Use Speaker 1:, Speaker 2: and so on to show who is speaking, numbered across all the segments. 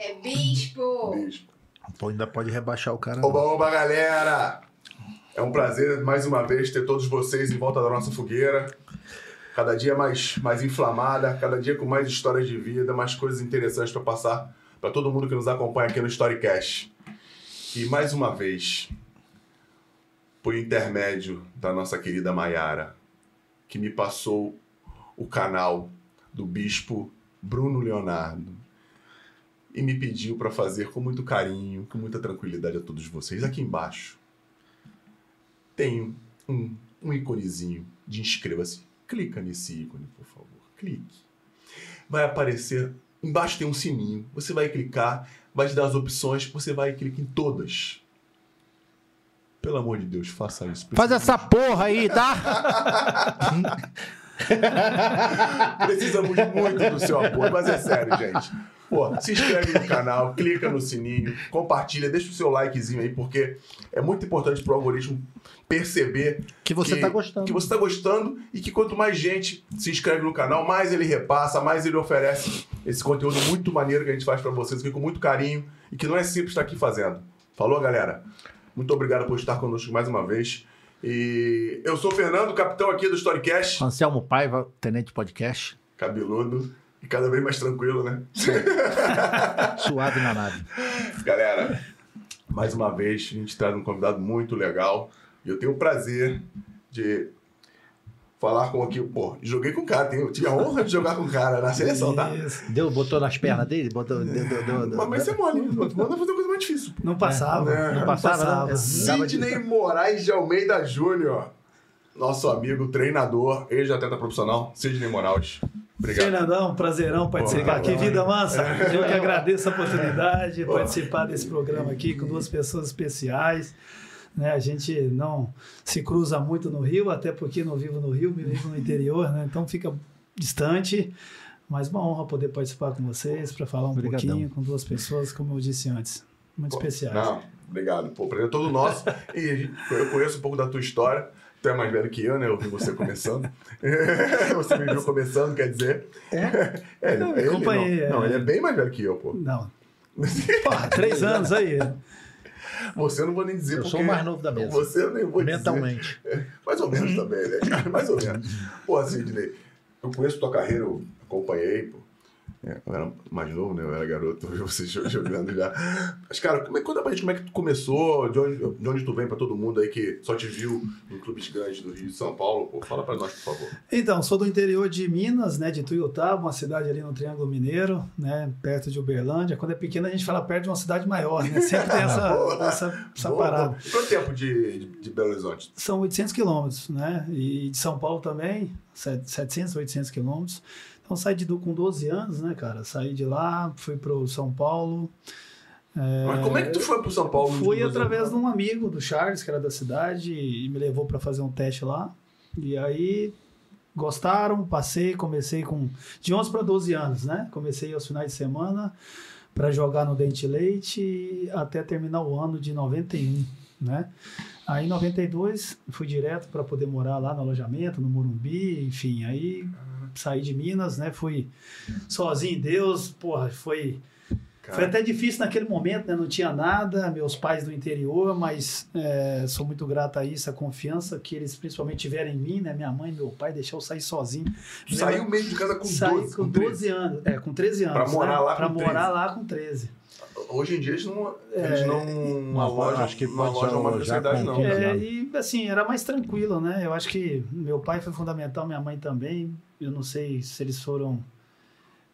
Speaker 1: É bispo.
Speaker 2: Bispo.
Speaker 3: Pô, ainda pode rebaixar o cara.
Speaker 2: Oba,
Speaker 3: Não.
Speaker 2: oba, galera! É um prazer, mais uma vez, ter todos vocês em volta da nossa fogueira. Cada dia mais, mais inflamada, cada dia com mais histórias de vida, mais coisas interessantes para passar para todo mundo que nos acompanha aqui no Storycast. E mais uma vez, por intermédio da nossa querida Maiara, que me passou o canal do bispo Bruno Leonardo e me pediu para fazer com muito carinho, com muita tranquilidade a todos vocês. Aqui embaixo tem um, um íconezinho de inscreva-se. Clica nesse ícone, por favor. Clique. Vai aparecer. Embaixo tem um sininho. Você vai clicar, vai te dar as opções, você vai clicar em todas. Pelo amor de Deus, faça isso.
Speaker 4: Faz assim. essa porra aí, tá?
Speaker 2: Precisamos muito do seu apoio, mas é sério, gente. Pô, se inscreve no canal, clica no sininho, compartilha, deixa o seu likezinho aí, porque é muito importante pro algoritmo perceber
Speaker 3: Que você tá gostando.
Speaker 2: que você tá gostando e que quanto mais gente se inscreve no canal, mais ele repassa, mais ele oferece esse conteúdo muito maneiro que a gente faz para vocês aqui com muito carinho e que não é simples estar aqui fazendo. Falou, galera? Muito obrigado por estar conosco mais uma vez. E eu sou o Fernando, capitão aqui do Storycast
Speaker 4: Anselmo Paiva, Tenente Podcast.
Speaker 2: cabeludo e cada vez mais tranquilo, né?
Speaker 4: Suave na nave.
Speaker 2: Galera, mais uma vez a gente traz um convidado muito legal e eu tenho o prazer de falar com aqui, pô, joguei com o cara, tenho, tive a honra de jogar com o cara na seleção, tá?
Speaker 4: Deu, botou nas pernas dele? Botou, deu, deu, deu, deu.
Speaker 2: Mas, mas você é mole, manda fazer uma coisa mais difícil. pô.
Speaker 5: Não passava.
Speaker 2: É,
Speaker 5: não
Speaker 4: não
Speaker 5: passava. né? É.
Speaker 4: passava. Dava de-
Speaker 2: Sidney Moraes de Almeida Júnior, nosso amigo, treinador, ex-atleta profissional, Sidney Moraes. Obrigado.
Speaker 5: Fernandão, prazerão participar
Speaker 2: Porra, legal,
Speaker 5: aqui. Vida mansa. Eu que agradeço a oportunidade de participar desse programa aqui com duas pessoas especiais. Né, a gente não se cruza muito no Rio, até porque não vivo no Rio, me vivo no interior, né? então fica distante. Mas uma honra poder participar com vocês para falar um
Speaker 4: Obrigadão.
Speaker 5: pouquinho com duas pessoas, como eu disse antes, muito especiais.
Speaker 2: Não, obrigado. Pô, o prazer é todo nosso. E a gente- eu conheço um pouco da tua história. Tu é mais velho que eu, né? Eu vi você começando. você me viu começando, quer dizer. É? ele,
Speaker 5: Eu
Speaker 2: ele
Speaker 5: acompanhei,
Speaker 2: não.
Speaker 5: é.
Speaker 2: não, ele é bem mais velho que eu, pô.
Speaker 5: Não. Porra, três anos aí.
Speaker 2: Você eu não vou nem dizer
Speaker 3: Eu
Speaker 2: porque...
Speaker 3: sou o mais novo da mesa.
Speaker 2: Você eu nem vou
Speaker 3: é.
Speaker 2: dizer.
Speaker 3: Mentalmente.
Speaker 2: Mais ou menos também, né? cara? Mais ou menos. Pô, Sidney, eu conheço tua carreira, eu acompanhei, pô. É, Eu era mais novo, né? Eu era garoto, hoje você jo- jogando já. Mas, cara, como é, conta pra gente como é que tu começou, de onde, de onde tu vem pra todo mundo aí que só te viu em clubes grandes do Rio de São Paulo, pô. Fala pra nós, por favor.
Speaker 5: Então, sou do interior de Minas, né, de Tuiutaba, uma cidade ali no Triângulo Mineiro, né, perto de Uberlândia. Quando é pequena a gente fala perto de uma cidade maior, né? Sempre tem essa, essa, essa
Speaker 2: Boa,
Speaker 5: parada.
Speaker 2: boa. Quanto tempo de, de, de Belo Horizonte?
Speaker 5: São 800 quilômetros, né? E de São Paulo também, set- 700, 800 quilômetros. Então, saí de, do- com 12 anos, né, cara? Saí de lá, fui pro São Paulo.
Speaker 2: Mas como é que tu foi pro São Paulo?
Speaker 5: Fui
Speaker 2: Belo
Speaker 5: através
Speaker 2: Horizonte?
Speaker 5: de um amigo do Charles, que era da cidade, e me levou para fazer um teste lá. E aí gostaram, passei, comecei com de 11 para 12 anos, né? Comecei aos finais de semana para jogar no Dente Leite e até terminar o ano de 91, né? Aí em 92 fui direto para poder morar lá no alojamento, no Morumbi, enfim, aí saí de Minas, né? Fui sozinho, em Deus, porra, foi foi
Speaker 2: Cara,
Speaker 5: até difícil naquele momento, né? Não tinha nada, meus pais do interior, mas é, sou muito grato a isso, a confiança que eles principalmente tiveram em mim, né? Minha mãe e meu pai deixaram eu sair sozinho.
Speaker 2: tu saiu mesmo de casa Tá com
Speaker 5: Saí
Speaker 2: 12,
Speaker 5: com
Speaker 2: 13.
Speaker 5: 12 anos, é, com 13 anos.
Speaker 2: Pra morar
Speaker 5: né?
Speaker 2: lá
Speaker 5: Pra
Speaker 2: com
Speaker 5: morar
Speaker 2: 13.
Speaker 5: lá com 13.
Speaker 2: Hoje em dia eles não, eles não
Speaker 3: Uma
Speaker 2: alojam,
Speaker 3: acho que
Speaker 2: não
Speaker 3: pode
Speaker 2: alojam mais
Speaker 3: alojar
Speaker 2: sociedade,
Speaker 3: com
Speaker 2: não.
Speaker 3: quinze.
Speaker 5: É,
Speaker 3: anos.
Speaker 5: e assim, era mais tranquilo, né? Eu acho que meu pai foi fundamental, minha mãe também. Eu não sei se eles foram.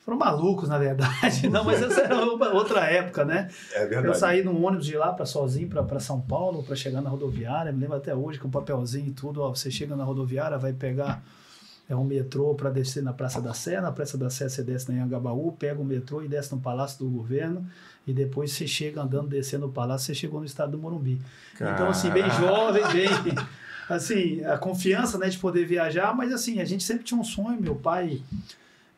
Speaker 5: Foram malucos, na verdade. Não, mas essa era outra época, né?
Speaker 2: É verdade.
Speaker 5: Eu saí num ônibus de lá para sozinho para São Paulo para chegar na rodoviária. Me lembro até hoje com um papelzinho e tudo. Ó, você chega na rodoviária, vai pegar é um metrô para descer na Praça da Sé. Na Praça da Sé você desce na Anhangabaú, pega o metrô e desce no Palácio do Governo. E depois você chega andando, descendo o palácio, você chegou no estado do Morumbi. Então, assim, bem jovem, bem. Assim, a confiança né, de poder viajar, mas assim, a gente sempre tinha um sonho. Meu pai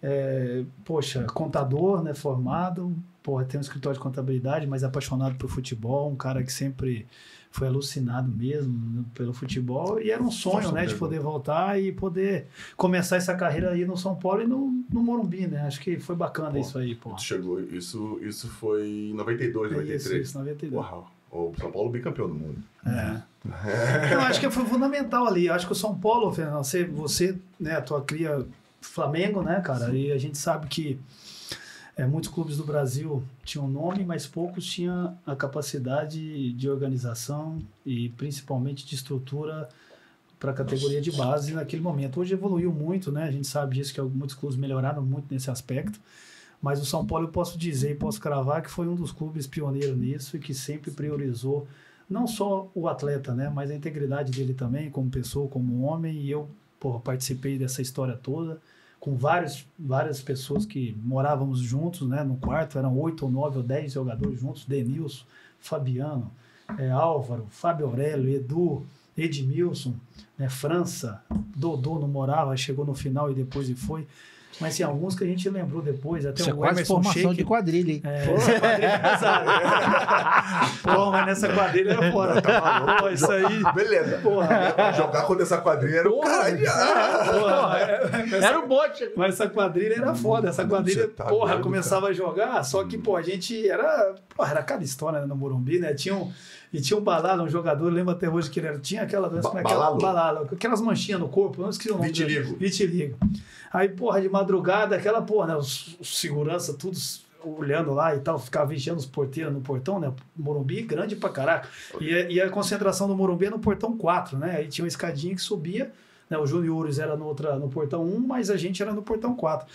Speaker 5: é, poxa, contador, né, formado, porra, tem um escritório de contabilidade, mas apaixonado por futebol, um cara que sempre foi alucinado mesmo né, pelo futebol, e era um sonho, né, de poder voltar e poder começar essa carreira aí no São Paulo e no, no Morumbi, né, acho que foi bacana
Speaker 2: Pô,
Speaker 5: isso aí, pô.
Speaker 2: Chegou, isso, isso foi em 92,
Speaker 5: É isso,
Speaker 2: 93.
Speaker 5: isso, 92.
Speaker 2: Uau. O São Paulo bicampeão do mundo.
Speaker 5: É. Eu acho que foi fundamental ali. Eu acho que o São Paulo, Fernando, você, você né, a tua cria Flamengo, né, cara? E a gente sabe que é, muitos clubes do Brasil tinham nome, mas poucos tinham a capacidade de organização e principalmente de estrutura para a categoria de base naquele momento. Hoje evoluiu muito, né? A gente sabe disso que muitos clubes melhoraram muito nesse aspecto. Mas o São Paulo eu posso dizer e posso cravar que foi um dos clubes pioneiro nisso e que sempre priorizou não só o atleta, né, mas a integridade dele também, como pessoa, como homem. E eu porra, participei dessa história toda com vários, várias pessoas que morávamos juntos, né, no quarto. Eram oito ou nove ou dez jogadores juntos: Denilson, Fabiano, eh, Álvaro, Fábio Aurélio, Edu, Edmilson, né, França, Dodô não morava, chegou no final e depois e foi. Mas tem alguns que a gente lembrou depois, até
Speaker 4: Isso é
Speaker 5: o
Speaker 4: quase
Speaker 5: Emerson
Speaker 4: formação
Speaker 5: Sheik,
Speaker 4: de quadrilha, hein?
Speaker 5: é, essa quadrilha é pesada. Pô, mas nessa quadrilha era fora. Tá maluco? Pô, isso aí.
Speaker 2: Beleza.
Speaker 5: Ah, Porra.
Speaker 2: Jogar contra essa quadrilha era um o caralho.
Speaker 5: Porra, é-
Speaker 4: Era o bote.
Speaker 5: mas essa quadrilha era foda. Essa quadrilha,
Speaker 2: Você tá
Speaker 5: porra,
Speaker 2: doido,
Speaker 5: começava a jogar, só que, pô, a gente era. Porra, era cada história né, no Morumbi, né? Tinha um, e tinha um balalo, um jogador, eu lembro até hoje que ele era, tinha aquela doença,
Speaker 2: Ba-
Speaker 5: como é que era?
Speaker 2: balalo?
Speaker 5: Balalo, aquelas manchinhas no corpo, eu não esqueci o nome. dele.
Speaker 2: Vitiligo.
Speaker 5: Vitiligo. Aí, porra, de madrugada, aquela porra, né? Os, os segurança, todos olhando lá e tal, ficava vigiando os porteiros no portão, né? Morumbi grande pra caraca. E, a- e a concentração do Morumbi é no portão 4, né? Aí tinha uma escadinha que subia, né? Os juniores era no, outra, no portão 1, mas a gente era no portão 4.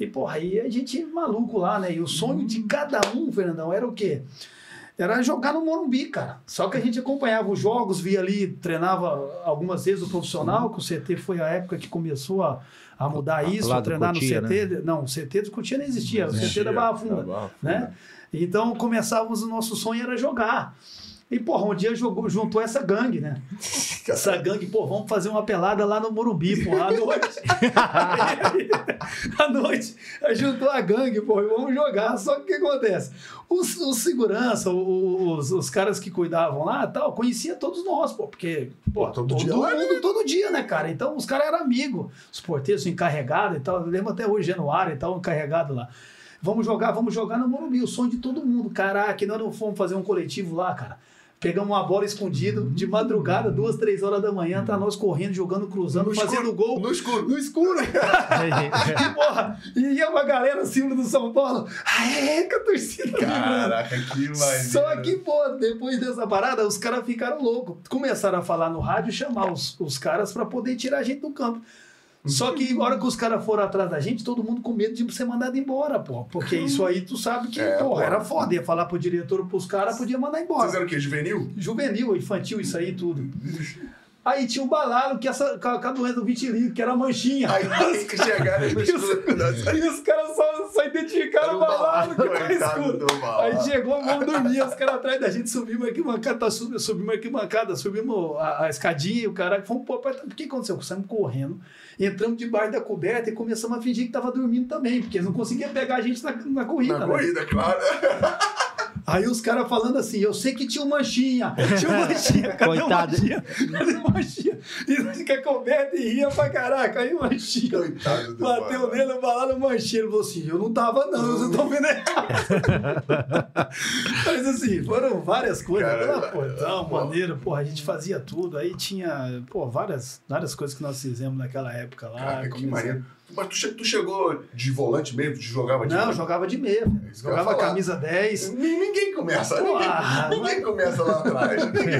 Speaker 5: E, porra, aí a gente maluco lá, né? E o sonho de cada um, Fernandão, era o quê? Era jogar no Morumbi, cara. Só que a gente acompanhava os jogos, via ali, treinava algumas vezes o profissional, que o CT foi a época que começou a, a mudar isso,
Speaker 4: lá
Speaker 5: a
Speaker 4: do
Speaker 5: treinar
Speaker 4: Cotia,
Speaker 5: no CT. Não, o CT do Cotia não existia, o CT da é Barra Funda né? Então começávamos, o nosso sonho era jogar. E, porra, um dia jogou, juntou essa gangue, né? Essa gangue, pô, vamos fazer uma pelada lá no Morumbi, porra, à noite. à noite, aí juntou a gangue, pô, e vamos jogar. Só que o que acontece? Os, os segurança, o- os, os caras que cuidavam lá tal, conhecia todos nós, pô, porque, pô,
Speaker 2: Pô, todo
Speaker 5: todo
Speaker 2: dia
Speaker 5: mundo,
Speaker 2: lá,
Speaker 5: todo dia, né, cara? Então os caras eram amigos, os porteiros, o encarregado e tal. Eu lembro até hoje, Januário e tal, o encarregado lá. Vamos jogar, vamos jogar no Morumbi, o sonho de todo mundo. Caraca, e nós não fomos fazer um coletivo lá, cara. Pegamos uma bola escondida, de madrugada, duas, três horas da manhã, tá nós correndo, jogando, cruzando,
Speaker 2: No
Speaker 5: fazendo
Speaker 2: escuro.
Speaker 5: gol.
Speaker 2: No escuro.
Speaker 5: No escuro, e, porra, e ia com a galera, símbolo do São Paulo. Aê, com a torcida vibrando.
Speaker 2: Caraca, que maneiro.
Speaker 5: Só que, pô, depois dessa parada, os caras ficaram loucos. Começaram a falar no rádio, chamar os, os caras pra poder tirar a gente do campo. Só que na hora que os caras foram atrás da gente, todo mundo com medo de ser mandado embora, pô. Porque isso aí tu sabe que,
Speaker 2: É,
Speaker 5: porra,
Speaker 2: pô.
Speaker 5: era foda. Ia falar pro diretor, pros caras, podia mandar
Speaker 2: Vocês
Speaker 5: embora.
Speaker 2: eram o quê? Juvenil?
Speaker 5: Juvenil, infantil, isso aí tudo. Aí tinha o balalo que essa, com a com a doença do vitiligo, que era a manchinha.
Speaker 2: Aí nós que chegaram no escuro. um
Speaker 5: E os caras só, só identificaram o balalo um que
Speaker 2: é,
Speaker 5: era
Speaker 2: Coitado
Speaker 5: escuro.
Speaker 2: do
Speaker 5: Aí
Speaker 2: balado.
Speaker 5: chegou, vamos dormir, os caras atrás da gente, subimos aqui, mancada, tá subindo, subimos aqui, mancada, subimos a, a escadinha, e o cara, fomos pô, pai, o que aconteceu? Saímos correndo, entramos debaixo da coberta e começamos a fingir que tava dormindo também, porque eles não conseguiam pegar a gente na, na corrida,
Speaker 2: Na
Speaker 5: né?
Speaker 2: corrida, claro.
Speaker 5: Aí os caras falando assim, eu sei que tinha o manchinha, tinha o manchinha, cadê o
Speaker 4: Coitado.
Speaker 5: manchinha? Cadê o manchinha? E nós fica coberta e ria pra caraca, aí o manchinha.
Speaker 2: Coitado do
Speaker 5: Bateu
Speaker 2: balado.
Speaker 5: nele, o balado mancheiro. Falou assim: Eu não tava, não, vocês estão vendo errado. Mas assim, foram várias coisas.
Speaker 2: Cara, tá
Speaker 5: Cara, pô, tão
Speaker 2: pô.
Speaker 5: maneiro, porra, a gente fazia tudo. Aí tinha, pô, várias, várias coisas que nós fizemos naquela época lá.
Speaker 2: Caraca, que
Speaker 5: Começamos-
Speaker 2: maneiro. Mas tu, che- tu chegou de volante mesmo? Tu jogava de
Speaker 5: Não, eu
Speaker 2: volante?
Speaker 5: jogava de meia.
Speaker 2: É isso que eu ia
Speaker 5: Jogava
Speaker 2: falar.
Speaker 5: camisa 10.
Speaker 2: Ni- Ninguém começa.
Speaker 5: Pô,
Speaker 2: ninguém
Speaker 5: ah,
Speaker 2: ninguém
Speaker 5: mas-
Speaker 2: começa lá atrás. Ninguém-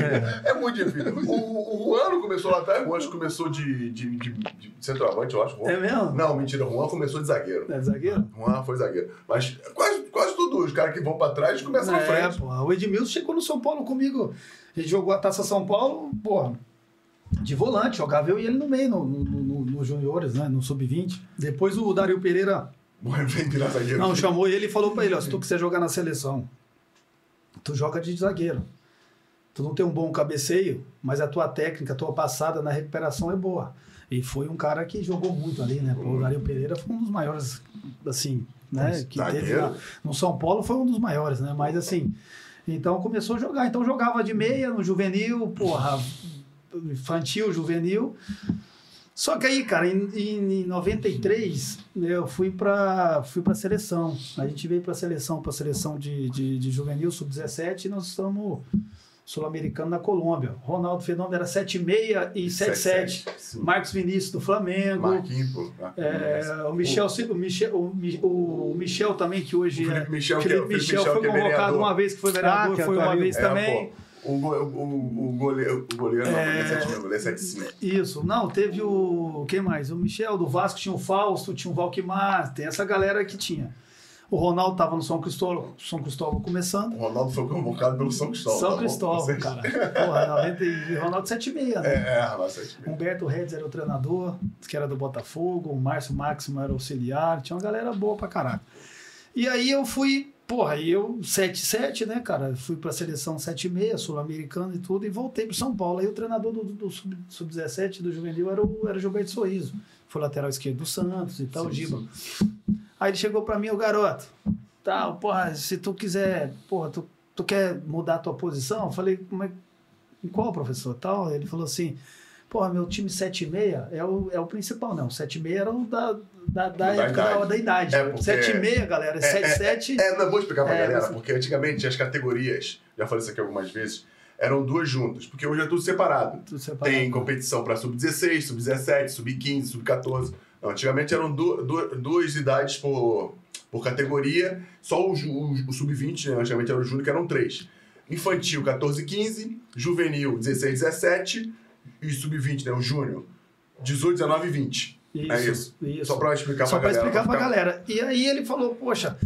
Speaker 2: é muito difícil. O, o Juan não começou lá atrás, o Juan acho que começou de, de- de- de centroavante, eu acho. Juan.
Speaker 5: É mesmo?
Speaker 2: Não, mentira, o Juan começou de zagueiro.
Speaker 5: É zagueiro?
Speaker 2: Juan foi zagueiro. Mas quase, quase tudo, os caras que vão pra trás começam na
Speaker 5: É,
Speaker 2: frente.
Speaker 5: pô, o Edmilson chegou no São Paulo comigo. Ele jogou a Taça São Paulo, porra, de volante, jogava eu e ele no meio, no, no, no- nos juniores, né, no sub-20. Depois o Dario Pereira
Speaker 2: Bora, Vem virar zagueiro.
Speaker 5: Não, chamou ele e falou pra ele, ó, se tu quiser jogar na seleção, tu joga de zagueiro. Tu não tem um bom cabeceio, mas a tua técnica, a tua passada na recuperação é boa. E foi um cara que jogou muito ali, né? Pô, o Dario Pereira foi um dos maiores, assim, né? Que teve
Speaker 2: Zagueiro.
Speaker 5: lá. no São Paulo foi um dos maiores, né? Mas assim, então começou a jogar. Então jogava de meia no juvenil, porra, infantil, juvenil. Só que aí, cara, em, em, em 93, né, eu fui pra, fui pra seleção. A gente veio pra seleção, pra seleção de, de, de juvenil, sub-17, e nós estamos sul-americano na Colômbia. Ronaldo Fenômeno era 7,6 e 7,7.
Speaker 2: Sim.
Speaker 5: Marcos Vinícius do Flamengo.
Speaker 2: Marquinhos, pô. Marquinhos. né?
Speaker 5: É, o, Michel, o, Michel, o, Mi- o Michel também, que
Speaker 2: O
Speaker 5: hoje é.
Speaker 2: Felipe Michel, que é, o
Speaker 5: Felipe
Speaker 2: Felipe
Speaker 5: Michel foi
Speaker 2: que é
Speaker 5: convocado
Speaker 2: vereador.
Speaker 5: uma vez que foi vereador,
Speaker 3: Ah, que
Speaker 5: foi uma
Speaker 3: atualiza.
Speaker 5: vez
Speaker 2: É,
Speaker 5: também.
Speaker 2: pô, O, go, o, o goleiro, o goleiro não, é 75, goleiro é 75.
Speaker 5: Isso, não, teve o. Quem mais? O Michel do Vasco tinha o Fausto, tinha o Valquimar, tem essa galera que tinha. O Ronaldo tava no São Cristóvão, São Cristóvão começando.
Speaker 2: O Ronaldo foi convocado pelo São Cristóvão. tá
Speaker 5: São
Speaker 2: bom?
Speaker 5: Cristóvão,
Speaker 2: Vocês-
Speaker 5: cara. Porra, 90 e Ronaldo 76, né?
Speaker 2: É, é, rapaz, 75.
Speaker 5: Humberto Reds era o treinador, que era do Botafogo, o Márcio Máximo era auxiliar, tinha uma galera boa pra caralho. E aí eu fui, porra, e eu 7-7, né, cara? Fui pra seleção 7-6, sul-americana e tudo, e voltei pro São Paulo. Aí o treinador do, do sub- sub-17 do juvenil era o, era o Gilberto Sorriso. Foi lateral esquerdo do Santos e tal,
Speaker 2: Sim,
Speaker 5: Giba. Aí ele chegou pra mim, o garoto, tal, porra, se tu quiser, porra, tu, tu quer mudar a tua posição? Eu falei, como é, em qual, professor? Tal, ele falou assim, porra, meu time 7,6 é o, é o principal, não. 7,6 era o da, da, da, época
Speaker 2: idade.
Speaker 5: da, da idade.
Speaker 2: É, porque-
Speaker 5: 7,6, galera, é
Speaker 2: É, é,
Speaker 5: 7,7.
Speaker 2: É, não, vou explicar pra
Speaker 5: É,
Speaker 2: galera,
Speaker 5: mas-
Speaker 2: porque antigamente as categorias, já falei isso aqui algumas vezes, eram duas juntas, porque hoje é tudo separado.
Speaker 5: tudo separado.
Speaker 2: Tem competição pra sub-16, sub-17, sub-15, sub-14. Não, Antigamente eram du- du- duas idades por, por categoria, só o, ju- o- o sub-20, né? antigamente era o júnior, que eram três. Infantil, 14, 15, juvenil, 16, 17 e sub-20, né? o júnior, 18, 19 e 20.
Speaker 5: Isso,
Speaker 2: é isso. Só pra explicar
Speaker 5: Só
Speaker 2: pra
Speaker 5: pra
Speaker 2: galera.
Speaker 5: explicar pra
Speaker 2: ficar-
Speaker 5: galera. E aí ele falou, poxa,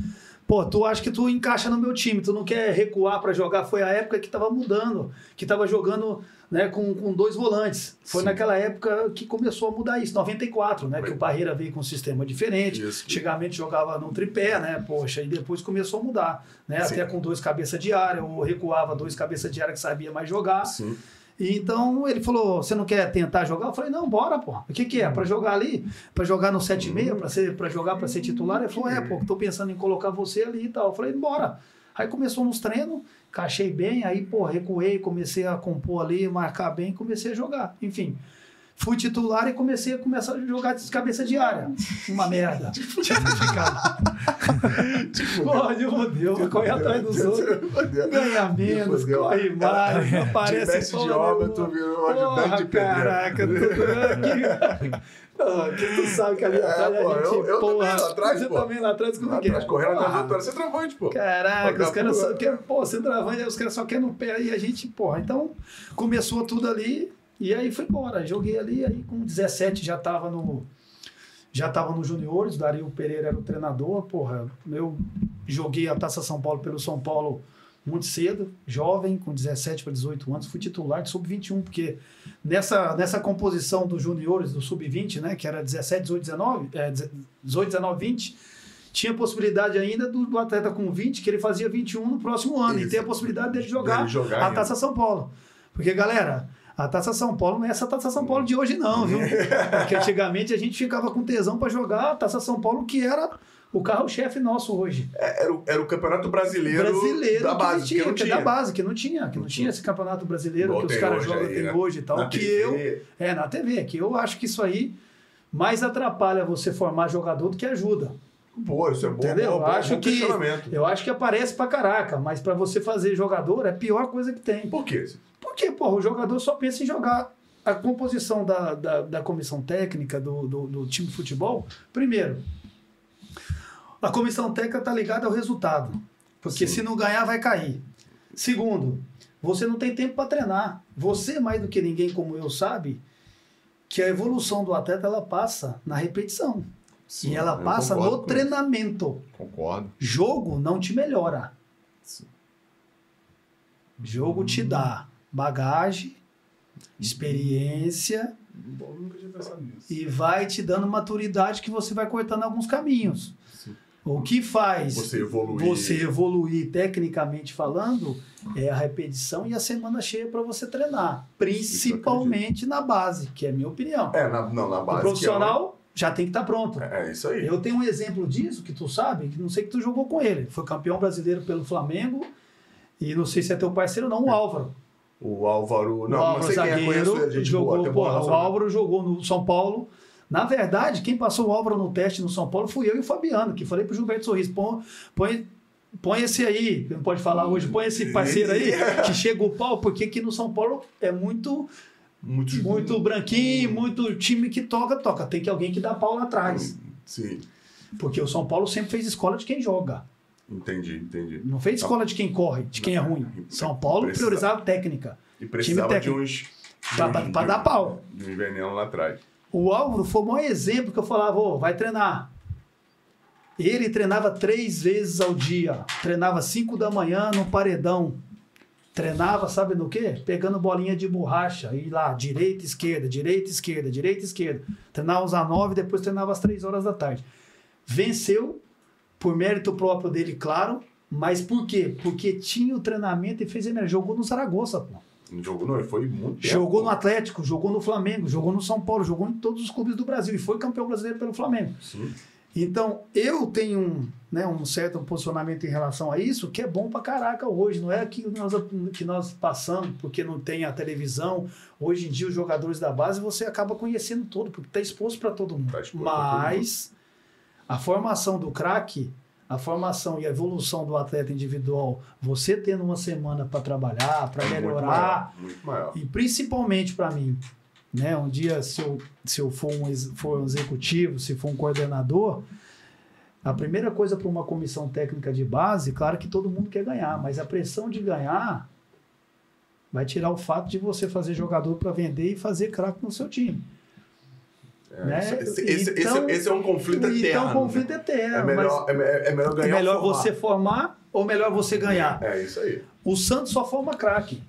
Speaker 5: pô, tu acha que tu encaixa no meu time, tu não quer recuar pra jogar. Foi a época que tava mudando, que tava jogando né, com, com dois volantes. Foi
Speaker 2: Sim.
Speaker 5: naquela época que começou a mudar isso, 94, né? Que o Parreira veio com um sistema diferente.
Speaker 2: Isso.
Speaker 5: Antigamente jogava num tripé, né? Poxa, e depois começou a mudar, né?
Speaker 2: Sim.
Speaker 5: Até com dois cabeça de área, ou recuava dois cabeça de área que sabia mais jogar.
Speaker 2: Sim.
Speaker 5: E então ele falou: "Você não quer tentar jogar?" Eu falei: "Não, bora, pô. O que que é? Pra jogar ali, Pra jogar no 7 e meia, para ser para jogar pra ser titular?" Ele falou: "É, pô, tô pensando em colocar você ali e tal." Eu falei: "Bora." Aí começou nos treinos, encaixei bem, aí, pô, recuei, comecei a compor ali, marcar bem, comecei a jogar. Enfim, fui titular e comecei a começar a jogar de cabeça de área. Uma merda. Tinha ficado. Pô, de fodeu, corre atrás dos outros. Ganha menos,
Speaker 2: fodeu.
Speaker 5: corre mais, não
Speaker 2: Parece de
Speaker 5: aparece
Speaker 2: mestre de
Speaker 5: porra
Speaker 2: obra,
Speaker 5: nenhuma.
Speaker 2: tu virou
Speaker 5: né, Porra,
Speaker 2: ajudante de pedreiro.
Speaker 5: caraca, tu, Ah, que, que tu sabe que ali
Speaker 2: É,
Speaker 5: atrás
Speaker 2: pô,
Speaker 5: a gente,
Speaker 2: eu- eu
Speaker 5: porra,
Speaker 2: também lá atrás,
Speaker 5: você
Speaker 2: pô.
Speaker 5: também lá atrás, como
Speaker 2: Lá
Speaker 5: é que é?
Speaker 2: atrás, correndo atrás do
Speaker 5: Porra,
Speaker 2: outro, era centroavante, pô.
Speaker 5: Caraca, os
Speaker 2: Jogar
Speaker 5: caras
Speaker 2: pro-
Speaker 5: só querem, pô, centroavante, aí os caras só querem no pé, aí a gente, porra, então começou tudo ali, e aí foi embora, joguei ali, aí com 17 já tava no, já tava no juniores, Dario Pereira era o treinador, porra, eu joguei a Taça São Paulo pelo São Paulo muito cedo, jovem, com 17 para 18 anos, fui titular de sub-21, porque nessa, nessa composição dos juniores, do sub-20, né, que era 17, 18, 19, é, 18, 19, 20, tinha possibilidade ainda do, do atleta com 20, que ele fazia 21 no próximo ano,
Speaker 2: Isso.
Speaker 5: e tem a possibilidade dele jogar
Speaker 2: Dele jogar
Speaker 5: a
Speaker 2: ainda.
Speaker 5: Taça São Paulo. Porque, galera, a Taça São Paulo não é essa Taça São Paulo de hoje, não, viu? Porque antigamente a gente ficava com tesão para jogar a Taça São Paulo, que era o carro-chefe nosso hoje.
Speaker 2: É, Era, o- era o campeonato brasileiro,
Speaker 5: brasileiro
Speaker 2: da
Speaker 5: que
Speaker 2: base,
Speaker 5: tinha,
Speaker 2: que não
Speaker 5: que é
Speaker 2: tinha.
Speaker 5: da base, que não tinha, que não tinha esse campeonato brasileiro
Speaker 2: Igual
Speaker 5: que os
Speaker 2: tem
Speaker 5: caras
Speaker 2: hoje
Speaker 5: jogam
Speaker 2: aí,
Speaker 5: tem
Speaker 2: né?
Speaker 5: hoje e tal,
Speaker 2: Na
Speaker 5: Então, que eu
Speaker 2: TV,
Speaker 5: é, na TV, que eu acho que isso aí mais atrapalha você formar jogador do que ajuda.
Speaker 2: Pô, isso é bom,
Speaker 5: Entendeu?
Speaker 2: bom, bom,
Speaker 5: Acho
Speaker 2: bom
Speaker 5: que-
Speaker 2: questionamento.
Speaker 5: Eu acho que aparece pra caraca, mas pra você fazer jogador é a pior coisa que tem.
Speaker 2: Por quê?
Speaker 5: Porque, porra, o jogador só pensa em jogar. A composição da, da, da comissão técnica do, do, do time de futebol, primeiro, a comissão técnica tá ligada ao resultado. Porque se não ganhar, vai cair. Segundo, você não tem tempo para treinar. Você, mais do que ninguém como eu, sabe que a evolução do atleta ela passa na repetição. e ela
Speaker 2: eu
Speaker 5: passa
Speaker 2: concordo
Speaker 5: no
Speaker 2: com
Speaker 5: treinamento.
Speaker 2: isso. Concordo.
Speaker 5: Jogo não te melhora.
Speaker 2: Sim.
Speaker 5: Jogo te dá bagagem, experiência
Speaker 2: Bom, nunca tinha pensado nisso.
Speaker 5: e vai te dando maturidade que você vai cortando alguns caminhos. O que faz
Speaker 2: Você evoluir.
Speaker 5: você evoluir tecnicamente falando é a repetição e a semana cheia para você treinar, principalmente na base, que é a minha opinião.
Speaker 2: É, na, não, na base.
Speaker 5: o
Speaker 2: que
Speaker 5: profissional já tem que estar pronto.
Speaker 2: É, uma- é isso aí.
Speaker 5: Eu tenho um exemplo disso que tu sabe, que não sei que tu jogou com ele. Foi campeão brasileiro pelo Flamengo e não sei se é teu parceiro ou não, o Álvaro.
Speaker 2: O Álvaro.
Speaker 5: o
Speaker 2: Não,
Speaker 5: Álvaro
Speaker 2: não sei quem é conheço, é gente
Speaker 5: jogou,
Speaker 2: boa, tem boa
Speaker 5: porra, o
Speaker 2: relação.
Speaker 5: Álvaro jogou no São Paulo. Na verdade, quem passou o Álvaro no teste no São Paulo fui eu e o Fabiano, que falei pro Gilberto Sorriso, põe, põe, põe esse aí, que não pode falar hoje, põe esse parceiro aí, que chega o pau, porque aqui no São Paulo é muito,
Speaker 2: Muito,
Speaker 5: muito branquinho, muito time que toca, toca. Tem que alguém que dá pau lá atrás.
Speaker 2: Sim,
Speaker 5: Porque o São Paulo sempre fez escola de quem joga.
Speaker 2: entendi, entendi.
Speaker 5: Não fez escola de quem corre, de quem é ruim. São Paulo
Speaker 2: Precisava.
Speaker 5: priorizava técnica.
Speaker 2: E precisava de
Speaker 5: técnico.
Speaker 2: uns. de
Speaker 5: Pra-
Speaker 2: um-
Speaker 5: pra- pra
Speaker 2: de
Speaker 5: dar
Speaker 2: um-
Speaker 5: pau.
Speaker 2: De um veneno lá atrás.
Speaker 5: O Álvaro foi o maior exemplo que eu falava, ô, vai treinar. Ele treinava três vezes ao dia. Treinava cinco da manhã no paredão. Treinava, sabe no quê? Pegando bolinha de borracha. E lá, direita, esquerda, direita, esquerda, direita, esquerda. Treinava às nove, depois treinava às três horas da tarde. Venceu, por mérito próprio dele, claro. Mas por quê? Porque tinha o treinamento e fez emergência. Jogou no Zaragoza, pô.
Speaker 2: Não jogou, não, ele foi muito. tempo.
Speaker 5: Jogou no Atlético, jogou no Flamengo, jogou no São Paulo, jogou em todos os clubes do Brasil e foi campeão brasileiro pelo Flamengo.
Speaker 2: Sim.
Speaker 5: Então, eu tenho um, né, um certo posicionamento em relação a isso que é bom pra caraca hoje. Não é aquilo que nós, que nós passamos, porque não tem a televisão. Hoje em dia, os jogadores da base você acaba conhecendo todo, porque tá exposto pra todo mundo.
Speaker 2: Tá exposto pra todo mundo.
Speaker 5: Mas a formação do craque, a formação e a evolução do atleta individual, você tendo uma semana pra trabalhar, pra
Speaker 2: Muito
Speaker 5: melhorar.
Speaker 2: maior. Muito maior.
Speaker 5: E principalmente para mim, né? Um dia, se eu, se eu for, um, ex- for um executivo, se for um coordenador, a primeira coisa para uma comissão técnica de base, claro que todo mundo quer ganhar, mas a pressão de ganhar vai tirar o fato de você fazer jogador para vender e fazer craque no seu time.
Speaker 2: É,
Speaker 5: né?
Speaker 2: isso- esse, esse- esse-
Speaker 5: Então-
Speaker 2: esse é um conflito eterno.
Speaker 5: então, o conflito
Speaker 2: né?
Speaker 5: é eterno.
Speaker 2: É melhor, é, é- é melhor
Speaker 5: mas é
Speaker 2: ganhar.
Speaker 5: melhor
Speaker 2: ou formar.
Speaker 5: você formar ou melhor você ganhar?
Speaker 2: É isso aí.
Speaker 5: O Santos só forma craque.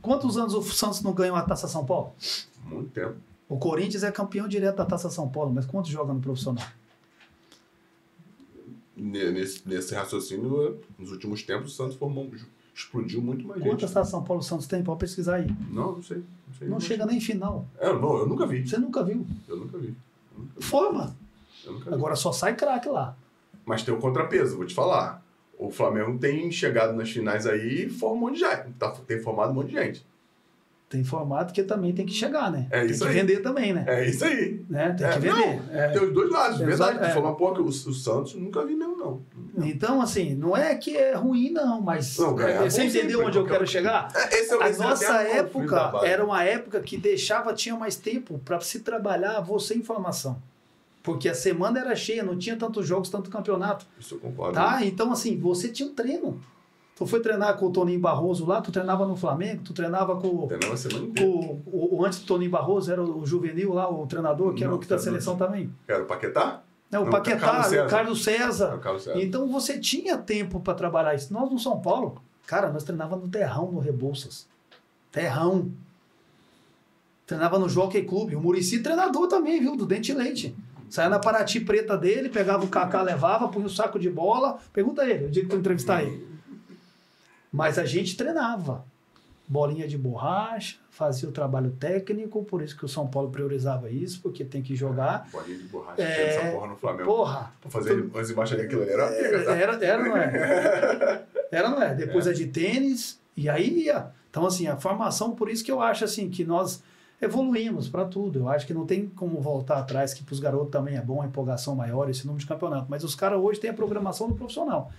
Speaker 5: Quantos anos o Santos não ganhou a Taça São Paulo?
Speaker 2: Muito tempo.
Speaker 5: O Corinthians é campeão direto da Taça São Paulo, mas quantos joga no profissional?
Speaker 2: Ne- Nesse, nesse raciocínio, nos últimos tempos, o Santos formou, explodiu muito mais
Speaker 5: Quantas
Speaker 2: gente.
Speaker 5: Taça São Paulo o Santos tem? Pode pesquisar aí.
Speaker 2: Não, não sei. Não, sei,
Speaker 5: Não chega nem final.
Speaker 2: É, não, eu nunca vi.
Speaker 5: Você nunca viu.
Speaker 2: Eu nunca vi. Eu nunca vi.
Speaker 5: Forma.
Speaker 2: Eu nunca vi.
Speaker 5: Agora só sai craque lá.
Speaker 2: Mas tem um contrapeso, vou te falar. O Flamengo tem chegado nas finais aí e forma um monte de gente. Tá- tem formado um monte de gente.
Speaker 5: Tem formato que também tem que chegar, né?
Speaker 2: É
Speaker 5: tem
Speaker 2: isso
Speaker 5: que
Speaker 2: aí.
Speaker 5: vender também, né?
Speaker 2: É isso aí.
Speaker 5: Né? Tem
Speaker 2: É,
Speaker 5: que vender. É.
Speaker 2: Tem os dois lados,
Speaker 5: Exato,
Speaker 2: verdade. Tu
Speaker 5: é.
Speaker 2: fala, pô, que o, o Santos nunca vi mesmo, não.
Speaker 5: Então, assim, não é que é ruim, não, mas. é,
Speaker 2: Não, ganhar
Speaker 5: você
Speaker 2: bom
Speaker 5: entendeu
Speaker 2: sempre,
Speaker 5: onde eu
Speaker 2: qualquer-
Speaker 5: quero chegar?
Speaker 2: É, Esse é,
Speaker 5: A
Speaker 2: esse é até
Speaker 5: nossa
Speaker 2: a conflito da
Speaker 5: época
Speaker 2: base.
Speaker 5: era um uma época que deixava, tinha mais tempo para se trabalhar você informação. Porque a semana era cheia, não tinha tantos jogos, tanto campeonato.
Speaker 2: Isso eu concordo.
Speaker 5: Tá? Então, assim, você tinha um treino. Tu foi treinar com o Toninho Barroso lá, tu treinava no Flamengo, tu treinava com.
Speaker 2: Até na semana inteira.
Speaker 5: com o, o antes do Toninho Barroso era o juvenil lá, o treinador, que era
Speaker 2: Não,
Speaker 5: o que da
Speaker 2: tá
Speaker 5: seleção também.
Speaker 2: Era o Paquetá?
Speaker 5: Né, o
Speaker 2: Não,
Speaker 5: Paquetá,
Speaker 2: Carlos César.
Speaker 5: o Carlos
Speaker 2: É
Speaker 5: César.
Speaker 2: o Carlos César.
Speaker 5: Então você tinha tempo para trabalhar isso. Nós no São Paulo, cara, nós treinava no Terrão, no Rebouças. Terrão. Treinava no Jockey Clube. O Murici treinador também, viu? Do Dente Leite. Saia na Paraty preta dele, pegava o Kaká, levava, punha o saco de bola. Pergunta ele, o dia que tu entrevistar ele. Mas a gente treinava. Bolinha de borracha, fazia o trabalho técnico, por isso que o São Paulo priorizava isso, porque tem que jogar.
Speaker 2: Bolinha de borracha,
Speaker 5: É.
Speaker 2: cheia essa porra no Flamengo.
Speaker 5: Porra!
Speaker 2: Pra fazer umas embaixadinhas aquilo ali. Era uma pega, tá?
Speaker 5: Era, era, não é? Era, não é? Depois é, de tênis, e aí ia. Então, assim, a formação, por isso que eu acho, assim, que nós evoluímos para tudo. Eu acho que não tem como voltar atrás, que para os garotos também é bom a empolgação maior, esse número de campeonato. Mas os caras hoje têm a programação do profissional.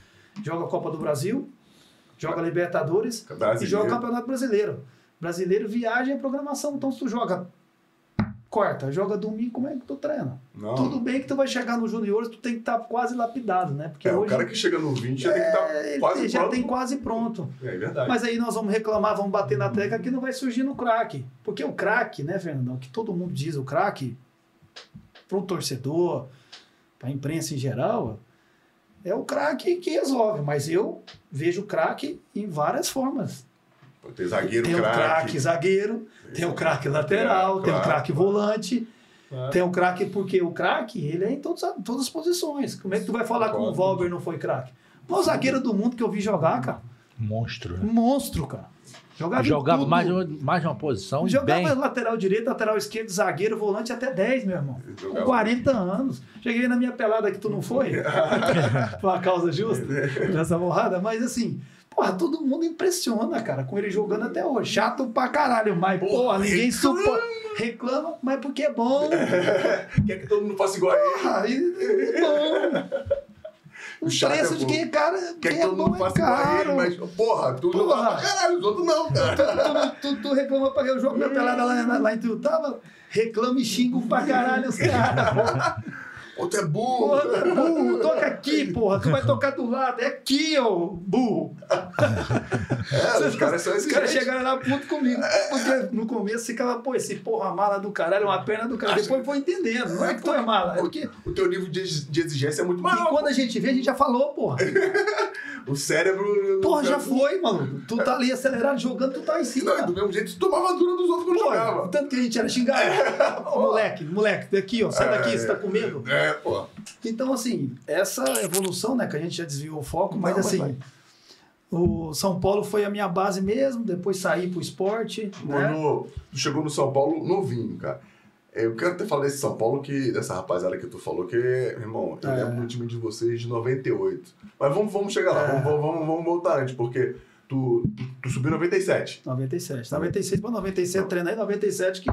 Speaker 5: Joga a Copa do Brasil, joga Libertadores e
Speaker 2: Brasileiro.
Speaker 5: joga o Campeonato Brasileiro. Brasileiro viaja e programação. Então, se tu joga quarta, joga domingo, como é que tu treina?
Speaker 2: Não.
Speaker 5: Tudo bem que tu vai chegar no juniores, tu tem que estar quase lapidado, né? Porque
Speaker 2: É, o
Speaker 5: hoje
Speaker 2: cara que chega no 20 já tem que estar
Speaker 5: é, ele
Speaker 2: quase
Speaker 5: já
Speaker 2: pronto.
Speaker 5: tem quase pronto.
Speaker 2: É verdade.
Speaker 5: Mas aí nós vamos reclamar, vamos bater na tecla que não vai surgir no craque. Porque o craque, né, Fernandão, que todo mundo diz o craque, pro torcedor, pra imprensa em geral, é o craque que resolve. Mas eu vejo o craque em várias formas.
Speaker 2: Pô, Tem zagueiro,
Speaker 5: tem um o
Speaker 2: craque.
Speaker 5: craque zagueiro, tem o craque lateral, tem o
Speaker 2: Claro,
Speaker 5: craque
Speaker 2: claro.
Speaker 5: volante. Tem o craque, porque o craque, ele é em todos, todas as posições. Como é que tu vai falar que o
Speaker 2: Concordo.
Speaker 5: Valber não foi craque? Pô, zagueiro do mundo que eu vi jogar, cara.
Speaker 3: Monstro, né?
Speaker 5: Monstro, cara. Jogava, em
Speaker 4: Jogava
Speaker 5: tudo.
Speaker 4: mais, uma- mais uma posição.
Speaker 5: Jogava
Speaker 4: bem.
Speaker 5: lateral direito, lateral esquerdo, zagueiro, volante até 10, meu irmão. Com
Speaker 2: Jogava.
Speaker 5: 40 anos. Cheguei na minha pelada que tu não foi. Por uma causa justa. Nessa borrada. Mas assim, porra, todo mundo impressiona, cara, com ele jogando até hoje. Chato pra caralho, mas porra,
Speaker 2: Porra,
Speaker 5: ninguém
Speaker 2: reclama.
Speaker 5: suporta. Reclama, mas porque é bom.
Speaker 2: Quer que todo mundo faça igual a ele?
Speaker 5: Porra, e- e bom. O
Speaker 2: O chato
Speaker 5: preço
Speaker 2: é
Speaker 5: de
Speaker 2: bom.
Speaker 5: quem é cara,
Speaker 2: Quer que
Speaker 5: quem é
Speaker 2: todo
Speaker 5: bom
Speaker 2: mundo
Speaker 5: é
Speaker 2: faça igual a ele,
Speaker 5: caro.
Speaker 2: mas, porra, tu não
Speaker 5: Porra.
Speaker 2: vai pra caralho, os outros não, cara.
Speaker 5: tu, tu, tu reclama pra eu jogo minha pelada lá, lá, lá em Tuiutaba, reclama e xingo pra caralho os caras.
Speaker 2: Ou tu é burro.
Speaker 5: Porra, tu é burro, toca aqui, porra. Tu vai tocar do lado, é aqui, ô burro.
Speaker 2: É, os caras são
Speaker 5: Os
Speaker 2: esses
Speaker 5: caras chegaram lá puto comigo. Porque no começo ficava, pô, esse porra mala do caralho, uma perna do cara. Depois foi entendendo. Não é que tu é mala, é porque.
Speaker 2: O teu nível de ex- de exigência é muito
Speaker 5: E
Speaker 2: maior.
Speaker 5: quando a gente vê, a gente já falou, porra.
Speaker 2: O cérebro. assim,
Speaker 5: Porra, já foi, maluco. Tu tá ali acelerado jogando, tu tá aí em
Speaker 2: Não, e
Speaker 5: cima.
Speaker 2: do mesmo jeito, tu tomava dura dos outros quando
Speaker 5: Pô,
Speaker 2: jogava.
Speaker 5: tanto que a gente era xingado. Ô, moleque, moleque, daqui, ó, sai daqui, você tá com medo?
Speaker 2: É, pô.
Speaker 5: Então, assim, essa evolução, né, que a gente já desviou o foco, mas
Speaker 2: Não, mas
Speaker 5: assim,
Speaker 2: vai.
Speaker 5: o São Paulo foi a minha base mesmo, depois saí pro esporte, né?
Speaker 2: Mano, tu chegou no São Paulo novinho, cara. Eu quero até falar desse São Paulo, que dessa rapaziada que tu falou, que, irmão, eu
Speaker 5: É.
Speaker 2: lembro do time de vocês de 98. Mas vamos, vamos chegar lá,
Speaker 5: É.
Speaker 2: vamos, vamos, vamos voltar antes, porque tu, tu, tu subiu em 97.
Speaker 5: 97. 96 pra 97, treinei 97 que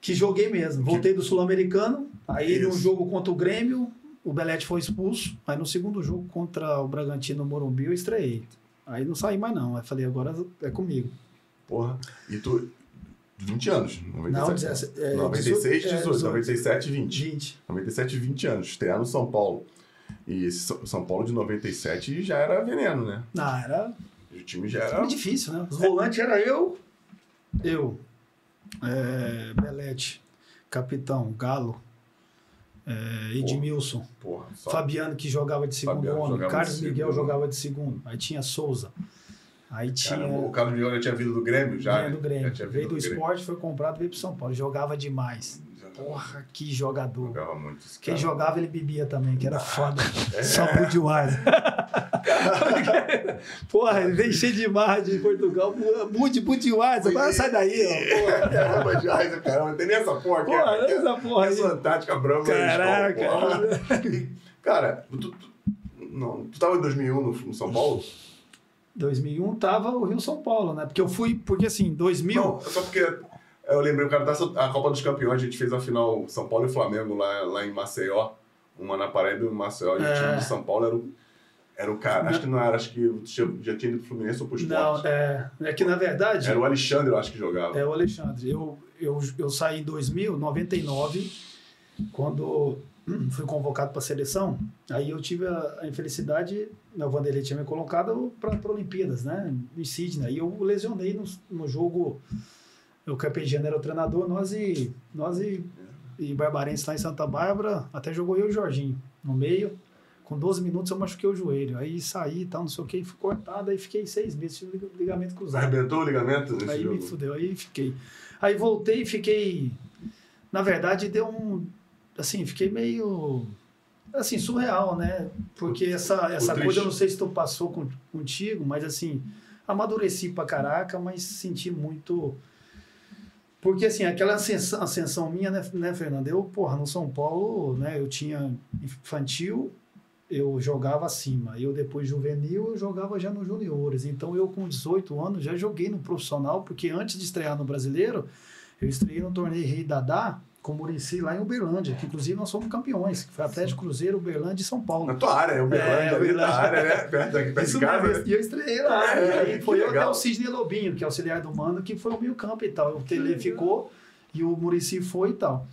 Speaker 5: que joguei mesmo. Voltei do Sul-Americano, aí
Speaker 2: Isso.
Speaker 5: num jogo contra o Grêmio, o Belete foi expulso, aí no segundo jogo contra o Bragantino no Morumbi eu estreiei. Aí não saí mais não, aí falei, agora é comigo.
Speaker 2: Porra. E tu. 20 anos. 97.
Speaker 5: Não, 17, é,
Speaker 2: 96,
Speaker 5: 18, é,
Speaker 2: 18, 97, 20.
Speaker 5: 20.
Speaker 2: 97, 20 anos, treinar no São Paulo. E esse São São Paulo de 97 já era veneno, né?
Speaker 5: Não, era
Speaker 2: O time já
Speaker 5: Era
Speaker 2: era.
Speaker 5: difícil, né? Os volantes era eu, eu, é, Belete, Capitão, Galo, é, Edmilson,
Speaker 2: Porra, só.
Speaker 5: Fabiano que jogava de segundo
Speaker 2: Fabiano
Speaker 5: homem,
Speaker 2: jogava
Speaker 5: Carlos
Speaker 2: de
Speaker 5: Miguel
Speaker 2: segundo.
Speaker 5: jogava de segundo, aí tinha Souza, aí tinha
Speaker 2: Caramba, o Carlos Miguel já tinha vindo do Grêmio, já.
Speaker 5: é vinha
Speaker 2: né?
Speaker 5: do Grêmio,
Speaker 2: Já tinha
Speaker 5: veio
Speaker 2: vindo
Speaker 5: do
Speaker 2: do Grêmio.
Speaker 5: esporte, foi comprado, veio pro São Paulo, jogava demais. Porra, que jogador.
Speaker 2: Jogava muito. esse
Speaker 5: Quem
Speaker 2: cara. Ah. É.
Speaker 5: jogava, ele bebia também, que era foda. Só pro Budweiser. porra, ele vem cheio de marra de Portugal. Mude Budweiser. Vai, sai daí, ó.
Speaker 2: Porra, Caramba, já, caramba, não tem nem essa porra,
Speaker 5: é. Porra,
Speaker 2: cara.
Speaker 5: olha essa porra aí.
Speaker 2: Essa Antártica Brava
Speaker 5: Caraca.
Speaker 2: Cara, tu, tu- não, tu tava em 2001 no, no São Paulo?
Speaker 5: 2001 tava o Rio São Paulo, né? Porque eu fui, porque assim, 2000...
Speaker 2: Não, só porque eu lembrei, o cara da a Copa dos Campeões, a gente fez a final São Paulo e Flamengo lá, lá em Maceió. Uma na Paraíba e uma em Maceió. E
Speaker 5: É.
Speaker 2: o time do São Paulo era o, era o cara. Acho que não era, acho que eu tinha- já tinha ido pro Fluminense ou pro
Speaker 5: Não,
Speaker 2: Sport.
Speaker 5: é, é que na verdade...
Speaker 2: Era o Alexandre, eu acho que jogava.
Speaker 5: É o Alexandre. Eu, eu, eu saí em 2000, 99, quando hum, fui convocado para a seleção. Aí eu tive a, a infelicidade, né, o Vanderlei tinha me colocado para Olimpíadas, né? Em Sydney. E eu lesionei no, no jogo. O Capegiano era o treinador, nós e, nós e, e Barbarense lá em Santa Bárbara, até jogou eu e o Jorginho no meio. Com 12 minutos eu machuquei o joelho. Aí saí e tal, não sei o que, e fui cortado, aí fiquei seis meses, tive lig- ligamento cruzado.
Speaker 2: Arrebentou o ligamento nesse
Speaker 5: Aí me
Speaker 2: jogo?
Speaker 5: fudeu, aí fiquei. Aí voltei e fiquei. Na verdade, deu um. Assim, fiquei meio. Assim, surreal, né? Porque essa, essa
Speaker 2: triste.
Speaker 5: coisa, eu não sei se tu passou con- contigo, mas assim, amadureci pra caraca, mas senti muito. Porque assim, aquela ascensão, ascensão minha, né, né, Fernando? Eu, porra, no São Paulo, né, eu tinha infantil, eu jogava acima. Eu depois juvenil, eu jogava já nos juniores. Então eu com 18 anos já joguei no profissional, porque antes de estrear no Brasileiro, eu estreiei no torneio Rei Dadá com o Murici lá em Uberlândia, que inclusive nós fomos campeões, que foi Atlético Cruzeiro, Uberlândia e São Paulo.
Speaker 2: Na tua área, é o Berlândia,
Speaker 5: É,
Speaker 2: ali
Speaker 5: Uberlândia.
Speaker 2: da área, né? Perto daqui, perto
Speaker 5: Isso é
Speaker 2: de casa. né?
Speaker 5: mesmo, e eu estreiei lá.
Speaker 2: É,
Speaker 5: e aí
Speaker 2: que
Speaker 5: foi eu até
Speaker 2: legal.
Speaker 5: o Sidney Lobinho, que é auxiliar do Mano, que foi o meio campo e tal. O Tele ficou e o Murici foi e tal.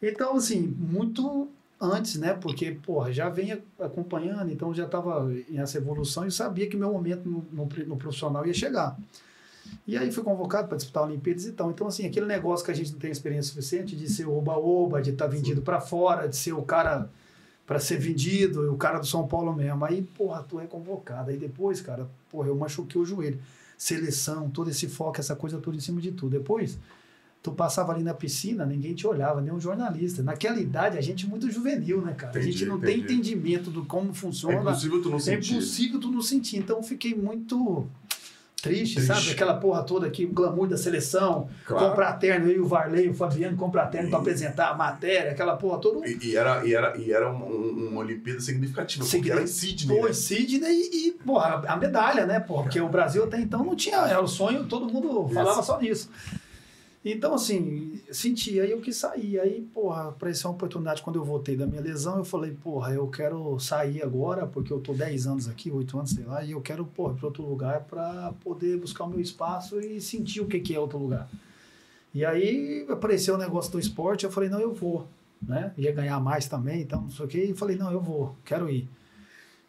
Speaker 5: Então, assim, muito antes, né? Porque, porra, já vem acompanhando, então já estava nessa evolução e eu sabia que meu momento no, no pri- no profissional ia chegar. E aí fui convocado para disputar a Olimpíadas e tal. Então, assim, aquele negócio que a gente não tem experiência suficiente de ser oba-oba, de estar vendido para fora, de ser o cara para ser vendido, e o cara do São Paulo mesmo. Aí, porra, tu é convocado. Aí depois, cara, porra, eu machuquei o joelho. Seleção, todo esse foco, essa coisa toda em cima de tudo. Depois, Tu passava ali na piscina, ninguém te olhava, nem um jornalista. Naquela idade, a gente é muito juvenil, né, cara? a
Speaker 2: Entendi,
Speaker 5: gente não tem
Speaker 2: entendi.
Speaker 5: entendimento do como
Speaker 2: É
Speaker 5: funciona.
Speaker 2: impossível tu não
Speaker 5: É
Speaker 2: sentir.
Speaker 5: impossível tu não sentir. Então eu fiquei muito triste,
Speaker 2: Triste.
Speaker 5: sabe? Aquela porra toda aqui, o glamour da seleção,
Speaker 2: Claro.
Speaker 5: comprar terno, eu e o Varley, o Fabiano comprar terno pra apresentar a matéria, aquela porra toda. Um
Speaker 2: E, e era, e era, e era um- um- uma Olimpíada significativa, porque era em Sydney.
Speaker 5: Pô,
Speaker 2: né?
Speaker 5: e Sidney e, porra, a medalha, né, porra? Porque o Brasil até então não tinha, era o sonho, todo mundo falava só nisso. Então, assim, senti, aí eu quis sair. Aí, porra, apareceu uma oportunidade quando eu voltei da minha lesão, eu falei, porra, eu quero sair agora, porque eu tô 10 anos aqui, 8 anos, sei lá, e eu quero, porra, ir pra outro lugar pra poder buscar o meu espaço e sentir o que que é outro lugar. E aí apareceu o negócio do esporte, eu falei, não, eu vou, né? Ia ganhar mais também, então não sei o quê, e falei, não, eu vou, quero ir.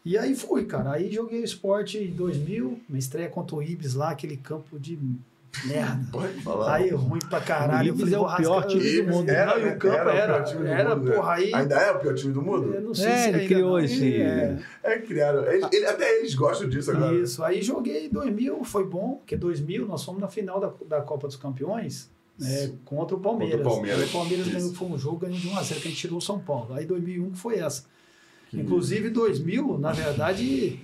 Speaker 5: E aí fui, cara. Aí joguei o esporte em 2000, minha estreia contra o Ibis lá, aquele campo de merda.
Speaker 2: Pode falar.
Speaker 5: Aí ruim pra caralho.
Speaker 4: O Ibis
Speaker 5: eu
Speaker 4: é o
Speaker 5: falei, vou
Speaker 4: pior
Speaker 5: rasgar-
Speaker 4: time do mundo.
Speaker 5: Era,
Speaker 2: Era,
Speaker 5: e
Speaker 2: né?
Speaker 5: o campo
Speaker 2: Era o
Speaker 5: era,
Speaker 2: pior time do
Speaker 5: era,
Speaker 2: mundo, né?
Speaker 5: porra, aí...
Speaker 2: Ainda é o pior time do
Speaker 5: Eu
Speaker 2: mundo?
Speaker 5: não sei
Speaker 4: É,
Speaker 5: se
Speaker 4: ele
Speaker 5: ainda
Speaker 4: criou
Speaker 5: não.
Speaker 4: esse-
Speaker 5: É,
Speaker 2: É, criaram. Eles- ele- até eles gostam disso agora.
Speaker 5: Tá.
Speaker 2: né?
Speaker 5: isso. Aí joguei em 2000, foi bom, porque 2000 nós fomos na final da, da Copa dos Campeões né, contra o Palmeiras.
Speaker 2: Contra o Palmeiras,
Speaker 5: Aí o Palmeiras
Speaker 2: isso.
Speaker 5: ganhou, foi um jogo, ganhou de 1 a 0 que a gente tirou o São Paulo. Aí 2001 que um foi essa.
Speaker 2: Que-
Speaker 5: Inclusive, 2000, na verdade,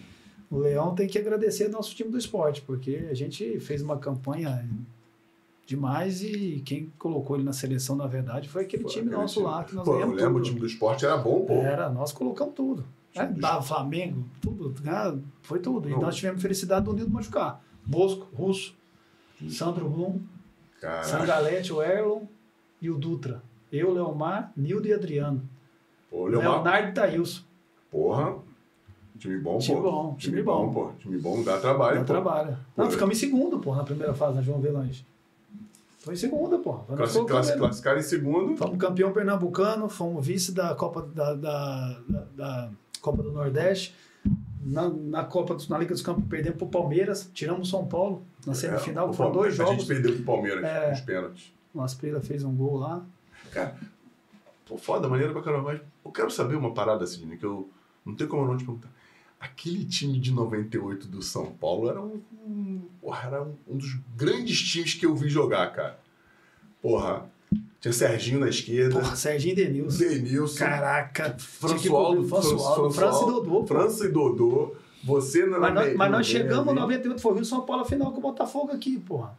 Speaker 5: o Leão tem que agradecer ao nosso time do esporte, porque a gente fez uma campanha demais e quem colocou ele na seleção, na verdade, foi aquele
Speaker 2: Foi
Speaker 5: time
Speaker 2: aquele
Speaker 5: nosso
Speaker 2: time.
Speaker 5: lá que nós
Speaker 2: Pô, eu
Speaker 5: ganhamos
Speaker 2: lembro, o
Speaker 5: tudo. É.
Speaker 2: time do esporte era bom, pô.
Speaker 5: Era, nós colocamos tudo. Né? Dava Flamengo, tudo, né? foi tudo. E
Speaker 2: Não.
Speaker 5: nós tivemos a felicidade do Nildo machucar. Bosco, Russo, Sandro Blum, É.
Speaker 2: Caraca.
Speaker 5: Sangalete, o Erlon e o Dutra. Eu, Leomar, Nildo e Adriano.
Speaker 2: Pô, Leomar,
Speaker 5: Leonardo e Thailson.
Speaker 2: porra. Time bom, pô.
Speaker 5: Time bom, time bom.
Speaker 2: pô. Time bom, dá trabalho,
Speaker 5: Dá
Speaker 2: pô.
Speaker 5: trabalho.
Speaker 2: Pô,
Speaker 5: Não, ficamos em segundo, pô, na primeira fase, na João Velange. Foi em segunda, pô. Nós
Speaker 2: Classi,
Speaker 5: fomos
Speaker 2: classi,
Speaker 5: primeiro.
Speaker 2: classificaram em segundo.
Speaker 5: Fomos campeão pernambucano, fomos vice da Copa, da, da, da- da Copa do Nordeste. Na, na Copa dos- na Liga dos Campos perdemos pro Palmeiras, tiramos o São Paulo na semifinal,
Speaker 2: É,
Speaker 5: foram
Speaker 2: pô,
Speaker 5: dois
Speaker 2: a
Speaker 5: jogos.
Speaker 2: gente perdeu pro Palmeiras,
Speaker 5: É.
Speaker 2: nos pênaltis.
Speaker 5: O Asprila fez um gol lá.
Speaker 2: Pô, foda, maneira pra caramba. Mas eu quero saber uma parada, Sidney, que eu não tenho como eu não te perguntar. Aquele time de 98 do São Paulo era um, um- porra, era um, um dos grandes times que eu vi jogar, cara. Porra, tinha Serginho na esquerda,
Speaker 5: Porra, Serginho e Denilson.
Speaker 2: Denilson,
Speaker 5: Caraca,
Speaker 2: François,
Speaker 5: Francisco,
Speaker 2: Fran-
Speaker 5: François,
Speaker 2: François-
Speaker 5: França e Dodô. pô.
Speaker 2: França e Dodô, você na
Speaker 5: Mas
Speaker 2: na
Speaker 5: nós,
Speaker 2: meia-
Speaker 5: mas
Speaker 2: na
Speaker 5: nós
Speaker 2: meia
Speaker 5: chegamos em
Speaker 2: ali.
Speaker 5: 98, foi o Rio São Paulo a final com o Botafogo aqui, porra.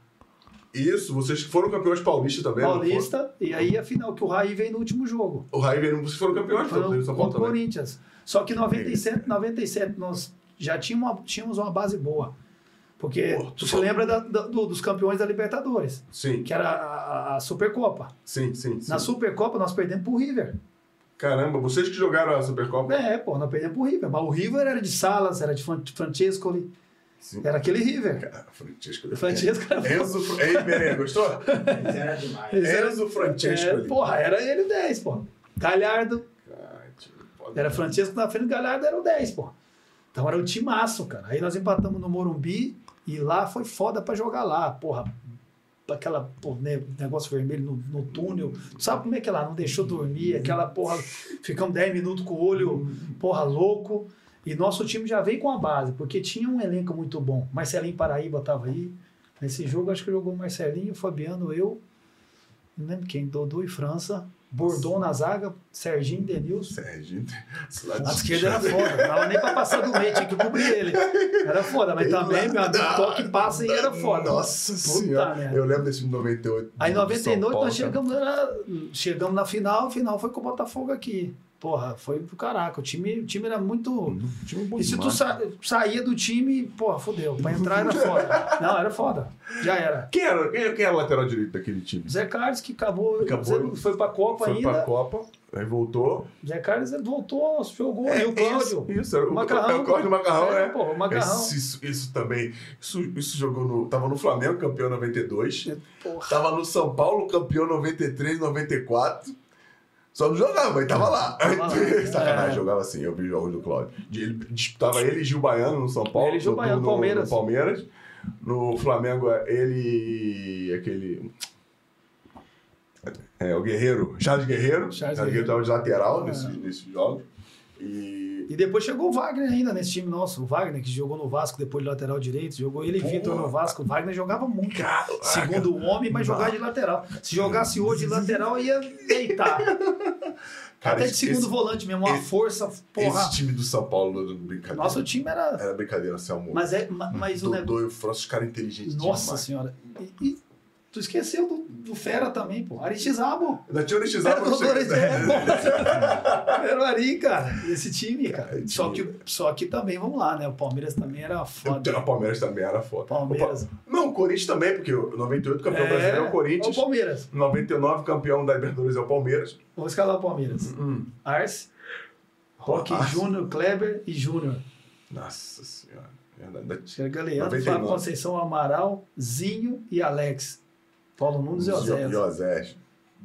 Speaker 2: Isso, vocês foram campeões paulistas também. não foram?
Speaker 5: Paulista, e aí a final, que o Raí veio no último jogo.
Speaker 2: O Raiver, vocês foram campeões
Speaker 5: Foi
Speaker 2: do São Paulo
Speaker 5: contra o
Speaker 2: também. É
Speaker 5: Corinthians. Só que 97, 97, nós já tínhamos uma, tínhamos uma base boa. Porque
Speaker 2: Pô,
Speaker 5: tu
Speaker 2: tu
Speaker 5: se
Speaker 2: fala-
Speaker 5: lembra da- da- do- dos campeões da Libertadores,
Speaker 2: Sim,
Speaker 5: que era a, a- a Supercopa.
Speaker 2: sim, sim. sim.
Speaker 5: Na Supercopa nós perdemos pro River.
Speaker 2: Caramba, vocês que jogaram a Supercopa.
Speaker 5: É, pô, nós perdemos pro River. Mas o River era de Salas, era de Fran- Francescoli,
Speaker 2: Sim.
Speaker 5: era aquele River.
Speaker 2: Cara, Francesco.
Speaker 5: É. Francesco era
Speaker 2: Enzo, Fr- ei, Berê, gostou?
Speaker 1: Mas era demais.
Speaker 5: Eles eram-
Speaker 2: Enzo Francesco.
Speaker 5: é, porra, era ele o 10, pô. Galhardo, Era Francesco na frente, Galhardo era o 10, pô. Então era um timaço, cara. Aí nós empatamos no Morumbi e lá foi foda pra jogar lá, porra. Aquela pô, né, negócio vermelho no, no túnel. Sabe como é que é lá? Não deixou dormir, aquela porra. Ficamos 10 minutos com o olho, porra, louco. E nosso time já veio com a base, porque tinha um elenco muito bom. Marcelinho Paraíba tava aí. Nesse jogo, acho que jogou o Marcelinho, o Fabiano, eu. Não lembro quem, Dodô e França. Bordon na zaga, Serginho, Denilson.
Speaker 2: Sérgio.
Speaker 5: A esquerda era foda, não dava nem pra passar do meio, tinha que cobrir ele. Era foda, mas também, meu amigo, toque e passa e era foda.
Speaker 2: Nossa
Speaker 5: Puta
Speaker 2: senhora.
Speaker 5: merda.
Speaker 2: Eu lembro desse time 98.
Speaker 5: Aí em
Speaker 2: do São
Speaker 5: 99
Speaker 2: Paulo,
Speaker 5: nós chegamos na, chegamos na final, a final foi com o Botafogo aqui. Porra, foi do caraca, o time, o time era muito...
Speaker 2: cara. um Time bom
Speaker 5: E se tu
Speaker 2: demais.
Speaker 5: sa- saía do time, porra, fodeu. Pra entrar era foda. Não, era foda. Já era.
Speaker 2: Quem era, quem, quem era o lateral direito daquele time?
Speaker 5: Zé Carlos, que acabou,
Speaker 2: Acabou.
Speaker 5: Zé- foi pra Copa
Speaker 2: Foi
Speaker 5: ainda.
Speaker 2: pra Copa, aí voltou.
Speaker 5: Zé Carlos ele voltou, jogou. e o
Speaker 2: Isso,
Speaker 5: Cláudio.
Speaker 2: É, isso era o,
Speaker 5: Macarrão.
Speaker 2: é o Cláudio Macarrão,
Speaker 5: É,
Speaker 2: né?
Speaker 5: porra, o Macarrão.
Speaker 2: Isso, isso, isso também. Isso, isso jogou no. Tava no Flamengo, campeão 92.
Speaker 5: Porra.
Speaker 2: Tava no São Paulo, campeão 93, 94. Só não jogava, mas tava lá.
Speaker 5: lá.
Speaker 2: Sacanagem,
Speaker 5: É.
Speaker 2: jogava assim. Eu vi jogos do Cláudio. De- Ele disputava ele e Gil Baiano no São Paulo.
Speaker 5: Ele e Gil
Speaker 2: no-
Speaker 5: Baiano,
Speaker 2: no,
Speaker 5: Palmeiras.
Speaker 2: No Palmeiras. No Flamengo, é ele e aquele. É, o Guerreiro, Charles Guerreiro.
Speaker 5: Charles
Speaker 2: Charles Guerreiro estava de lateral
Speaker 5: Ah.
Speaker 2: nesse, nesse jogo. E
Speaker 5: E depois chegou o Wagner ainda nesse time nosso. O Wagner, que jogou no Vasco depois de lateral direito, jogou ele e
Speaker 2: Porra.
Speaker 5: Vitor no Vasco. O Wagner jogava muito.
Speaker 2: Caraca.
Speaker 5: Segundo o homem, mas jogava de lateral. Se jogasse hoje de lateral, ia deitar.
Speaker 2: Cara,
Speaker 5: Até de
Speaker 2: esse-
Speaker 5: segundo
Speaker 2: esse-
Speaker 5: volante mesmo, uma
Speaker 2: esse-
Speaker 5: força, porra.
Speaker 2: Esse time do São Paulo, é do- brincadeira.
Speaker 5: Nosso time era.
Speaker 2: Era brincadeira, Selmo.
Speaker 5: Mas, é, ma- mas o negócio.
Speaker 2: Dodô e o Franço, os caras inteligentes
Speaker 5: Nossa
Speaker 2: demais.
Speaker 5: senhora. E, e tu esqueceu do, do Fera também, pô. Aritizabo.
Speaker 2: Ainda tinha
Speaker 5: Era
Speaker 2: orientizado
Speaker 5: o
Speaker 2: você.
Speaker 5: Dodô, é. Era o Ari, cara. Esse time, cara.
Speaker 2: Cara,
Speaker 5: Só
Speaker 2: time.
Speaker 5: que, só que também, vamos lá, né? O Palmeiras também era
Speaker 2: O
Speaker 5: foda.
Speaker 2: Palmeiras também era foda.
Speaker 5: Palmeiras.
Speaker 2: Então, O Pa- Não, o Corinthians também, porque o 98 campeão
Speaker 5: É,
Speaker 2: brasileiro é o Corinthians.
Speaker 5: O Palmeiras.
Speaker 2: 99 campeão da Libertadores é o Palmeiras.
Speaker 5: Vou escalar o Palmeiras.
Speaker 2: Hum.
Speaker 5: Arce, Roque
Speaker 2: Arce.
Speaker 5: Júnior, Kleber e Júnior.
Speaker 2: Nossa senhora. é Verdade.
Speaker 5: Era Galeano,
Speaker 2: 99.
Speaker 5: Fábio Conceição, Amaral, Zinho e Alex. Paulo Nunes e Osés.
Speaker 2: José.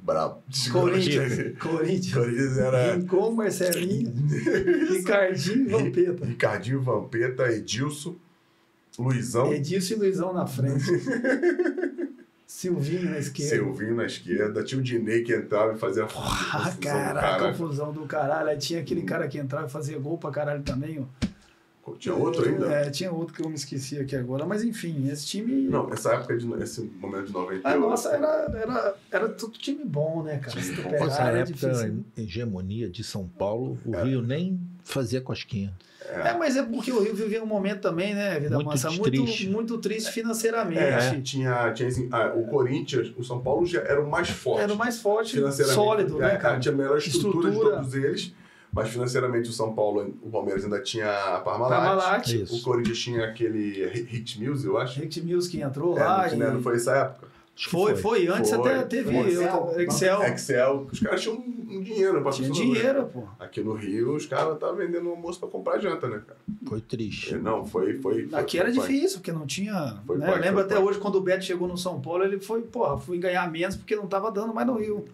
Speaker 2: Brabo.
Speaker 5: Corinthians. Corinthians.
Speaker 2: Corinthians era
Speaker 5: Rincon, Marcelinho, Ricardinho e Vampeta.
Speaker 2: Ricardinho, Vampeta, Edilson, Luizão,
Speaker 5: Edilson e Luizão na frente. Silvinho na esquerda.
Speaker 2: Silvinho na esquerda, tinha o Dinei que entrava e fazia. assim,
Speaker 5: Ah,
Speaker 2: confusão,
Speaker 5: caraca,
Speaker 2: caralho.
Speaker 5: confusão do caralho. Aí tinha aquele cara que entrava e fazia gol pra caralho também, ó.
Speaker 2: Tinha outro ainda?
Speaker 5: É, tinha outro que eu me esqueci aqui agora. Mas enfim, esse time.
Speaker 2: Não, essa época, de, esse momento de 98.
Speaker 5: A Ah, nossa era, era, era tudo time bom, né, cara? Se tu pegar,
Speaker 3: Nessa
Speaker 5: era
Speaker 3: época,
Speaker 4: é
Speaker 5: difícil.
Speaker 3: hegemonia de São Paulo, o
Speaker 2: Era.
Speaker 3: Rio nem fazia cosquinha.
Speaker 5: É, mas é porque o Rio vivia um momento também, né, Vida
Speaker 3: Muito
Speaker 5: Mansa?
Speaker 3: triste.
Speaker 5: Muito, muito triste financeiramente.
Speaker 2: É, tinha, tinha assim, ah, o Corinthians, o São Paulo já era o mais forte.
Speaker 5: Era o mais forte,
Speaker 2: financeiramente.
Speaker 5: sólido,
Speaker 2: É,
Speaker 5: né, cara?
Speaker 2: Tinha a melhor estrutura, de
Speaker 5: Estrutura.
Speaker 2: todos eles. Mas financeiramente o São Paulo, o Palmeiras ainda tinha a Parmalat.
Speaker 5: Parmalat,
Speaker 2: O
Speaker 3: Isso.
Speaker 2: Corinthians tinha aquele Hit Music, eu acho.
Speaker 5: Rick Music entrou
Speaker 2: É,
Speaker 5: lá.
Speaker 2: não,
Speaker 5: e-
Speaker 2: né, não foi essa época.
Speaker 3: Acho que
Speaker 5: Foi, foi. Antes
Speaker 2: Foi.
Speaker 5: até teve
Speaker 2: Foi.
Speaker 5: Excel. Excel.
Speaker 2: Excel. Os caras tinham um um dinheiro pra
Speaker 5: Tinha
Speaker 2: patrocinador.
Speaker 5: dinheiro, pô.
Speaker 2: Aqui no Rio, os caras estavam vendendo almoço pra comprar janta, né, cara?
Speaker 3: Foi triste.
Speaker 2: Não, foi. foi, foi
Speaker 5: Aqui era
Speaker 2: foi-
Speaker 5: difícil, porque não tinha.
Speaker 2: Foi
Speaker 5: né?
Speaker 2: pai,
Speaker 5: Eu lembro
Speaker 2: foi
Speaker 5: até
Speaker 2: pai.
Speaker 5: hoje quando o Beto chegou no São Paulo, ele foi, porra, fui ganhar menos porque não tava dando mais no Rio.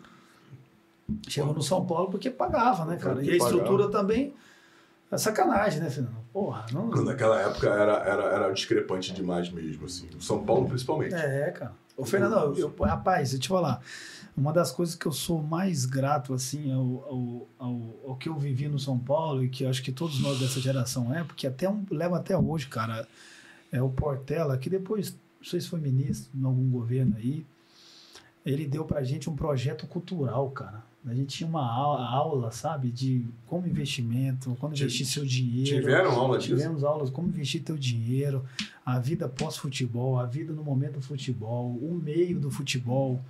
Speaker 5: Chegou no São Paulo porque pagava, né, cara?
Speaker 2: Porque
Speaker 5: E a
Speaker 2: pagava.
Speaker 5: estrutura também. É sacanagem, né, Fernando? Porra, não.
Speaker 2: Naquela época era, era, era discrepante demais mesmo, assim. O São Paulo, principalmente.
Speaker 5: É, cara. Ô, Fernando, eu, eu- rapaz, deixa eu te falar. Uma das coisas que eu sou mais grato, assim, ao, ao- ao- ao que eu vivi no São Paulo e que eu acho que todos nós dessa geração é, porque até um, leva até hoje, cara, é o Portela, que depois, não sei se foi ministro em algum governo aí, ele deu pra gente um projeto cultural, cara. A gente tinha uma au- aula, sabe, de como investimento, quando
Speaker 2: Tive-
Speaker 5: investir seu dinheiro.
Speaker 2: Tiveram aula disso?
Speaker 5: Tivemos aulas como investir teu dinheiro, a vida pós-futebol, a vida no momento do futebol, o meio do futebol,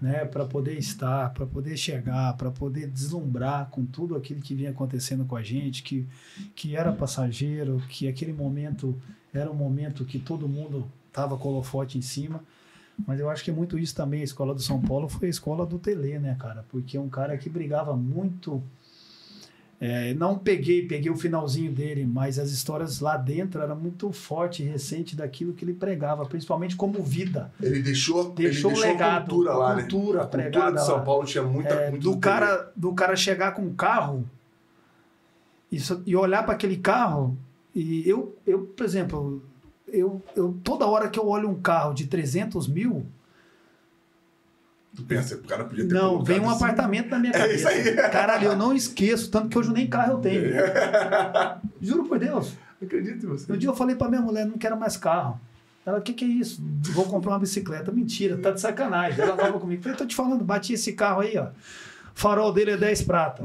Speaker 5: né, para poder estar, para poder chegar, para poder deslumbrar com tudo aquilo que vinha acontecendo com a gente, que, que era passageiro, que aquele momento era um momento que todo mundo tava colofote em cima. Mas eu acho que é muito isso também. A escola do São Paulo foi a escola do Tele, né, cara? Porque é um cara que brigava muito. É, não peguei, peguei o finalzinho dele, mas as histórias lá dentro eram muito forte e recente daquilo que ele pregava, principalmente como vida.
Speaker 2: Ele deixou,
Speaker 5: Deixou,
Speaker 2: ele
Speaker 5: um
Speaker 2: deixou
Speaker 5: legado,
Speaker 2: a cultura lá, né? A
Speaker 5: cultura
Speaker 2: cultura
Speaker 5: pregada
Speaker 2: de São
Speaker 5: lá. É,
Speaker 2: Paulo tinha muita, muito
Speaker 5: do
Speaker 2: interior.
Speaker 5: cara do cara chegar com um carro e, só- e olhar para aquele carro e eu eu por exemplo eu, eu toda hora que eu olho um carro de 300 mil
Speaker 2: Tu pensa, o cara podia ter
Speaker 5: não
Speaker 2: colocado
Speaker 5: vem um
Speaker 2: assim.
Speaker 5: apartamento na minha cabeça
Speaker 2: isso É.
Speaker 5: caralho eu não esqueço tanto que hoje nem carro eu tenho juro por Deus
Speaker 2: Acredito em você.
Speaker 5: Um dia eu falei pra minha mulher, não quero mais carro. Ela, o que, que é isso? Vou comprar uma bicicleta. Mentira, tá de sacanagem. Ela tava comigo. Falei, tô te falando, bati esse carro aí, ó. Farol dele é 10 prata.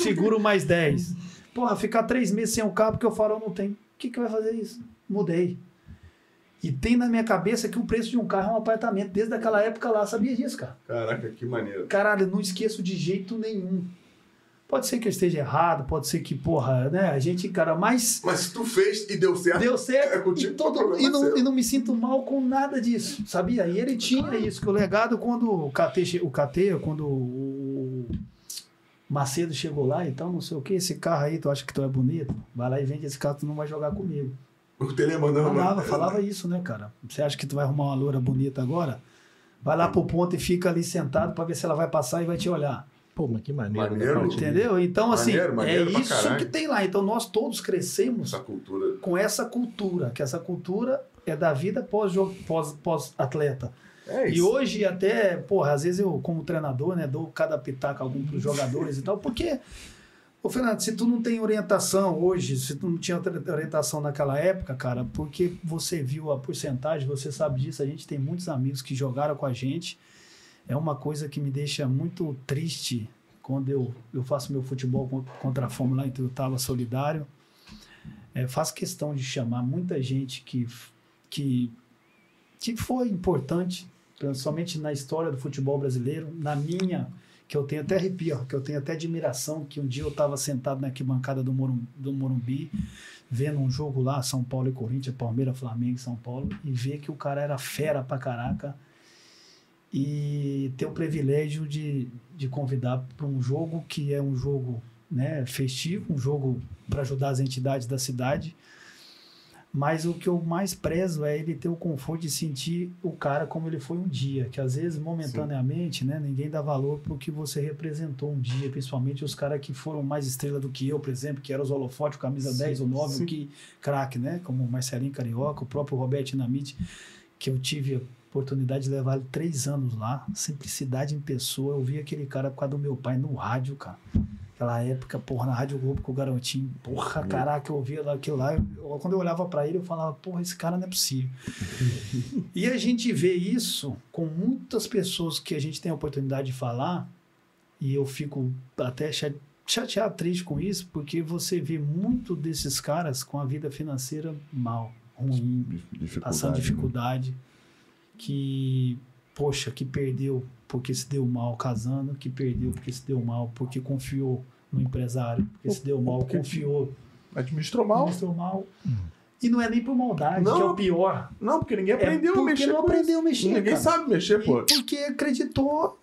Speaker 5: Seguro mais 10. Porra, ficar três meses sem o carro porque o farol não tem. O que, que vai fazer isso? Mudei. E tem na minha cabeça que o preço de um carro é um apartamento desde aquela época lá. Sabia disso, cara?
Speaker 2: Caraca, que maneiro.
Speaker 5: Caralho, não esqueço de jeito nenhum. Pode ser que eu esteja errado, pode ser que, porra, né? A gente, cara, mas
Speaker 2: Mas se tu fez e deu certo,
Speaker 5: Deu certo.
Speaker 2: É contigo que
Speaker 5: e,
Speaker 2: o
Speaker 5: todo,
Speaker 2: problema
Speaker 5: e,
Speaker 2: é
Speaker 5: não,
Speaker 2: seu.
Speaker 5: e não me sinto mal com nada disso, sabia? E ele tinha isso, que o legado, quando o KT, che- o KT quando o Macedo chegou lá, então não sei o que, esse carro aí, tu acha que tu é bonito? Vai lá e vende esse carro, tu não vai jogar comigo.
Speaker 2: o Tele mandava.
Speaker 5: Falava, falava isso, né, cara? Você acha que tu vai arrumar uma loura bonita agora? Vai lá pro ponto e fica ali sentado pra ver se ela vai passar e vai te olhar.
Speaker 3: Pô, mas que maneiro.
Speaker 2: Maneiro,
Speaker 3: né, Claudinho?
Speaker 5: Entendeu? Então, assim,
Speaker 2: Maneiro, maneiro
Speaker 5: é
Speaker 2: pra
Speaker 5: isso
Speaker 2: caralho.
Speaker 5: que tem lá. Então, nós todos crescemos
Speaker 2: Essa cultura.
Speaker 5: com essa cultura, que essa cultura é da vida pós-jogo- pós- pós-atleta.
Speaker 2: É
Speaker 5: e hoje até, porra, às vezes eu como treinador, né, dou cada pitaco a algum pros jogadores e tal, porque Ô, Fernando, se tu não tem orientação hoje, se tu não tinha outra orientação naquela época, cara, porque você viu a porcentagem, você sabe disso, a gente tem muitos amigos que jogaram com a gente. É uma coisa que me deixa muito triste quando eu, eu faço meu futebol con- contra a fome lá em Tuiutaba Solidário. É, faço questão de chamar muita gente que, f- que, que foi importante, principalmente na história do futebol brasileiro, na minha que eu tenho até arrepio, ó, que eu tenho até admiração, que um dia eu estava sentado na arquibancada do Morum- do Morumbi, vendo um jogo lá, São Paulo e Corinthians, Palmeiras, Flamengo e São Paulo, e ver que o cara era fera pra caraca, e ter o privilégio de, de convidar para um jogo que é um jogo né, festivo, um jogo para ajudar as entidades da cidade, mas o que eu mais prezo é ele ter o conforto de sentir o cara como ele foi um dia, que às vezes momentaneamente, né, ninguém dá valor pro que você representou um dia, principalmente os caras que foram mais estrela do que eu, por exemplo, que era os holofotes, o camisa 10 ou 9,
Speaker 2: sim.
Speaker 5: o que craque, né, como o Marcelinho Carioca, o próprio Roberto Dinamite, que eu tive a oportunidade de levar ele três anos lá, simplicidade em pessoa, eu vi aquele cara por causa do meu pai no rádio, cara. Aquela época, porra, na Rádio Globo com o Garotinho. Porra, caraca, eu ouvia lá, aquilo lá. eu- quando eu olhava pra ele, eu falava, porra, esse cara não é possível. e a gente vê isso com muitas pessoas que a gente tem a oportunidade de falar, e eu fico até cha- chateado, triste com isso, porque você vê muito desses caras com a vida financeira mal, ruim
Speaker 1: Dificuldade,
Speaker 5: passando
Speaker 2: né?
Speaker 5: dificuldade, que, poxa, que perdeu porque se deu mal casando, que perdeu porque se deu mal porque confiou no empresário, porque se deu mal,
Speaker 2: Porque-
Speaker 5: confiou,
Speaker 2: Administrou mal. Hum.
Speaker 5: começou mal. E não é nem por maldade,
Speaker 2: Não,
Speaker 5: que é o pior.
Speaker 2: Não, porque ninguém
Speaker 5: É
Speaker 2: aprendeu a
Speaker 5: porque
Speaker 2: mexer
Speaker 5: não
Speaker 2: com isso.
Speaker 5: aprendeu a mexer,
Speaker 2: Ninguém
Speaker 5: cara.
Speaker 2: sabe mexer,
Speaker 5: E
Speaker 2: pô.
Speaker 5: porque acreditou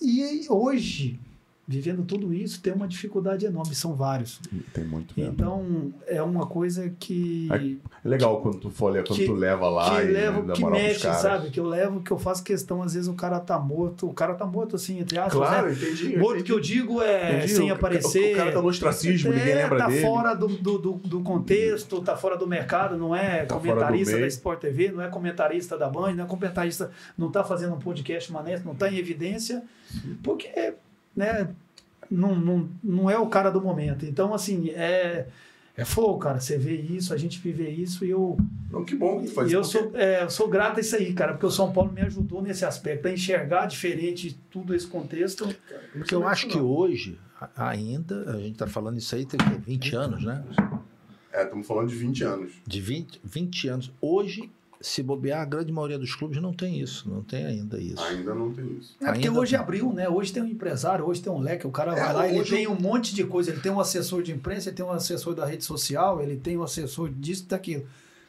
Speaker 5: e hoje, vivendo tudo isso, tem uma dificuldade enorme, são vários.
Speaker 1: Tem muito mesmo.
Speaker 5: Então, é uma coisa que...
Speaker 1: Aí- É legal quando tu folha, quando
Speaker 5: Que-
Speaker 1: tu leva lá
Speaker 2: né,
Speaker 5: que
Speaker 1: e
Speaker 5: levo,
Speaker 1: dá
Speaker 5: que
Speaker 1: moral pros
Speaker 5: mexe,
Speaker 1: caras.
Speaker 5: sabe? Que eu levo, que eu faço questão, às vezes o cara tá morto, o cara tá morto assim, entre aspas, né?
Speaker 2: Claro, entendi.
Speaker 5: Morto que eu digo é
Speaker 2: entendi.
Speaker 5: sem
Speaker 2: O-
Speaker 5: aparecer.
Speaker 2: O cara tá no ostracismo,
Speaker 5: é,
Speaker 2: ninguém lembra
Speaker 5: tá
Speaker 2: dele.
Speaker 5: fora do, do, do, do contexto, tá fora do mercado, não é
Speaker 1: Tá fora do
Speaker 5: comentarista
Speaker 1: meio.
Speaker 5: da Sport TV, não é comentarista da Band, não é comentarista, não tá fazendo um podcast manete, não tá em evidência, porque, né, não, não, não é o cara do momento. Então, assim, é, é fogo, cara, você vê isso, a gente vive isso e eu
Speaker 2: Não, que bom que tu faz
Speaker 5: e eu
Speaker 2: porque-
Speaker 5: sou, é, eu sou grato a isso aí, cara, porque o São Paulo me ajudou nesse aspecto, a enxergar diferente tudo esse contexto.
Speaker 3: Porque eu acho que hoje, a- ainda, a gente
Speaker 4: tá
Speaker 3: está falando isso aí, tem o quê? 20 anos, né?
Speaker 2: É, estamos falando de 20 anos.
Speaker 3: De 20, 20 anos. Hoje, se bobear, a grande maioria dos clubes não tem isso, não tem ainda isso.
Speaker 2: Ainda não tem isso.
Speaker 5: É porque
Speaker 3: Ainda
Speaker 5: hoje
Speaker 3: tem.
Speaker 5: abriu, né? Hoje tem um empresário, hoje tem um leque, o cara
Speaker 2: É,
Speaker 5: vai lá, ele
Speaker 2: hoje
Speaker 5: tem um monte de coisa, ele tem um assessor de imprensa, ele tem um assessor da rede social, ele tem um assessor disso e daquilo.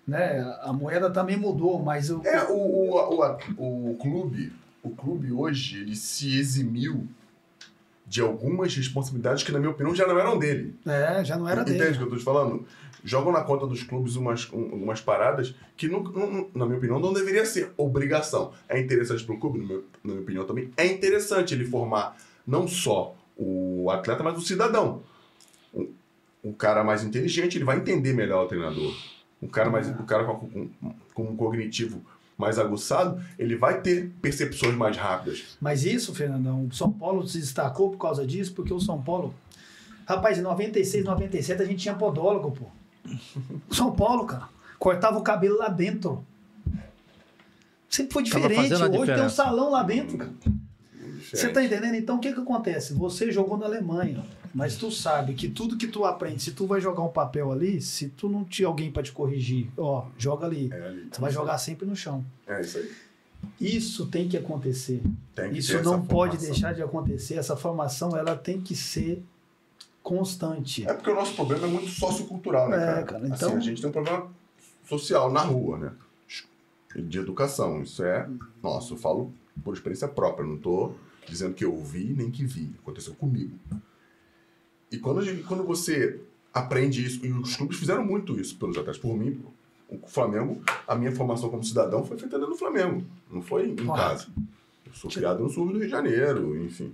Speaker 5: Né? A moeda também mudou, mas o,
Speaker 2: É, o, o, a- o, a- o clube, o clube hoje, ele se eximiu de algumas responsabilidades que, na minha opinião, já não eram dele.
Speaker 5: é, já não era
Speaker 2: Entende
Speaker 5: dele.
Speaker 2: o que eu tô te falando? Jogam na conta dos clubes umas, um- umas paradas que, nunca- nu- nu- na minha opinião, não deveria ser obrigação. É interessante pro clube, na minha, na minha opinião também, é interessante ele formar não só o atleta, mas o cidadão. O, o cara mais inteligente, ele vai entender melhor o treinador. O cara, mais, o cara com, com, com um cognitivo mais aguçado, ele vai ter percepções mais rápidas.
Speaker 5: Mas isso, Fernandão, o São Paulo se destacou por causa disso, porque o São Paulo. Rapaz, em 96, 97 a gente tinha podólogo, pô. O São Paulo, cara, cortava o cabelo lá dentro. Sempre foi
Speaker 4: Tava
Speaker 5: diferente.
Speaker 4: fazendo a
Speaker 5: Hoje tem um
Speaker 4: diferença.
Speaker 5: salão lá dentro, cara. Você
Speaker 2: É.
Speaker 5: tá entendendo? Então o que que acontece? Você jogou na Alemanha, mas tu sabe que tudo que tu aprende, se tu vai jogar um papel ali, se tu não tiver alguém pra te corrigir, ó, joga ali.
Speaker 2: É, ali.
Speaker 5: Tu vai jogar sempre no chão.
Speaker 2: É isso aí.
Speaker 5: Isso tem que acontecer.
Speaker 2: Tem que ter
Speaker 5: Isso
Speaker 2: essa
Speaker 5: não pode
Speaker 2: formação.
Speaker 5: deixar de acontecer. Essa formação ela tem que ser constante.
Speaker 2: É porque o nosso problema é muito sociocultural, né,
Speaker 5: É,
Speaker 2: cara?
Speaker 5: cara,
Speaker 2: Assim,
Speaker 5: então-
Speaker 2: a gente tem um problema social na rua, né? De educação. Isso é
Speaker 5: Uhum.
Speaker 2: nosso. Eu falo por experiência própria. Não tô dizendo que eu vi nem que vi. Aconteceu comigo. E quando, a gente- quando você aprende isso, e os clubes fizeram muito isso pelos atletas. Por mim, o Flamengo, a minha formação como cidadão foi feita dentro do Flamengo. Não foi em
Speaker 5: Porra.
Speaker 2: casa. Eu sou criado no sul do Rio de Janeiro, enfim.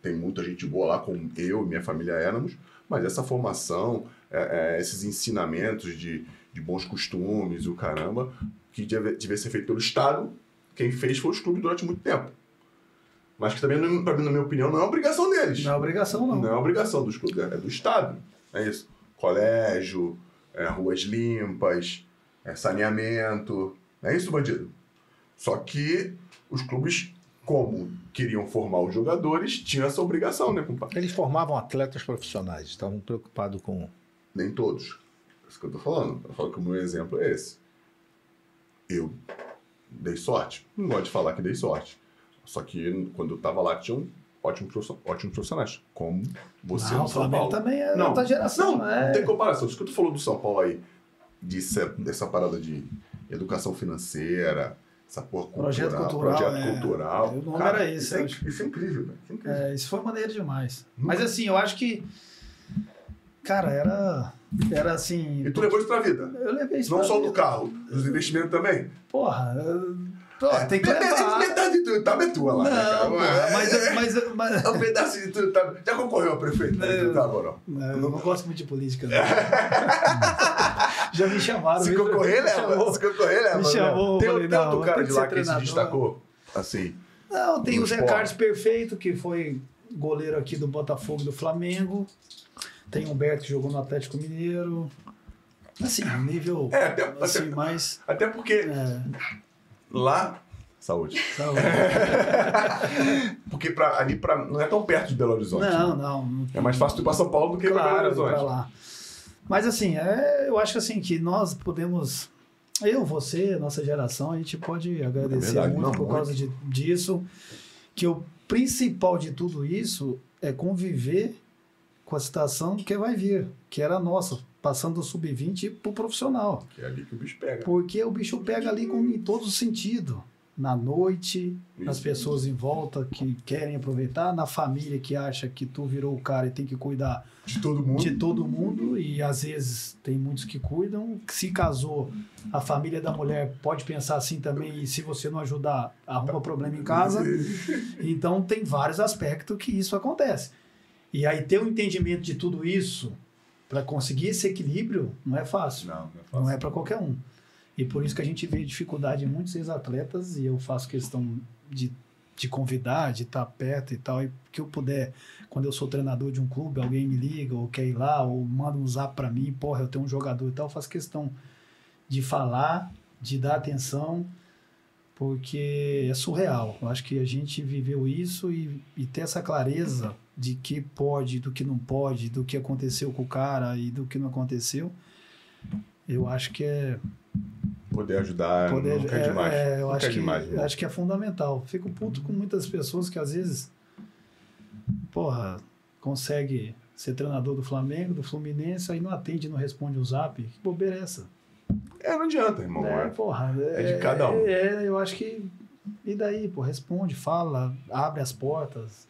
Speaker 2: Tem muita gente boa lá, como eu e minha família éramos, mas essa formação, é, é, esses ensinamentos de, de bons costumes, o caramba, que deve, devia ser feito pelo Estado, quem fez foi os clubes durante muito tempo. Mas que também, não- pra mim, na minha opinião, não é obrigação deles.
Speaker 5: Não é obrigação, não.
Speaker 2: Não é obrigação dos clubes, é do Estado. É isso. Colégio, é, ruas limpas, é, saneamento. Não é isso, bandido? Só que os clubes, como queriam formar os jogadores, tinham essa obrigação, né, compadre?
Speaker 4: Eles formavam atletas profissionais, estavam preocupados com.
Speaker 2: Nem todos. É isso que eu tô falando. Eu falo que o meu exemplo é esse. Eu dei sorte. Não gosto de falar que dei sorte. Só que quando eu tava lá, um tinham ótimos, profiss- ótimos profissionais. Como você
Speaker 5: Não,
Speaker 2: no
Speaker 5: Ah,
Speaker 2: São
Speaker 5: o Flamengo
Speaker 2: Paulo.
Speaker 5: também é
Speaker 2: Não,
Speaker 5: outra geração.
Speaker 2: Não,
Speaker 5: é.
Speaker 2: não tem comparação. Isso que tu falou do São Paulo aí, disse, dessa parada de educação financeira, essa porra cultural,
Speaker 5: Projeto cultural,
Speaker 2: projeto
Speaker 5: é.
Speaker 2: cultural.
Speaker 5: O nome
Speaker 2: Cara,
Speaker 5: era esse,
Speaker 2: isso, é,
Speaker 5: eu
Speaker 2: inc- isso é incrível, né? Isso é incrível.
Speaker 5: É, isso foi maneiro demais. Mas assim, eu acho que. Cara, era. Era assim.
Speaker 2: E tu levou isso pra vida.
Speaker 5: Eu levei isso.
Speaker 2: Não
Speaker 5: pra
Speaker 2: só
Speaker 5: vida.
Speaker 2: do carro, dos investimentos também.
Speaker 5: Porra. eu- Pô, Ah, tem que
Speaker 2: Metade-
Speaker 5: levar.
Speaker 2: Metade de tudo, tá é tua lá, né, cara?
Speaker 5: Não, porra, mas, mas, mas-
Speaker 2: É um pedaço de tudo, tá? Já concorreu a prefeito? Não, tá, moral.
Speaker 5: Não, eu não gosto muito de política. não. Já me chamaram.
Speaker 2: Se
Speaker 5: me-
Speaker 2: concorrer, né?
Speaker 5: me
Speaker 2: leva.
Speaker 5: chamou.
Speaker 2: Se concorrer, leva.
Speaker 5: Me
Speaker 2: né?
Speaker 5: chamou,
Speaker 2: Tem,
Speaker 5: falei,
Speaker 2: tem
Speaker 5: não,
Speaker 2: outro
Speaker 5: vou
Speaker 2: cara
Speaker 5: ter
Speaker 2: de
Speaker 5: que
Speaker 2: lá que
Speaker 5: ser
Speaker 2: se
Speaker 5: treinador.
Speaker 2: destacou, assim,
Speaker 5: Não, tem
Speaker 2: No
Speaker 5: o Zé
Speaker 2: esporte.
Speaker 5: Carlos Perfeito, que foi goleiro aqui do Botafogo e do Flamengo. Tem o Humberto que jogou no Atlético Mineiro. Assim, um nível
Speaker 2: É, até- até-
Speaker 5: assim, mais.
Speaker 2: Até porque
Speaker 5: É, tá
Speaker 2: lá. Saúde.
Speaker 5: sabe?
Speaker 2: Porque pra, ali pra, não é tão perto de Belo Horizonte.
Speaker 5: não,
Speaker 2: né?
Speaker 5: não, não
Speaker 2: É mais fácil tu ir pra São Paulo do que pra Belo
Speaker 5: claro,
Speaker 2: Horizonte.
Speaker 5: pra lá. Mas assim, é, eu acho assim que nós podemos, eu, você, nossa geração, a gente pode agradecer
Speaker 2: É verdade,
Speaker 5: muito
Speaker 2: não,
Speaker 5: por causa de- disso. Que o principal de tudo isso é conviver com a situação que vai vir, que era a nossa, passando do sub-20 pro profissional.
Speaker 2: Que é ali que o bicho pega.
Speaker 5: Porque o bicho pega ali com, em todo sentido. Na noite, nas
Speaker 2: Isso.
Speaker 5: pessoas em volta que querem aproveitar, na família que acha que tu virou o cara e tem que cuidar
Speaker 2: De todo mundo.
Speaker 5: de todo mundo. E às vezes tem muitos que cuidam. Se casou, a família da mulher pode pensar assim também. E se você não ajudar, arruma problema em casa. Então tem vários aspectos que isso acontece. E aí ter o entendimento de tudo isso para conseguir esse equilíbrio não é fácil.
Speaker 2: Não, não é fácil.
Speaker 5: Não é para qualquer um. E por isso que a gente vê dificuldade em muitos ex-atletas, e eu faço questão de, de convidar, de estar perto e tal, e que eu puder, quando eu sou treinador de um clube, alguém me liga, ou quer ir lá, ou manda um zap para mim, porra, eu tenho um jogador e tal, eu faço questão de falar, de dar atenção, porque é surreal. Eu acho que a gente viveu isso e, e ter essa clareza de que pode, do que não pode, do que aconteceu com o cara e do que não aconteceu, eu acho que é
Speaker 2: Poder ajudar
Speaker 5: poder.
Speaker 2: nunca é
Speaker 5: é-
Speaker 2: demais.
Speaker 5: é, eu
Speaker 2: Nunca
Speaker 5: acho
Speaker 2: é
Speaker 5: que,
Speaker 2: demais, né?
Speaker 5: acho que é fundamental. Fico puto com muitas pessoas que às vezes, porra, consegue ser treinador do Flamengo, do Fluminense, aí não atende, não responde o zap. Que bobeira é essa?
Speaker 2: É, não adianta, irmão.
Speaker 5: É,
Speaker 2: É.
Speaker 5: porra.
Speaker 2: é de cada um.
Speaker 5: É, eu acho que. E daí, pô, responde, fala, abre as portas,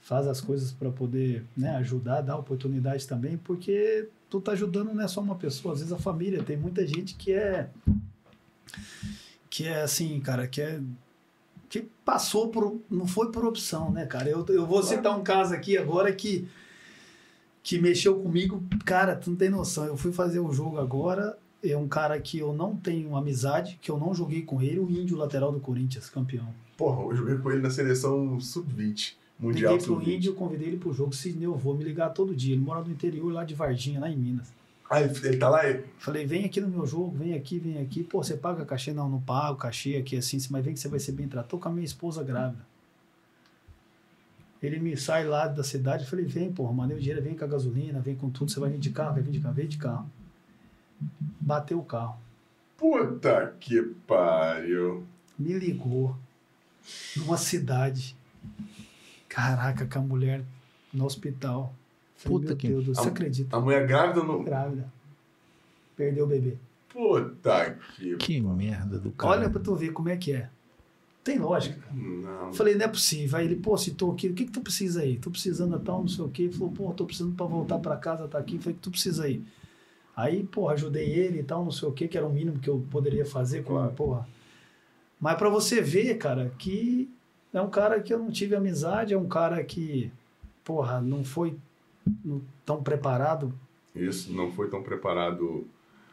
Speaker 5: faz as coisas para poder né, ajudar, dar oportunidade também, porque tu tá ajudando não é só uma pessoa, às vezes a família. Tem muita gente que é. Que é assim, cara, que é. Que passou por. Não foi por opção, né, cara? Eu, eu vou citar um caso aqui agora que que mexeu comigo, cara, tu não tem noção. Eu fui fazer o jogo agora, é um cara que eu não tenho amizade, que eu não joguei com ele, o índio lateral do Corinthians, campeão.
Speaker 2: Porra, eu joguei com ele na seleção sub-20. Mundial
Speaker 5: Liguei pro
Speaker 2: sub-20.
Speaker 5: índio, convidei ele pro jogo, Sidney, eu vou me ligar todo dia. Ele mora no interior, lá de Varginha, lá em Minas.
Speaker 2: Ah, ele, ele tá lá aí.
Speaker 5: Falei, vem aqui no meu jogo, vem aqui, vem aqui. Pô, você paga cachê? Não, não pago cachê aqui assim, mas vem que você vai ser bem tratado. Tô com a minha esposa grávida. Ele me sai lá da cidade, eu falei, vem, porra, mandei o dinheiro, vem com a gasolina, vem com tudo, você vai vir de carro, vai vir de carro, vem de carro. Bateu o carro.
Speaker 2: Puta que pariu.
Speaker 5: me ligou numa cidade. Caraca, com a mulher no hospital. Falei,
Speaker 4: Puta
Speaker 5: meu
Speaker 4: que-
Speaker 5: Deus, do céu, você
Speaker 2: Ah,
Speaker 5: acredita?
Speaker 2: A mulher grávida não.
Speaker 5: Grávida. Perdeu o bebê.
Speaker 2: Puta que.
Speaker 4: Que merda do cara.
Speaker 5: Olha pra tu ver como é que é. Tem lógica.
Speaker 2: Não.
Speaker 5: Falei, não é possível. Aí ele, pô, citou aqui, o que que tu precisa aí? Tô precisando de tal, não sei o quê. Ele falou, pô, tô precisando pra voltar pra casa, tá aqui. Falei, o que tu precisa aí? Aí, pô, ajudei ele e tal, não sei o quê, que era o mínimo que eu poderia fazer com,
Speaker 2: Claro.
Speaker 5: porra. Mas pra você ver, cara, que é um cara que eu não tive amizade, é um cara que, porra, não foi não tão preparado
Speaker 2: Isso não foi tão preparado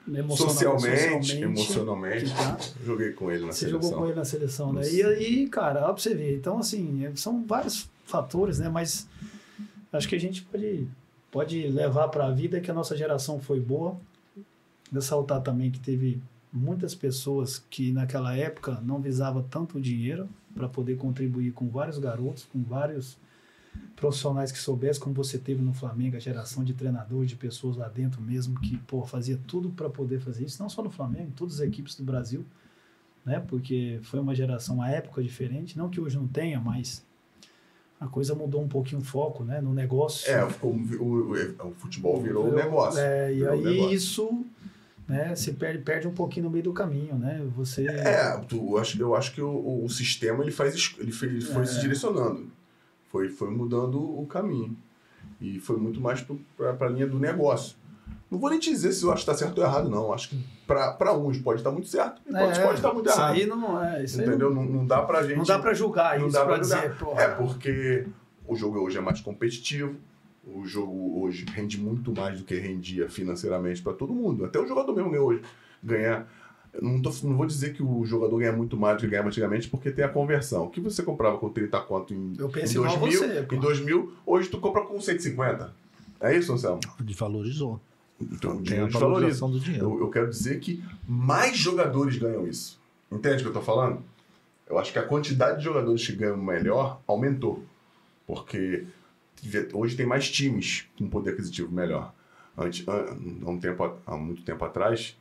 Speaker 5: emocional-
Speaker 2: Socialmente, emocionalmente.
Speaker 5: tá?
Speaker 2: Joguei com ele na
Speaker 5: Você
Speaker 2: seleção.
Speaker 5: jogou com ele na seleção, né?
Speaker 2: Isso.
Speaker 5: E aí, cara, ó pra você ver. Então, assim, é- são vários fatores, né? Mas acho que a gente pode, pode levar para a vida que a nossa geração foi boa. Ressaltar também que teve muitas pessoas que naquela época não visava tanto dinheiro para poder contribuir com vários garotos, com vários profissionais que soubessem, como você teve no Flamengo, a geração de treinadores, de pessoas lá dentro mesmo, que pô, fazia tudo para poder fazer isso, não só no Flamengo, em todas as equipes do Brasil né? Porque foi uma geração, uma época diferente, não que hoje não tenha, mas a coisa mudou um pouquinho o foco, né, no negócio.
Speaker 2: É, ficou- o, o- o futebol virou um
Speaker 5: Virou-
Speaker 2: negócio.
Speaker 5: É, e
Speaker 2: virou
Speaker 5: aí
Speaker 2: um negócio.
Speaker 5: isso, né, se perde, perde um pouquinho no meio do caminho, né? Você
Speaker 2: É, tu- eu acho, eu acho que o- o, o sistema ele faz es- ele foi, ele foi
Speaker 5: É.
Speaker 2: se direcionando, foi, foi mudando o caminho e foi muito mais para a linha do negócio. Não vou nem te dizer se eu acho que está certo ou errado, não. Acho que para uns pode estar muito certo e para outros pode estar muito
Speaker 5: isso
Speaker 2: errado.
Speaker 5: aí não é, isso aí
Speaker 2: entendeu? Não, não dá para gente.
Speaker 5: não, não dá para julgar
Speaker 2: não
Speaker 5: isso,
Speaker 2: dá
Speaker 5: para
Speaker 2: pra julgar.
Speaker 5: dizer, porra,
Speaker 2: É porque o jogo hoje é mais competitivo. O jogo hoje rende muito mais do que rendia financeiramente para todo mundo. Até o jogador mesmo ganha hoje. Ganha. eu Não, tô- não vou dizer que o jogador ganha muito mais do que ganhava antigamente, porque tem a conversão. O que você comprava com 30 conto em,
Speaker 5: Eu
Speaker 2: em
Speaker 5: penso igual
Speaker 2: 2000,
Speaker 5: você, pô.
Speaker 2: em 2000, hoje tu compra com 150. É isso, Anselmo?
Speaker 4: Desvalorizou.
Speaker 2: Então, o
Speaker 4: Tem a
Speaker 2: dinheiro desvaloriza.
Speaker 4: valorização do dinheiro.
Speaker 2: Eu, eu quero dizer que mais jogadores ganham isso. Entende o que eu tô falando? Eu acho que a quantidade de jogadores que ganham melhor aumentou. Porque tive- hoje tem mais times com poder aquisitivo melhor. Antes, an- há, um tempo, a- há muito tempo atrás,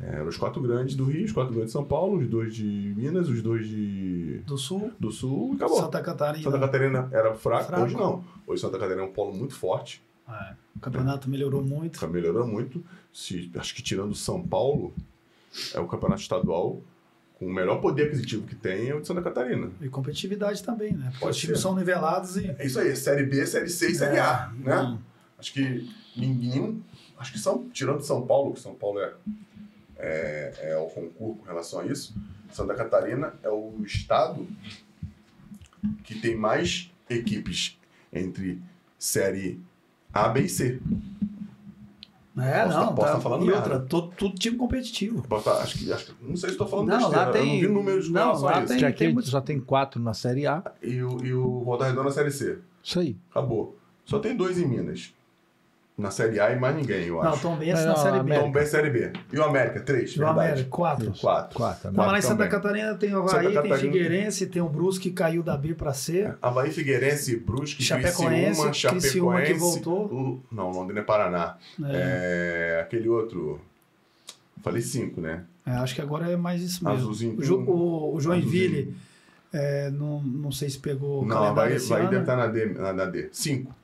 Speaker 2: eh, eram os quatro grandes do Rio, os quatro grandes de São Paulo, os dois de Minas, os dois de,
Speaker 5: do sul,
Speaker 2: do Sul e acabou.
Speaker 5: Santa Catarina.
Speaker 2: Santa Catarina era fraco,
Speaker 5: Fraco.
Speaker 2: hoje não. Hoje Santa Catarina é um polo muito forte.
Speaker 5: É, o campeonato melhorou muito.
Speaker 2: Tá melhorando muito. Se, acho que tirando São Paulo, é o campeonato estadual com o melhor poder aquisitivo que tem é o de Santa Catarina.
Speaker 5: E competitividade também, né? Porque
Speaker 2: Pode
Speaker 5: os times
Speaker 2: ser.
Speaker 5: são nivelados e.
Speaker 2: É isso aí, Série B, Série C e Série A,
Speaker 5: É.
Speaker 2: né? Acho que ninguém. Acho que São, tirando São Paulo, que São Paulo é, é, é o concurso com relação a isso, Santa Catarina é o estado que tem mais equipes entre Série A, B e C.
Speaker 5: É,
Speaker 2: Posso
Speaker 5: não,
Speaker 2: tá- posso
Speaker 5: tá,
Speaker 2: tá falando
Speaker 5: E outra,
Speaker 2: merda.
Speaker 5: todo, todo time competitivo.
Speaker 2: Botar- Acho que, acho que- não sei se estou falando
Speaker 5: Não,
Speaker 2: besteira,
Speaker 5: lá
Speaker 2: eu não
Speaker 5: tem-
Speaker 2: vi números com
Speaker 5: não,
Speaker 2: relação
Speaker 5: lá
Speaker 2: a isso.
Speaker 5: tem-
Speaker 4: Que aqui
Speaker 5: muito-
Speaker 4: só tem quatro na Série A.
Speaker 2: e o, e o Volta Redonda na Série C.
Speaker 4: Isso aí.
Speaker 2: Acabou. Só tem dois em Minas. Na Série A e mais ninguém, eu
Speaker 5: Não,
Speaker 2: acho.
Speaker 5: Tom Benz
Speaker 4: Não,
Speaker 5: na
Speaker 4: não,
Speaker 5: Série B.
Speaker 4: América.
Speaker 2: Então, bem Série B. E o América? Três,
Speaker 5: Do
Speaker 2: verdade.
Speaker 5: América, quatro.
Speaker 4: Isso.
Speaker 2: Quatro.
Speaker 4: Quatro. né?
Speaker 5: Não, mas lá em Santa
Speaker 2: também.
Speaker 5: Catarina tem o
Speaker 2: Santa
Speaker 5: Havaí, tem
Speaker 2: Catarina. É.
Speaker 5: Figueirense, tem o Brusque que caiu da B pra C.
Speaker 2: Havaí, Figueirense, Brusque,
Speaker 5: Chapecoense,
Speaker 2: Criciúma, Chapecoense.
Speaker 5: Criciúma que voltou.
Speaker 2: o- Não, Londrina é Paraná.
Speaker 5: né?
Speaker 2: É, aquele outro... Falei cinco, né?
Speaker 5: É, acho que agora é mais isso mesmo.
Speaker 2: Azulzinho.
Speaker 5: O, Ju- o, o Joinville, é, não, não sei se pegou o
Speaker 2: Não,
Speaker 5: calendário
Speaker 2: Havaí,
Speaker 5: esse
Speaker 2: Havaí
Speaker 5: ano.
Speaker 2: deve tá- estar na D, na, na D. Cinco.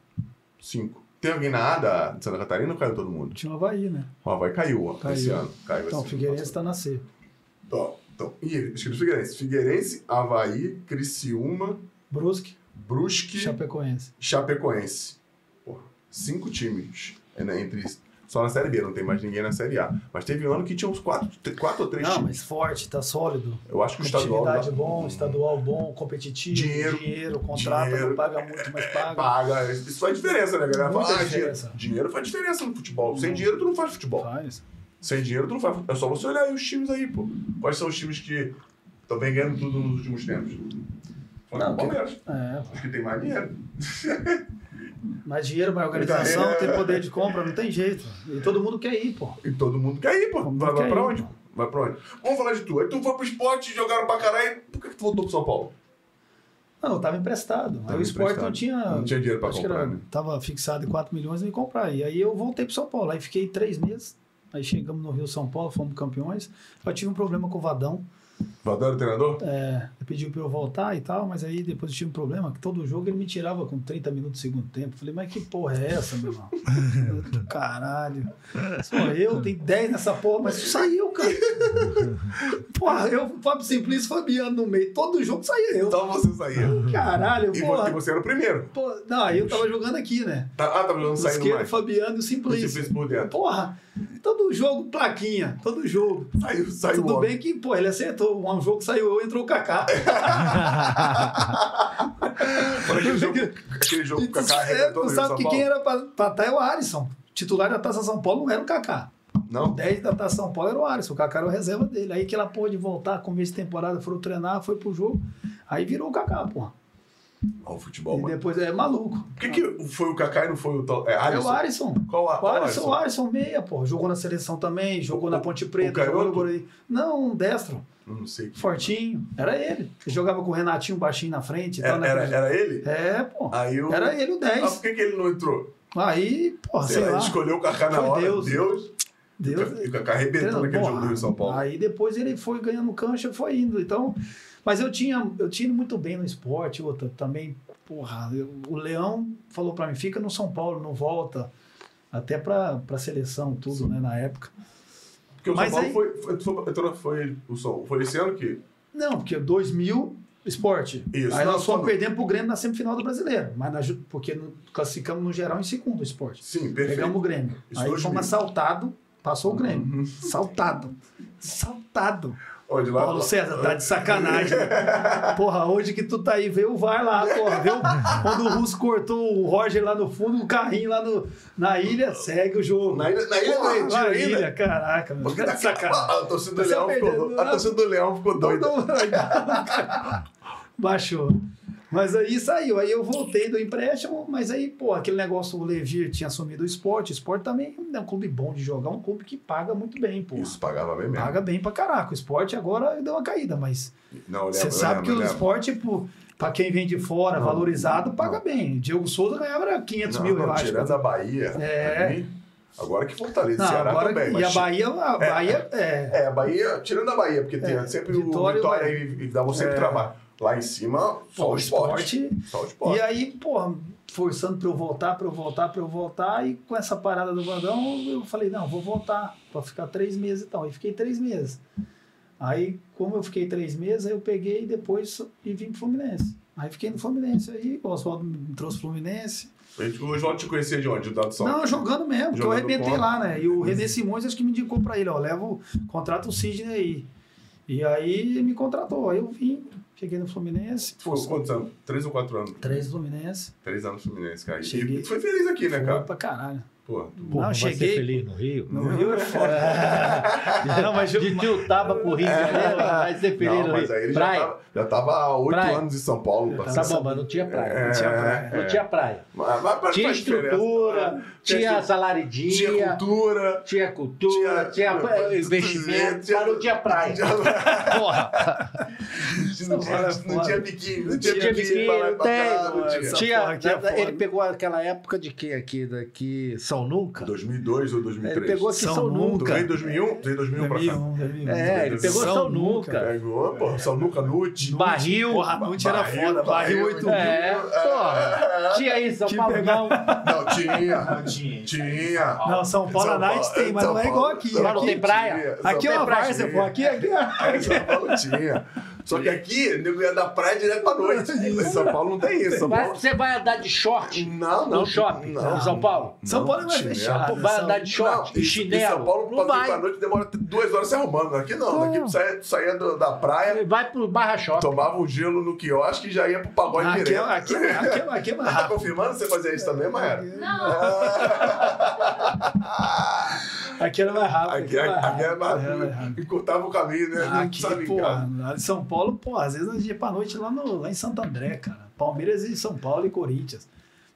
Speaker 2: Cinco. Tem alguém na A da de Santa Catarina ou caiu todo mundo?
Speaker 5: Tinha o Havaí, né?
Speaker 2: O Havaí caiu, ó,
Speaker 5: Caiu.
Speaker 2: esse ano. Caiu assim.
Speaker 5: Então, o
Speaker 2: esse ano.
Speaker 5: Figueirense tá na C.
Speaker 2: Então, então, e escrito Figueirense. Figueirense, Havaí, Criciúma,
Speaker 5: Brusque,
Speaker 2: Brusque,
Speaker 5: Chapecoense.
Speaker 2: Chapecoense. Porra, cinco times. é, né, entre, só na Série B, não tem mais ninguém na Série A. Mas teve um ano que tinha uns quatro, t- quatro ou três
Speaker 5: Não,
Speaker 2: times.
Speaker 5: mas forte, tá sólido.
Speaker 2: Eu acho que o estadual
Speaker 5: Competitividade
Speaker 2: dá-
Speaker 5: bom, estadual bom, competitivo,
Speaker 2: Dinheiro.
Speaker 5: dinheiro, contrata,
Speaker 2: Dinheiro.
Speaker 5: não paga muito, mas paga.
Speaker 2: paga. Isso faz diferença, né, galera?
Speaker 5: é
Speaker 2: Fala,
Speaker 5: Muita
Speaker 2: ah, dinheiro,
Speaker 5: diferença.
Speaker 2: dinheiro faz diferença no futebol. Sem dinheiro, tu não faz futebol.
Speaker 5: Faz.
Speaker 2: Sem dinheiro tu não faz. É só você olhar aí os times aí, pô. Quais são os times que estão ganhando tudo nos últimos tempos? Flamengo
Speaker 5: Não,
Speaker 2: e Palmeiras.
Speaker 5: É,
Speaker 2: Acho que tem mais dinheiro.
Speaker 5: mais dinheiro, mais organização,
Speaker 2: Então, é-
Speaker 5: tem poder de compra, não tem jeito. E todo mundo quer ir, pô.
Speaker 2: E todo mundo quer ir, pô.
Speaker 5: Todo mundo
Speaker 2: Vai, vai
Speaker 5: quer
Speaker 2: pra
Speaker 5: ir,
Speaker 2: onde?
Speaker 5: pô.
Speaker 2: Vai pra onde? Vamos falar de tu. Aí tu foi pro esporte, jogaram pra caralho. Por que, que tu voltou pro São Paulo?
Speaker 5: Não, eu tava emprestado.
Speaker 2: Tava
Speaker 5: aí o esporte
Speaker 2: emprestado.
Speaker 5: não tinha.
Speaker 2: Não tinha dinheiro pra
Speaker 5: Ah, acho
Speaker 2: comprar,
Speaker 5: que era,
Speaker 2: né?
Speaker 5: Tava fixado em 4 milhões e ia comprar. E aí eu voltei pro São Paulo. Aí fiquei três meses. Aí chegamos no Rio São Paulo, fomos campeões. Eu tive um problema com o Vadão.
Speaker 2: Vadão era o treinador?
Speaker 5: É. Ele pediu pra eu voltar e tal, mas aí depois eu tive um problema que todo jogo ele me tirava com 30 minutos do segundo tempo. Falei, mas que porra é essa, meu irmão? Eu, Caralho. Só eu, tem 10 nessa porra, mas saiu, cara. Porra, eu, Fábio Simplício, Fabiano no meio. Todo jogo saía eu.
Speaker 2: Então você saía.
Speaker 5: Caralho,
Speaker 2: E
Speaker 5: porra.
Speaker 2: você, você era o primeiro.
Speaker 5: Pô, não, aí eu tava jogando aqui, né?
Speaker 2: Tá- ah, tava jogando
Speaker 5: O
Speaker 2: saindo
Speaker 5: Esquerdo,
Speaker 2: mais.
Speaker 5: Fabiano e o
Speaker 2: O
Speaker 5: Simplício.
Speaker 2: Simplício por dentro.
Speaker 5: Porra, todo jogo, plaquinha, todo jogo.
Speaker 2: Saiu, saiu
Speaker 5: Tudo
Speaker 2: o homem.
Speaker 5: bem que, pô, ele acertou. Um jogo saiu eu, entrou o Kaká.
Speaker 2: Olha Aquele jogo, aquele jogo com a
Speaker 5: É,
Speaker 2: carrega
Speaker 5: tu
Speaker 2: todo
Speaker 5: é sabe que quem era pra pra estar é o Alisson. Titular da Taça São Paulo não era o Kaká.
Speaker 2: Não?
Speaker 5: 10 da Taça São Paulo era o Alisson, o Kaká era o reserva dele. Aí que ela pôde voltar, começo de temporada, foram treinar, foi pro jogo. Aí virou o Kaká, porra.
Speaker 2: Olha o futebol,
Speaker 5: e
Speaker 2: mano.
Speaker 5: depois é maluco.
Speaker 2: Por que, que foi o Kaká e não foi o tal? É
Speaker 5: É
Speaker 2: Alisson?
Speaker 5: o
Speaker 2: Tá
Speaker 5: Alisson.
Speaker 2: Qual a-
Speaker 5: O
Speaker 2: qual
Speaker 5: Alisson, o Alisson meia, pô. Jogou na seleção também, jogou na Ponte Preta,
Speaker 2: canhoto?
Speaker 5: jogou no Guarani. Não, um destro,
Speaker 2: Eu Não sei.
Speaker 5: fortinho. Era ele. Jogava com o Renatinho baixinho na frente e tal.
Speaker 2: É, Era,
Speaker 5: né?
Speaker 2: era, era ele?
Speaker 5: É, pô.
Speaker 2: Aí eu...
Speaker 5: Era ele o
Speaker 2: Ah,
Speaker 5: 10.
Speaker 2: por que, que ele não entrou?
Speaker 5: Aí, pô, sei,
Speaker 2: Ah, Sei lá,
Speaker 5: lá.
Speaker 2: ele escolheu o Kaká na
Speaker 5: Foi
Speaker 2: hora.
Speaker 5: Deus.
Speaker 2: Deus.
Speaker 5: Deus,
Speaker 2: E o Kaká arrebentando
Speaker 5: Treinando,
Speaker 2: aquele jogo do
Speaker 5: porra.
Speaker 2: Rio São Paulo.
Speaker 5: Aí depois ele foi ganhando cancha, foi indo. Então, mas eu tinha, eu tinha ido muito bem no esporte, outra também, porra, eu- o Leão falou pra mim, fica no São Paulo, não volta. Até pra, pra seleção, tudo, né, na época.
Speaker 2: Porque o São
Speaker 5: Mas
Speaker 2: Paulo
Speaker 5: aí-
Speaker 2: foi, foi, foi, entrou- foi, o São- foi esse ano que...
Speaker 5: Não, porque 2000, esporte.
Speaker 2: Isso,
Speaker 5: Aí
Speaker 2: não,
Speaker 5: nós só
Speaker 2: quando-
Speaker 5: perdemos pro Grêmio na semifinal do Brasileiro, mas na ju- porque no- classificamos no geral em segundo, esporte.
Speaker 2: Sim, perfeito.
Speaker 5: Pegamos o Grêmio.
Speaker 2: Isso, Uhum.
Speaker 5: aí
Speaker 2: 2000.
Speaker 5: fomos assaltado, passou o Grêmio. Saltado. Saltado.
Speaker 2: Olha lá.
Speaker 5: Paulo César, tá de sacanagem. Porra, hoje que tu tá aí, vê o VAR lá, porra, viu? Quando o Russo cortou o Roger lá no fundo, o carrinho lá no, na ilha, segue o jogo.
Speaker 2: Na ilha, na ilha
Speaker 5: Porra,
Speaker 2: do Retiro
Speaker 5: na
Speaker 2: ainda?
Speaker 5: ilha, caraca, meu.
Speaker 2: Porque
Speaker 5: Tá de
Speaker 2: daqui-
Speaker 5: sacanagem.
Speaker 2: a, torcida do
Speaker 5: Você
Speaker 2: Leão ficou
Speaker 5: perdeu,
Speaker 2: doida. A
Speaker 5: né?
Speaker 2: torcida do Leão ficou doida.
Speaker 5: Todo mundo- Baixou. Mas aí saiu. Aí eu voltei do empréstimo, mas aí, pô, aquele negócio, o Levi tinha assumido o esporte. O esporte também é um clube bom de jogar, um clube que paga muito bem, pô.
Speaker 2: Isso pagava bem mesmo.
Speaker 5: Paga bem pra caraca. O esporte agora deu uma caída, mas
Speaker 2: Não, eu lembro,
Speaker 5: Você
Speaker 2: eu
Speaker 5: sabe
Speaker 2: lembro,
Speaker 5: que
Speaker 2: eu
Speaker 5: o
Speaker 2: lembro.
Speaker 5: esporte, pô, pra quem vem de fora,
Speaker 2: Não,
Speaker 5: valorizado,
Speaker 2: não.
Speaker 5: paga bem. Diogo Souza ganhava 500
Speaker 2: Não,
Speaker 5: mil,
Speaker 2: não,
Speaker 5: eu acho.
Speaker 2: Tirando a Bahia.
Speaker 5: É.
Speaker 2: ali, agora que Fortaleza.
Speaker 5: Não,
Speaker 2: Ceará
Speaker 5: agora,
Speaker 2: também.
Speaker 5: e a
Speaker 2: mas-
Speaker 5: Bahia, a Bahia é.
Speaker 2: É, a Bahia, tirando a Bahia, porque tem sempre o
Speaker 5: Vitória, é.
Speaker 2: Vitória
Speaker 5: Bahia.
Speaker 2: e, e davam sempre trabalho. Lá em cima, só o esporte. Só o esporte.
Speaker 5: E aí, pô, forçando pra eu voltar, pra eu voltar, pra eu voltar. E com essa parada do Vandão, eu falei, não, vou voltar, pra ficar três meses e tal. E fiquei três meses. Aí, como eu fiquei três meses, aí eu peguei e depois e vim pro Fluminense. Aí fiquei no Fluminense aí, o Oswaldo me trouxe pro Fluminense.
Speaker 2: Hoje O Oswaldo te conhecia de onde? Do lado do São
Speaker 5: Não, jogando mesmo, que
Speaker 2: Jogando
Speaker 5: eu
Speaker 2: Uhum.
Speaker 5: arrebentei
Speaker 2: bola.
Speaker 5: lá, né? E o René Simões acho que me indicou pra ele, ó, leva o contrata o Sidney aí. E aí ele me contratou, aí eu vim, cheguei no Fluminense,
Speaker 2: Foi quantos anos? Três ou quatro anos?
Speaker 5: três do Fluminense,
Speaker 2: Três anos no Fluminense, cara. E
Speaker 5: Cheguei.
Speaker 2: foi feliz aqui, né,
Speaker 5: foi
Speaker 2: cara?
Speaker 5: pra caralho.
Speaker 2: Pô,
Speaker 4: Pô,
Speaker 5: Não,
Speaker 4: não vai
Speaker 5: cheguei-
Speaker 4: ser feliz no Rio.
Speaker 5: No Rio é foda. Não, mas
Speaker 4: De Tiltaba pro Rio, né? vai ser feliz
Speaker 2: não,
Speaker 4: no
Speaker 2: mas aí ele
Speaker 4: Rio.
Speaker 2: já
Speaker 4: Praia.
Speaker 2: tava, já tava há oito
Speaker 4: Praia.
Speaker 2: anos em São Paulo. parceiro.
Speaker 4: Tá bom, mas não tinha praia. Não tinha
Speaker 5: É,
Speaker 4: praia. Não tinha praia.
Speaker 2: Mas- mas faz
Speaker 4: Tinha
Speaker 2: diferença.
Speaker 5: Ah,
Speaker 4: estrutura, tinha salaridia,
Speaker 2: Tinha
Speaker 4: tinha,
Speaker 2: cultura.
Speaker 4: cultura, tinha,
Speaker 2: tinha-
Speaker 4: investimento,
Speaker 2: tinha-
Speaker 4: mas não tinha praia. Porra!
Speaker 2: Não tinha, não tinha biquíni, não
Speaker 4: Não
Speaker 2: tinha
Speaker 4: é tinha
Speaker 2: biquíni,
Speaker 4: biquíni,
Speaker 2: pra lá e
Speaker 4: não
Speaker 2: pra cá,
Speaker 4: tem,
Speaker 2: não tinha.
Speaker 4: Tinha,
Speaker 5: porra aqui é foda.
Speaker 4: ele pegou aquela época de que aqui, daqui São Nunca?
Speaker 2: 2002 ou
Speaker 4: Ele
Speaker 2: 2003.
Speaker 4: pegou aqui
Speaker 5: São
Speaker 4: São,
Speaker 2: Tu
Speaker 4: Nunca.
Speaker 2: veio em 2001? Tu veio em 2001 pra cá.
Speaker 5: 2001, 2001.
Speaker 4: É, ele pegou São,
Speaker 5: São
Speaker 4: Nunca.
Speaker 2: Pegou, pô. São Luca Nucci.
Speaker 4: Barril.
Speaker 5: Porra, a noite era
Speaker 2: Barril,
Speaker 5: foda, barril
Speaker 2: barril, né? É,
Speaker 5: 8 mil.
Speaker 4: É, porra. Tinha aí São
Speaker 5: Que
Speaker 4: Paulo,
Speaker 5: pegada.
Speaker 4: não.
Speaker 2: Não, tinha. Tinha.
Speaker 5: Não, São Paulo
Speaker 2: São
Speaker 5: a Night tem, mas
Speaker 2: São
Speaker 5: não é igual
Speaker 2: Paulo-
Speaker 5: aqui.
Speaker 2: São
Speaker 4: Lá não
Speaker 5: Aqui,
Speaker 4: tem praia.
Speaker 2: São
Speaker 5: aqui é
Speaker 2: Paulo
Speaker 5: uma várzea,
Speaker 2: tinha.
Speaker 5: pô, aqui é...
Speaker 2: Aí São Paulo tinha. Só que aqui, o nego ia da praia direto pra noite. Em São Paulo não tem isso. São
Speaker 4: Mas
Speaker 2: Paulo...
Speaker 4: você vai andar de short
Speaker 2: Não, não.
Speaker 4: no shopping,
Speaker 2: Não.
Speaker 4: em São Paulo?
Speaker 5: São Paulo é mais
Speaker 2: Chinelo.
Speaker 5: fechado.
Speaker 4: Pô, vai andar de
Speaker 2: Não,
Speaker 4: short,
Speaker 2: e-
Speaker 4: de
Speaker 2: e
Speaker 4: chinelo?
Speaker 2: São Paulo,
Speaker 4: não
Speaker 2: pra vir
Speaker 4: vai.
Speaker 2: pra noite, demora duas horas se arrumando. Aqui não. Aqui tu saía, tu saía do- da praia,
Speaker 4: Ele vai pro Barra Shopping.
Speaker 2: tomava um gelo no quiosque e já ia pro pagode
Speaker 5: Aqui, é-
Speaker 2: direto.
Speaker 5: aqui, é- aqui, é- aqui é mais
Speaker 2: Tá
Speaker 5: rápido.
Speaker 2: confirmando que você fazia isso também,
Speaker 5: É.
Speaker 2: Ah, Maera?
Speaker 6: Não,
Speaker 5: Aqui era mais rápido.
Speaker 2: Aqui, aqui, aqui é era mais.
Speaker 5: era mais rápido.
Speaker 2: Encurtava o caminho, né?
Speaker 5: Ah,
Speaker 2: não
Speaker 5: É, Aqui,
Speaker 2: sabe
Speaker 5: pô,
Speaker 2: em casa.
Speaker 5: lá em São Paulo, pô, às vezes nós ia pra noite lá, no, lá em Santo André, cara. Palmeiras e São Paulo e Corinthians.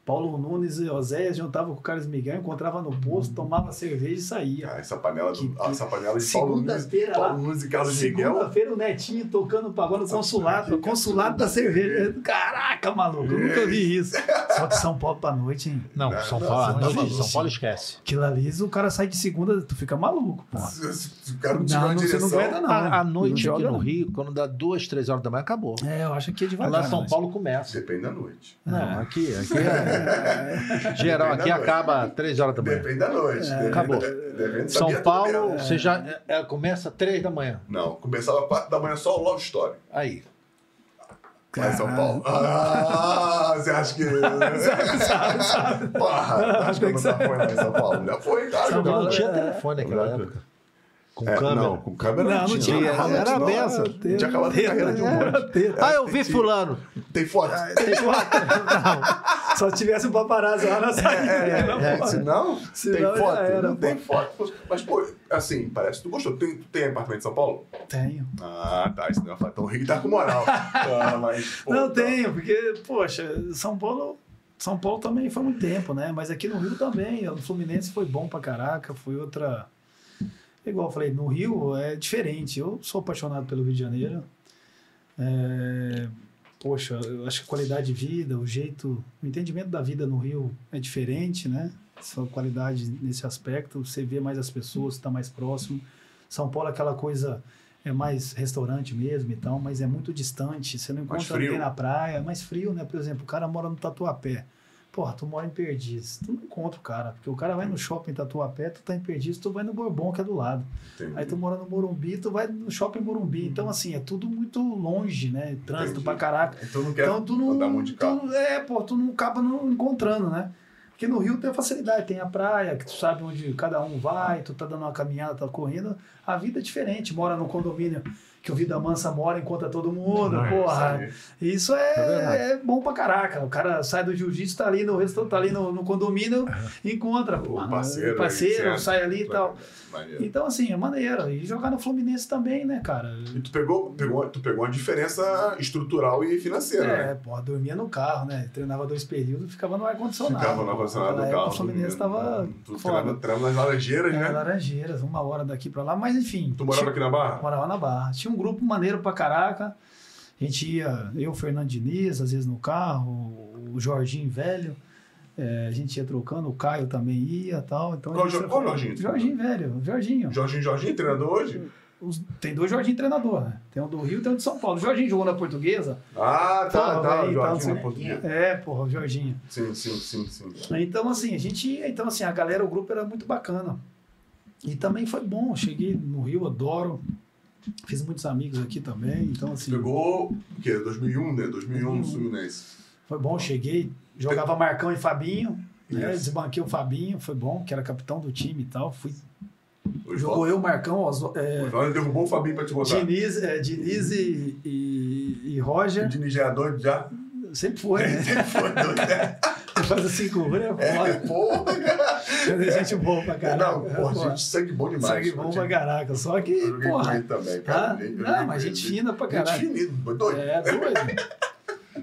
Speaker 5: Paulo Nunes e Oséias juntavam com o Carlos Miguel, encontrava no posto,
Speaker 2: Hum.
Speaker 5: tomava cerveja e saía.
Speaker 2: Ah, essa panela, do,
Speaker 5: Que-
Speaker 2: ah, essa panela de Paulo Nunes,
Speaker 5: Segunda-feira
Speaker 2: Paulo
Speaker 5: lá.
Speaker 2: Nunes e Carlos Miguel.
Speaker 5: Segunda-feira o Netinho tocando pagode no consulado, consulado da cerveja. Caraca, maluco, eu nunca vi isso. Só que São Paulo pra noite, hein?
Speaker 4: Não, São Paulo,
Speaker 5: não,
Speaker 4: não,
Speaker 5: não,
Speaker 4: São Paulo esquece.
Speaker 5: Aquilo ali, o cara sai de segunda, tu fica maluco, pô.
Speaker 2: Se- se O cara não tiver
Speaker 5: Não,
Speaker 2: uma
Speaker 5: não, você não
Speaker 2: direção.
Speaker 5: aguenta Ah, não.
Speaker 4: A, a noite
Speaker 5: Não
Speaker 4: aqui
Speaker 5: joga,
Speaker 4: no
Speaker 5: não.
Speaker 4: Rio, quando dá duas, três horas da manhã, acabou.
Speaker 5: É, eu acho que é devagar.
Speaker 4: Lá São
Speaker 5: né?
Speaker 4: Paulo começa.
Speaker 2: Depende da noite.
Speaker 4: Não, aqui, aqui é. Geral, aqui acaba três horas da manhã.
Speaker 2: Depende da noite. depende-
Speaker 4: Tá acabou.
Speaker 2: Depende, sabia
Speaker 4: São
Speaker 2: tudo
Speaker 4: Paulo,
Speaker 2: mesmo.
Speaker 4: você já é, é, começa três da manhã.
Speaker 2: Não, começava 4 da manhã só o Love Story.
Speaker 4: Aí.
Speaker 2: Lá em São Paulo. Ah, você acha que. Porra, acho que eu nunca foi lá em São Paulo. Já foi, cara.
Speaker 5: São
Speaker 4: Não,
Speaker 5: Paulo
Speaker 4: não tinha
Speaker 5: é-
Speaker 4: telefone naquela
Speaker 2: Exato.
Speaker 4: época. Com
Speaker 2: É,
Speaker 4: câmera.
Speaker 2: Não, com câmera não,
Speaker 5: Não, não
Speaker 2: tinha.
Speaker 5: tinha.
Speaker 2: Realmente
Speaker 4: Era a
Speaker 2: não.
Speaker 4: benção.
Speaker 2: Tinha acabado a carreira de um monte.
Speaker 4: Ah, eu vi fulano.
Speaker 2: Tem foto?
Speaker 4: Tem foto? Não.
Speaker 5: Só tivesse um paparazzo lá na saída.
Speaker 2: é,
Speaker 5: não pode.
Speaker 2: Se não,
Speaker 5: Se
Speaker 2: tem
Speaker 5: não, já
Speaker 2: foto.
Speaker 5: era,
Speaker 2: não
Speaker 5: pô.
Speaker 2: tem foto. Mas, pô, assim, parece. Tu gostou? Tem, tu tem apartamento em São Paulo?
Speaker 5: Tenho.
Speaker 2: Ah, tá. Isso não é fato. Então o Rick tá com moral. Ah, mas, pô,
Speaker 5: não,
Speaker 2: tá.
Speaker 5: tenho, porque, poxa, São Paulo. São Paulo também foi muito tempo, né? Mas aqui no Rio também. No Fluminense foi bom pra caraca, foi outra. Igual eu falei, no Rio é diferente. Eu sou apaixonado pelo Rio de Janeiro. É, Poxa, eu acho que a qualidade de vida, o jeito, o entendimento da vida no Rio é diferente, né? Sua qualidade nesse aspecto, você vê mais as pessoas, está mais próximo. São Paulo é aquela coisa é mais restaurante mesmo e tal, mas é muito distante, você não
Speaker 2: Mais
Speaker 5: encontra
Speaker 2: frio.
Speaker 5: ninguém na praia, é mais frio, né? Por exemplo, o cara mora no Tatuapé. Porra, tu mora em Perdiz, tu não encontra o cara, porque o cara vai no shopping Tatuapé, tu tá em Perdiz, tu vai no Bourbon, que é do lado.
Speaker 2: Entendi.
Speaker 5: Aí tu mora no Morumbi, tu vai no shopping Morumbi. Então, assim, é tudo muito longe, né? Trânsito
Speaker 2: Entendi.
Speaker 5: pra caraca.
Speaker 2: Então não quer.
Speaker 5: Então tu não.
Speaker 2: andar muito de carro.
Speaker 5: tu- é, pô, tu não acaba não encontrando, né? Porque no Rio tem a facilidade, tem a praia, que tu sabe onde cada um vai, tu tá dando uma caminhada, tá correndo. A vida é diferente. Mora no condomínio que o Vida Mansa mora, encontra todo mundo,
Speaker 2: Não, é
Speaker 5: porra.
Speaker 2: isso
Speaker 5: Isso é,
Speaker 4: É verdade.
Speaker 5: é bom pra caraca. O cara sai do jiu-jitsu, tá ali no restaurante, tá ali no, no condomínio, encontra, pô. um
Speaker 2: O parceiro,
Speaker 5: parceiro
Speaker 2: etc.
Speaker 5: sai ali
Speaker 2: aí.
Speaker 5: e tal.
Speaker 2: Maneiro.
Speaker 5: Então, assim, é maneiro. E jogar no Fluminense também, né, cara?
Speaker 2: E tu pegou, pegou, tu pegou uma diferença estrutural e financeira, né?
Speaker 5: É, pô, dormia no carro, né? Treinava dois períodos, ficava no ar-condicionado.
Speaker 2: Ficava na condicionada
Speaker 5: Naquela
Speaker 2: do
Speaker 5: época,
Speaker 2: carro.
Speaker 5: O Fluminense
Speaker 2: dormindo.
Speaker 5: tava
Speaker 2: Tu
Speaker 5: foda.
Speaker 2: treinava, treinava nas laranjeiras, né?
Speaker 5: Era Laranjeiras, uma hora daqui pra lá, mas enfim.
Speaker 2: Tu morava
Speaker 5: tinha-
Speaker 2: aqui na Barra?
Speaker 5: Morava na Barra. Tinha um grupo maneiro pra caraca. A gente ia, eu, o Fernando Diniz, às vezes no carro, o Jorginho velho. É, a gente ia trocando, o Caio também ia e tal. Então, a
Speaker 2: Qual
Speaker 5: gente
Speaker 2: Jo- qual
Speaker 5: trocava.
Speaker 2: Jorginho?
Speaker 5: Jorginho velho, Jorginho.
Speaker 2: Jorginho Jorginho, treinador hoje?
Speaker 5: Os- tem dois Jorginho treinador, né? Tem um do Rio e tem um de São Paulo. O Jorginho jogou na portuguesa.
Speaker 2: Ah, tá,
Speaker 5: Porra,
Speaker 2: tá.
Speaker 5: velho, tá,
Speaker 2: Jorginho
Speaker 5: né?
Speaker 2: na portuguesa.
Speaker 5: É, porra, o Jorginho.
Speaker 2: Sim, sim, sim, sim.
Speaker 5: Então, assim, a gente ia, então, assim, a galera, o grupo era muito bacana. E também foi bom. Cheguei no Rio, adoro. Fiz muitos amigos aqui também. Então, assim,
Speaker 2: Pegou o quê? 2001, né? 2001 no Fluminense.
Speaker 5: foi bom. Cheguei, jogava Marcão e Fabinho. Né?
Speaker 2: Isso.
Speaker 5: Desbanquei o Fabinho, foi bom, que era capitão do time e tal. Fui,
Speaker 2: Os
Speaker 5: jogou eu, Marcão, Oswa- é,
Speaker 2: Osvaldo Então derrubou o Fabinho pra te botar.
Speaker 5: Diniz, é, Diniz e, e, e Roger.
Speaker 2: O Diniz já é doido já.
Speaker 5: Sempre foi, né?
Speaker 2: Foi doido, né?
Speaker 5: Você faz assim com o olho, é foda.
Speaker 2: Porra.
Speaker 5: É gente boa pra caraca. é
Speaker 2: Não, porra, gente, sangue bom demais.
Speaker 5: Sangue bom
Speaker 2: caralho.
Speaker 5: pra caraca. Só
Speaker 2: Eu
Speaker 5: que,
Speaker 2: joguei com
Speaker 5: porra.
Speaker 2: ele também, cara. Eu
Speaker 5: Tá?
Speaker 2: joguei- eu
Speaker 5: Não,
Speaker 2: joguei
Speaker 5: mas
Speaker 2: com ele.
Speaker 5: gente fina pra
Speaker 2: Gente
Speaker 5: caralho.
Speaker 2: finito, doido.
Speaker 5: É, doido.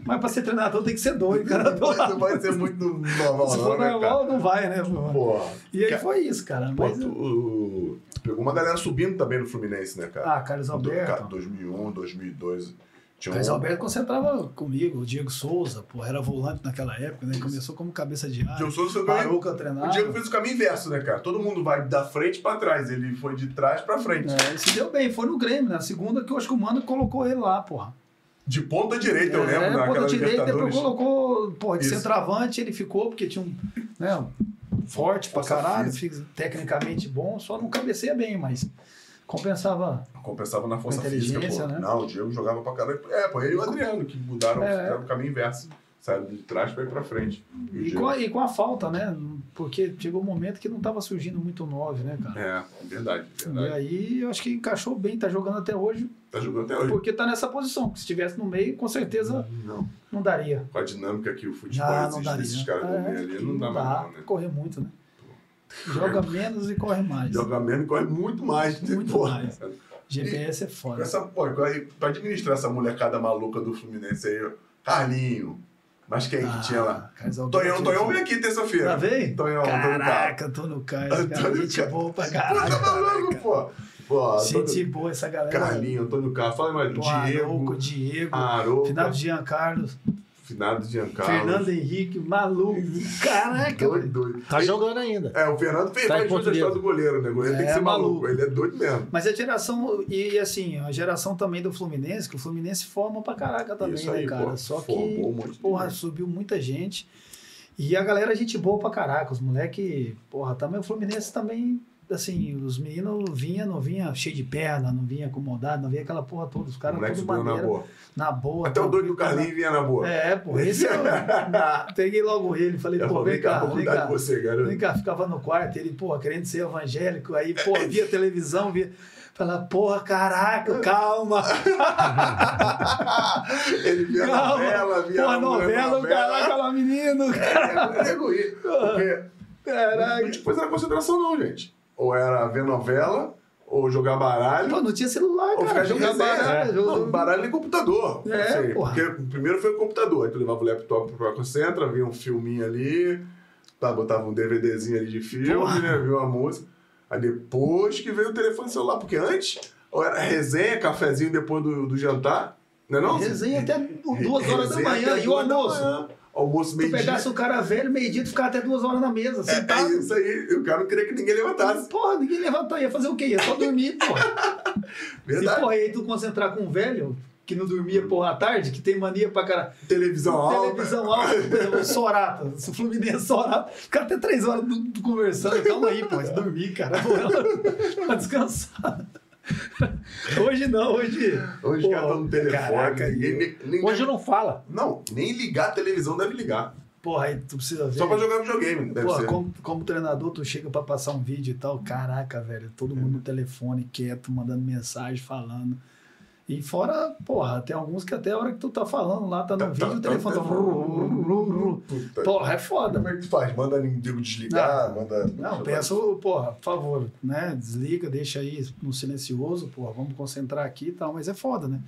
Speaker 5: Mas pra ser treinador tem que ser doido, cara.
Speaker 2: Não vai ser muito normal,
Speaker 5: Se
Speaker 2: não,
Speaker 5: for
Speaker 2: né, cara?
Speaker 5: normal, não vai, né? pô?
Speaker 2: Porra.
Speaker 5: E aí
Speaker 2: Cara,
Speaker 5: foi isso, cara.
Speaker 2: Pô,
Speaker 5: Mas,
Speaker 2: tu, tu pegou uma galera subindo também no Fluminense, né, cara?
Speaker 5: ah, Carlos
Speaker 2: Do- cara,
Speaker 5: Alberto.
Speaker 2: 2001, 2002. Tinha
Speaker 5: Carlos
Speaker 2: um...
Speaker 5: Alberto concentrava comigo, o Diego Souza, pô, era volante naquela época, né? Começou como cabeça de área.
Speaker 2: Diego Souza foi
Speaker 5: parou
Speaker 2: bem.
Speaker 5: que eu treinava.
Speaker 2: O Diego fez o caminho inverso, né, cara? Todo mundo vai da frente pra trás. Ele foi de trás pra frente.
Speaker 5: É, ele se deu bem, foi no Grêmio, na segunda que eu acho que o Mano colocou ele lá, porra.
Speaker 2: De ponta direita, eu lembro,
Speaker 5: É,
Speaker 2: naquela
Speaker 5: ponta direita, depois
Speaker 2: Libertadores.
Speaker 5: colocou, pô, de
Speaker 2: Isso.
Speaker 5: centroavante, ele ficou, porque tinha um, né, um forte pra
Speaker 2: Força
Speaker 5: caralho, fiz- tecnicamente bom, só não cabeceia bem, mas compensava.
Speaker 2: Compensava na força física, pô.
Speaker 5: inteligência, né?
Speaker 2: Não, o Diego jogava pra caralho. É, pô, ele e o Adriano, que mudaram,
Speaker 5: É.
Speaker 2: fizeram o caminho inverso. Saíram de trás pra ir pra frente. E o
Speaker 5: E é?
Speaker 2: Diego-
Speaker 5: com, a, e com a falta, né? Porque chegou um momento que não tava surgindo muito nove, né, cara?
Speaker 2: É, verdade,
Speaker 5: E
Speaker 2: verdade.
Speaker 5: aí, eu acho que encaixou bem, tá jogando até hoje,
Speaker 2: Tá jogando até hoje.
Speaker 5: porque tá nessa posição. Porque se estivesse no meio, com certeza
Speaker 2: Não.
Speaker 5: não daria.
Speaker 2: Com a dinâmica que o futebol
Speaker 5: Já não
Speaker 2: existe
Speaker 5: daria. É,
Speaker 2: desses caras do meio ali, não dá mais não, né?
Speaker 5: correr muito, né? Joga menos e corre mais.
Speaker 2: Joga menos e corre muito mais. né?
Speaker 5: Muito
Speaker 2: Porra.
Speaker 5: mais. GPS é
Speaker 2: Com
Speaker 5: foda.
Speaker 2: essa, pô, aí, pra administrar essa molecada maluca do Fluminense aí, ó. Carlinho. Mas quem é
Speaker 5: Ah,
Speaker 2: que tinha lá?
Speaker 5: Carlos
Speaker 2: Tonhão,
Speaker 5: Alberto.
Speaker 2: Tonhão vem aqui terça-feira.
Speaker 5: Tá vendo?
Speaker 2: Tonhão, Antônio Carlos.
Speaker 5: Caraca, tô no Caio, cara.
Speaker 2: Antônio
Speaker 5: Gente
Speaker 2: Carlos.
Speaker 5: boa pra
Speaker 2: Pô, tá maluco,
Speaker 5: caralho.
Speaker 2: pô. Pô,
Speaker 5: Gente
Speaker 2: Antônio,
Speaker 5: boa essa galera. é
Speaker 2: Carlinho, Antônio Carlos. Fala mais,
Speaker 5: Pô,
Speaker 2: Diego,
Speaker 5: Arouco, Diego.
Speaker 2: Arouca,
Speaker 5: Finado Jean Carlos,
Speaker 2: Finado Giancarlo.
Speaker 5: Fernando né? Henrique, maluco. Caraca,
Speaker 2: Doido,
Speaker 5: velho.
Speaker 2: doido.
Speaker 4: Tá jogando ainda.
Speaker 2: É, o Fernando fez
Speaker 4: Tá em
Speaker 2: mais justo a
Speaker 4: português.
Speaker 2: história do goleiro, né? O goleiro tem que
Speaker 5: É,
Speaker 2: ser maluco.
Speaker 5: maluco.
Speaker 2: Ele é doido mesmo.
Speaker 5: Mas a geração, e assim, a geração também do Fluminense, que o Fluminense forma pra caraca também,
Speaker 2: Isso aí,
Speaker 5: né, cara?
Speaker 2: pô,
Speaker 5: Só
Speaker 2: formou um
Speaker 5: que,
Speaker 2: monte de
Speaker 5: porra,
Speaker 2: gente.
Speaker 5: subiu muita gente. E a galera, é gente boa pra caraca. Os moleque, porra, também o Fluminense também, assim, os meninos vinha, não vinha cheio de perna, não vinha acomodado, não vinha aquela porra toda. Os
Speaker 2: o
Speaker 5: caras
Speaker 2: moleque
Speaker 5: tudo
Speaker 2: subiu na
Speaker 5: maneiro,
Speaker 2: boa.
Speaker 5: na boa.
Speaker 2: Até o doido do
Speaker 5: tranquilo,
Speaker 2: Carlinho vinha na boa.
Speaker 5: É, pô, esse eu peguei logo ele, falei,
Speaker 2: Eu
Speaker 5: pô,
Speaker 2: falei,
Speaker 5: vem
Speaker 2: cara,
Speaker 5: cá,
Speaker 2: vou
Speaker 5: vem
Speaker 2: cuidar
Speaker 5: cá.
Speaker 2: de você,
Speaker 5: Vem
Speaker 2: garoto.
Speaker 5: cá, ficava no quarto, ele, porra, querendo ser evangélico, aí,
Speaker 2: É.
Speaker 5: porra, via televisão, via. Falava, porra, caraca, calma.
Speaker 2: Ele via
Speaker 5: Calma.
Speaker 2: novela, via
Speaker 5: Porra,
Speaker 2: mulher
Speaker 5: novela, caraca, lá, menino.
Speaker 2: É, nego ia. Porque
Speaker 5: Caraca.
Speaker 2: não tinha coisa na concentração, não, gente. Ou era ver novela, ou jogar baralho.
Speaker 5: Pô, não tinha celular,
Speaker 2: Ou
Speaker 5: cara.
Speaker 2: ficar jogando baralho.
Speaker 5: jogo-
Speaker 2: né? Não, baralho em computador.
Speaker 5: É,
Speaker 2: Assim,
Speaker 5: porra.
Speaker 2: porque primeiro foi o computador. Aí tu levava o laptop pra Concentra, via um filminho ali, tá, botava um DVDzinho ali de filme,
Speaker 5: Porra.
Speaker 2: né? Viu uma música. Aí depois que veio o telefone celular, porque antes ou era resenha, cafezinho depois do, do jantar, não é não?
Speaker 5: Resenha até duas
Speaker 2: Re-
Speaker 5: horas da
Speaker 2: resenha
Speaker 5: manhã.
Speaker 2: até
Speaker 5: E o
Speaker 2: duas da
Speaker 5: almoço?
Speaker 2: manhã. Almoço
Speaker 5: Tu
Speaker 2: meio-dia.
Speaker 5: pegasse um o cara velho, meio-dia, tu ficava até duas horas na mesa,
Speaker 2: É,
Speaker 5: sentado.
Speaker 2: é isso aí. tá. O cara não queria que ninguém levantasse.
Speaker 5: Porra, ninguém levantar, ia fazer o quê? Ia só dormir, porra. E,
Speaker 2: Verdade.
Speaker 5: porra, e aí tu concentrar com um velho que não dormia, porra, à tarde, que tem mania pra cara.
Speaker 2: televisão alta.
Speaker 5: Televisão alta, o Sorata, o Fluminense Sorata. Ficaram até três horas do- do conversando. Calma aí, pô, vai dormir, cara. Pô, ela- Pra descansar. Hoje não, hoje.
Speaker 2: Hoje os
Speaker 5: Pô,
Speaker 2: caras estão no telefone.
Speaker 5: caraca,
Speaker 2: ninguém, nem, nem-
Speaker 4: Hoje não fala.
Speaker 2: Não, nem ligar a televisão deve ligar.
Speaker 5: Porra, aí tu precisa ver.
Speaker 2: Só pra jogar videogame, deve
Speaker 5: Pô,
Speaker 2: ser.
Speaker 5: como, como treinador, tu chega pra passar um vídeo e tal. Caraca, velho, todo mundo no telefone, quieto, mandando mensagem, falando. E fora, porra, tem alguns que até a hora que tu tá falando lá, tá no
Speaker 2: Tá-
Speaker 5: vídeo,
Speaker 2: tá-
Speaker 5: o
Speaker 2: tá-
Speaker 5: telefone tá.
Speaker 2: tá- Puta.
Speaker 5: Porra, é foda.
Speaker 2: Como é que tu faz? Manda nego desligar,
Speaker 5: Não.
Speaker 2: manda.
Speaker 5: Não, peço, porra, por favor, né? Desliga, deixa aí no silencioso, porra, vamos concentrar aqui e tal, mas é foda, né?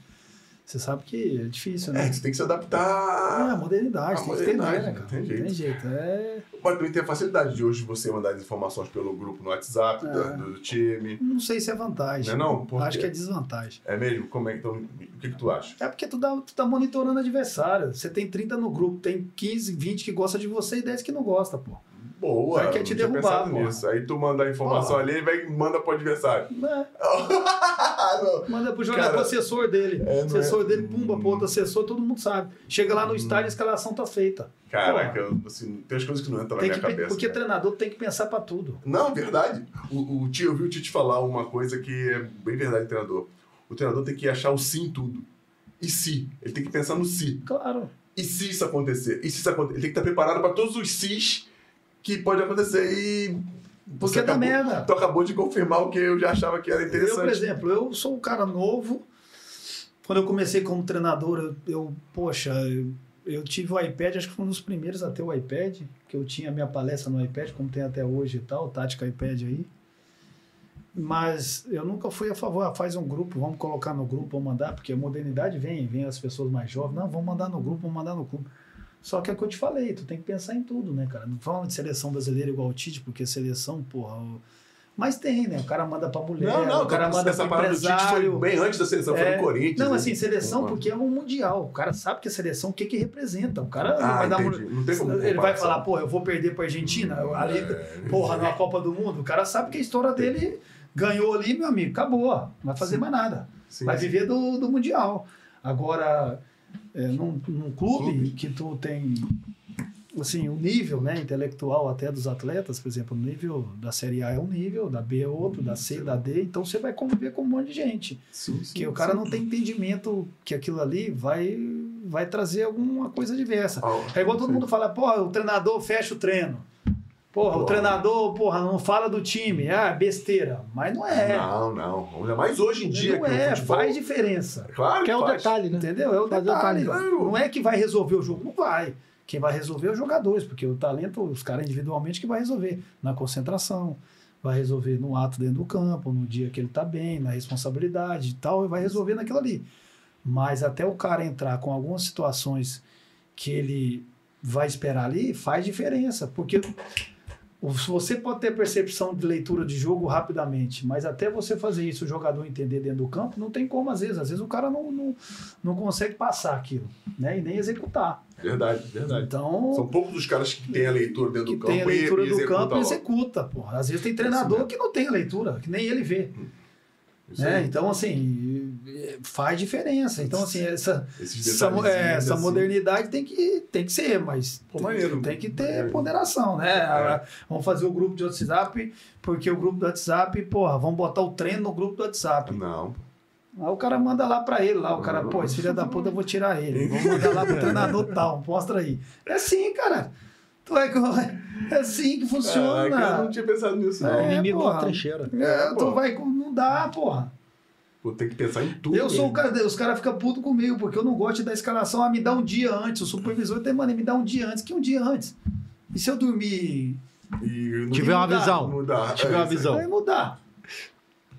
Speaker 5: Você sabe que é difícil,
Speaker 2: É,
Speaker 5: né?
Speaker 2: você tem que se
Speaker 5: É, a
Speaker 2: adaptar.
Speaker 5: modernidade,
Speaker 2: a
Speaker 5: tem que entender,
Speaker 2: modernidade,
Speaker 5: né,
Speaker 2: não
Speaker 5: cara?
Speaker 2: tem
Speaker 5: Não
Speaker 2: jeito.
Speaker 5: tem jeito. É,
Speaker 2: Mas também tem a facilidade de hoje você mandar as informações pelo grupo no WhatsApp
Speaker 5: É.
Speaker 2: da- do, time.
Speaker 5: não sei se é
Speaker 2: Não
Speaker 5: vantagem.
Speaker 2: é não? Por
Speaker 5: Acho
Speaker 2: quê?
Speaker 5: que é desvantagem.
Speaker 2: É mesmo? Como é que então, O que, que tu acha?
Speaker 5: É porque tu, dá, tu tá monitorando adversário. Você tem 30 no grupo, tem 15, 20 que gosta de você e 10 que não gosta, pô.
Speaker 2: Boa!
Speaker 5: Aí quer
Speaker 2: não
Speaker 5: te
Speaker 2: tinha
Speaker 5: derrubar,
Speaker 2: pensado
Speaker 5: porra.
Speaker 2: nisso. Aí tu manda a informação
Speaker 5: Porra.
Speaker 2: ali e vai- manda pro adversário.
Speaker 5: Né?
Speaker 2: Ah, não.
Speaker 5: Manda pro jogador
Speaker 2: Cara,
Speaker 5: pro assessor dele.
Speaker 2: é, Hum. não
Speaker 5: assessor
Speaker 2: é-
Speaker 5: dele, pumba, pro outro assessor, todo mundo sabe. Chega lá no estádio, a escalação tá feita.
Speaker 2: Caraca, eu, assim, tem as coisas que não entram
Speaker 5: Tem
Speaker 2: na
Speaker 5: que,
Speaker 2: minha cabeça.
Speaker 5: pe-
Speaker 2: né?
Speaker 5: porque
Speaker 2: cara.
Speaker 5: treinador tem que pensar pra tudo.
Speaker 2: Não, verdade. O, o tio, eu vi o Tite falar uma coisa que é bem verdade, treinador. O treinador tem que achar o sim em tudo. E se? Ele tem que pensar no se.
Speaker 5: Claro.
Speaker 2: E se isso acontecer? E se isso acontecer? Ele tem que estar preparado para todos os sis que pode acontecer. E.
Speaker 5: Porque dá
Speaker 2: acabou,
Speaker 5: merda.
Speaker 2: Tu acabou de confirmar o que eu já achava que era
Speaker 5: Eu, por
Speaker 2: interessante.
Speaker 5: exemplo, eu sou um cara novo. Quando eu comecei como treinador, eu, eu- poxa, eu, eu tive o iPad, acho que foi um dos primeiros a ter o iPad, que eu tinha a minha palestra no iPad, como tem até hoje e tal, tática iPad aí. Mas eu nunca fui a favor, ah, faz um grupo, vamos colocar no grupo, vamos mandar, porque a modernidade vem, vem as pessoas mais jovens, não, vamos mandar no grupo, vamos mandar no clube. Só que é o que eu te falei, tu tem que pensar em tudo, né, cara? Não fala de seleção brasileira igual o Tite, porque seleção, porra. o- Mas tem, né? O cara manda pra mulher,
Speaker 2: não, não,
Speaker 5: o cara
Speaker 2: essa-
Speaker 5: manda
Speaker 2: essa
Speaker 5: pro
Speaker 2: parada do Tite
Speaker 5: empresário.
Speaker 2: foi bem antes da seleção, foi
Speaker 5: É.
Speaker 2: no Corinthians.
Speaker 5: Não,
Speaker 2: né?
Speaker 5: assim, seleção
Speaker 2: Opa.
Speaker 5: porque é um mundial. O cara sabe que a seleção, o que que representa. O cara não
Speaker 2: Ah,
Speaker 5: vai dar
Speaker 2: entendi.
Speaker 5: mu-
Speaker 2: Não tem como
Speaker 5: Ele vai
Speaker 2: comparação.
Speaker 5: falar, porra, eu vou perder pra Argentina. ali,
Speaker 2: É,
Speaker 5: porra, na Copa do Mundo. O cara sabe que a história dele ganhou ali, meu amigo, acabou. Não vai fazer mais nada.
Speaker 2: sim.
Speaker 5: Vai viver do, do Mundial. Agora, é, num, num clube, que tu tem assim, o nível né, intelectual até dos atletas, por exemplo, o nível da Série A é um nível, da B é outro, da C, da D, então você vai conviver com um monte de gente.
Speaker 2: Sim, sim,
Speaker 5: que o cara
Speaker 2: sim.
Speaker 5: não tem entendimento que aquilo ali vai, vai trazer alguma coisa diversa.
Speaker 2: Ah,
Speaker 5: É igual todo
Speaker 2: sim.
Speaker 5: mundo fala, porra, o treinador fecha o treino. Porra, o
Speaker 2: Porra.
Speaker 5: treinador, porra, não fala do time. Ah, besteira. Mas não é.
Speaker 2: Não, não. Ainda mais hoje em dia.
Speaker 5: não
Speaker 2: que o
Speaker 5: é,
Speaker 2: futebol-
Speaker 5: faz diferença.
Speaker 2: Claro
Speaker 4: Que é o
Speaker 2: faz.
Speaker 4: detalhe, né?
Speaker 5: Entendeu? É o
Speaker 4: Fazer o
Speaker 5: detalhe.
Speaker 4: talento.
Speaker 2: Claro.
Speaker 5: Não é que vai resolver o jogo, não vai. Quem vai resolver é os jogadores, porque o talento, os caras individualmente que vai resolver na concentração, vai resolver no ato dentro do campo, no dia que ele tá bem, na responsabilidade e tal, e vai resolver naquilo ali. Mas até o cara entrar com algumas situações que ele vai esperar ali, faz diferença, porque o- você pode ter percepção de leitura de jogo rapidamente, mas até você fazer isso, o jogador entender dentro do campo, não tem como às vezes. Às vezes o cara não, não, não consegue passar aquilo, né? E nem executar.
Speaker 2: Verdade, verdade.
Speaker 5: Então,
Speaker 2: É. São poucos dos caras que têm a leitura dentro
Speaker 5: que
Speaker 2: do campo
Speaker 5: tem a leitura
Speaker 2: e,
Speaker 5: do campo
Speaker 2: executa
Speaker 5: e executa, porra. Às vezes tem
Speaker 2: Isso
Speaker 5: treinador
Speaker 2: mesmo.
Speaker 5: que não tem a leitura, que nem ele vê.
Speaker 2: logo. Isso
Speaker 5: Né?
Speaker 2: aí.
Speaker 5: Então, assim, faz diferença. Então, assim, essa,
Speaker 2: Esses
Speaker 5: essa, mo-
Speaker 2: detalhezinhos,
Speaker 5: é, essa
Speaker 2: assim.
Speaker 5: modernidade tem que, tem que ser, mas
Speaker 2: Pô,
Speaker 5: tem,
Speaker 2: maneiro.
Speaker 5: tem que ter
Speaker 2: Maneiro.
Speaker 5: ponderação,
Speaker 2: É.
Speaker 5: né? Ah, Vamos fazer o grupo de WhatsApp, porque o grupo do WhatsApp, porra, vamos botar o treino no grupo do WhatsApp.
Speaker 2: Não.
Speaker 5: Aí o cara manda lá pra ele, lá o cara, pô, esse filho da puta, eu vou tirar ele. Vou mandar lá pro treinador tal, mostra aí. É assim, cara. Tu é, que- é assim que funciona.
Speaker 2: Caraca, eu não tinha pensado nisso,
Speaker 5: É,
Speaker 2: não.
Speaker 4: inimigo
Speaker 5: porra.
Speaker 4: na trincheira.
Speaker 5: É,
Speaker 2: pô.
Speaker 5: tu vai com. Não dá, porra.
Speaker 2: Pô, tem que pensar em tudo.
Speaker 5: Eu sou o cara, os caras ficam putos comigo, porque eu não gosto de dar escalação. Ah, me dá um dia antes. O supervisor tem, mano, me dá um dia antes, que um dia antes. E se eu dormir,
Speaker 2: E não
Speaker 4: Tiver uma
Speaker 5: mudar,
Speaker 4: visão.
Speaker 2: mudar.
Speaker 4: Tiver uma
Speaker 2: É,
Speaker 4: visão.
Speaker 5: vai mudar.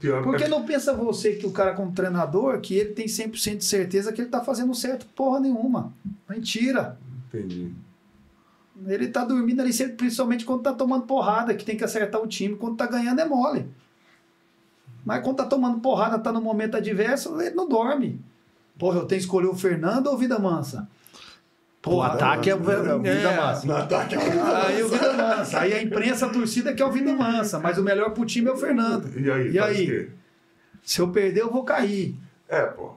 Speaker 2: pior-
Speaker 5: Porque não pensa você que o cara como treinador, que ele tem 100% de certeza que ele tá fazendo certo porra nenhuma. Mentira.
Speaker 2: Entendi.
Speaker 5: Ele tá dormindo ali, sempre, principalmente quando tá tomando porrada, que tem que acertar o time. Quando tá ganhando é mole. Mas quando tá tomando porrada, tá num momento adverso, ele não dorme. Porra, eu tenho que escolher o Fernando ou o Vida Mansa?
Speaker 4: Pô, o ataque é, é, vida
Speaker 5: É.
Speaker 4: massa.
Speaker 2: No ataque é uma mudança.
Speaker 5: Aí o Vida Mansa. Aí a imprensa, a torcida quer o Vida Mansa. Mas o melhor pro time é o Fernando.
Speaker 2: E aí?
Speaker 5: E
Speaker 2: faz
Speaker 5: aí?
Speaker 2: o quê?
Speaker 5: Se eu perder, eu vou cair.
Speaker 2: É, pô.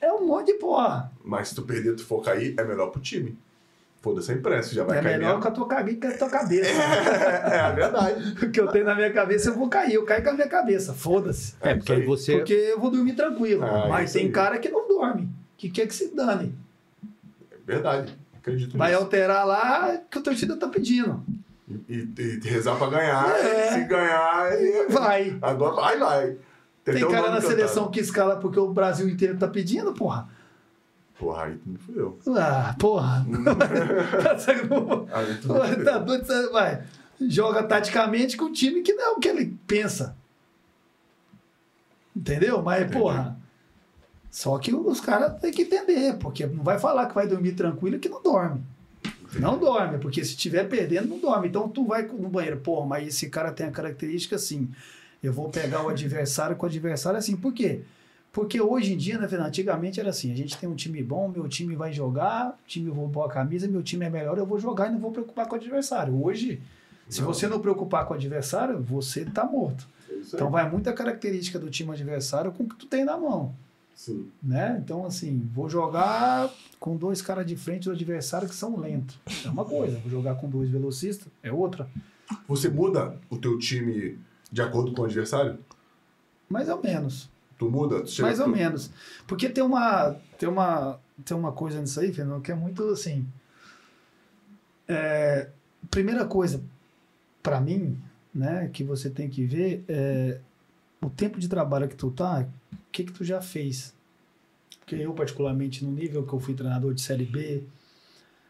Speaker 5: É um monte de porra.
Speaker 2: Mas se tu perder, tu for cair, é melhor pro time. Foda-se a imprensa, já vai
Speaker 5: é
Speaker 2: cair
Speaker 5: melhor
Speaker 2: mesmo.
Speaker 5: que eu tô cagando que a tua cabeça.
Speaker 2: É, é a verdade.
Speaker 5: O que eu tenho na minha cabeça, eu vou cair. Eu caio com a minha cabeça. Foda-se.
Speaker 4: É, porque aí você.
Speaker 5: Porque eu vou dormir tranquilo.
Speaker 2: Ah,
Speaker 5: Mas
Speaker 2: isso
Speaker 5: tem
Speaker 2: aí.
Speaker 5: cara que não dorme. Que quer que se dane.
Speaker 2: É verdade. Acredito
Speaker 5: Vai
Speaker 2: nisso.
Speaker 5: alterar lá que a torcida tá pedindo.
Speaker 2: E, e rezar pra ganhar.
Speaker 5: É.
Speaker 2: Se ganhar, ele...
Speaker 5: Vai.
Speaker 2: agora vai, vai.
Speaker 5: Tem
Speaker 2: até o
Speaker 5: cara
Speaker 2: nome
Speaker 5: na
Speaker 2: cantado.
Speaker 5: seleção que escala porque o Brasil inteiro tá pedindo, porra.
Speaker 2: Porra, aí tu me fudeu.
Speaker 5: Ah, porra.
Speaker 2: Hum. Aí tu me fudeu.
Speaker 5: tá doido, sabe? vai. Joga taticamente com o time que não é o que ele pensa. Entendeu? Mas, porra. Só que os caras têm que entender, porque não vai falar que vai dormir tranquilo que não dorme. Não dorme, porque se estiver perdendo, não dorme. Então tu vai no banheiro, porra, mas esse cara tem a característica assim. Eu vou pegar o adversário com o adversário assim. Por quê? Porque hoje em dia, né, Fernando? Antigamente era assim: a gente tem um time bom, meu time vai jogar, o time roubou a camisa, meu time é melhor, eu vou jogar e não vou preocupar com o adversário. Hoje, se você não preocupar com o adversário, você tá morto.
Speaker 2: É isso aí.
Speaker 5: Então vai muita característica do time adversário com o que tu tem na mão,
Speaker 2: Sim.
Speaker 5: né? Então, assim, vou jogar com dois caras de frente do adversário que são lentos. É uma coisa, vou jogar com dois velocistas, é outra.
Speaker 2: Você muda o teu time de acordo com o adversário?
Speaker 5: Mais ou menos.
Speaker 2: Tu muda? Tu chega-
Speaker 5: Mais ou
Speaker 2: tu-
Speaker 5: menos. Porque tem uma, tem uma, tem uma coisa nisso aí, Fernando, que é muito assim. É, primeira coisa, para mim, né, que você tem que ver é o tempo de trabalho que tu tá, o que que tu já fez. Porque eu, particularmente, no nível que eu fui treinador de Série B,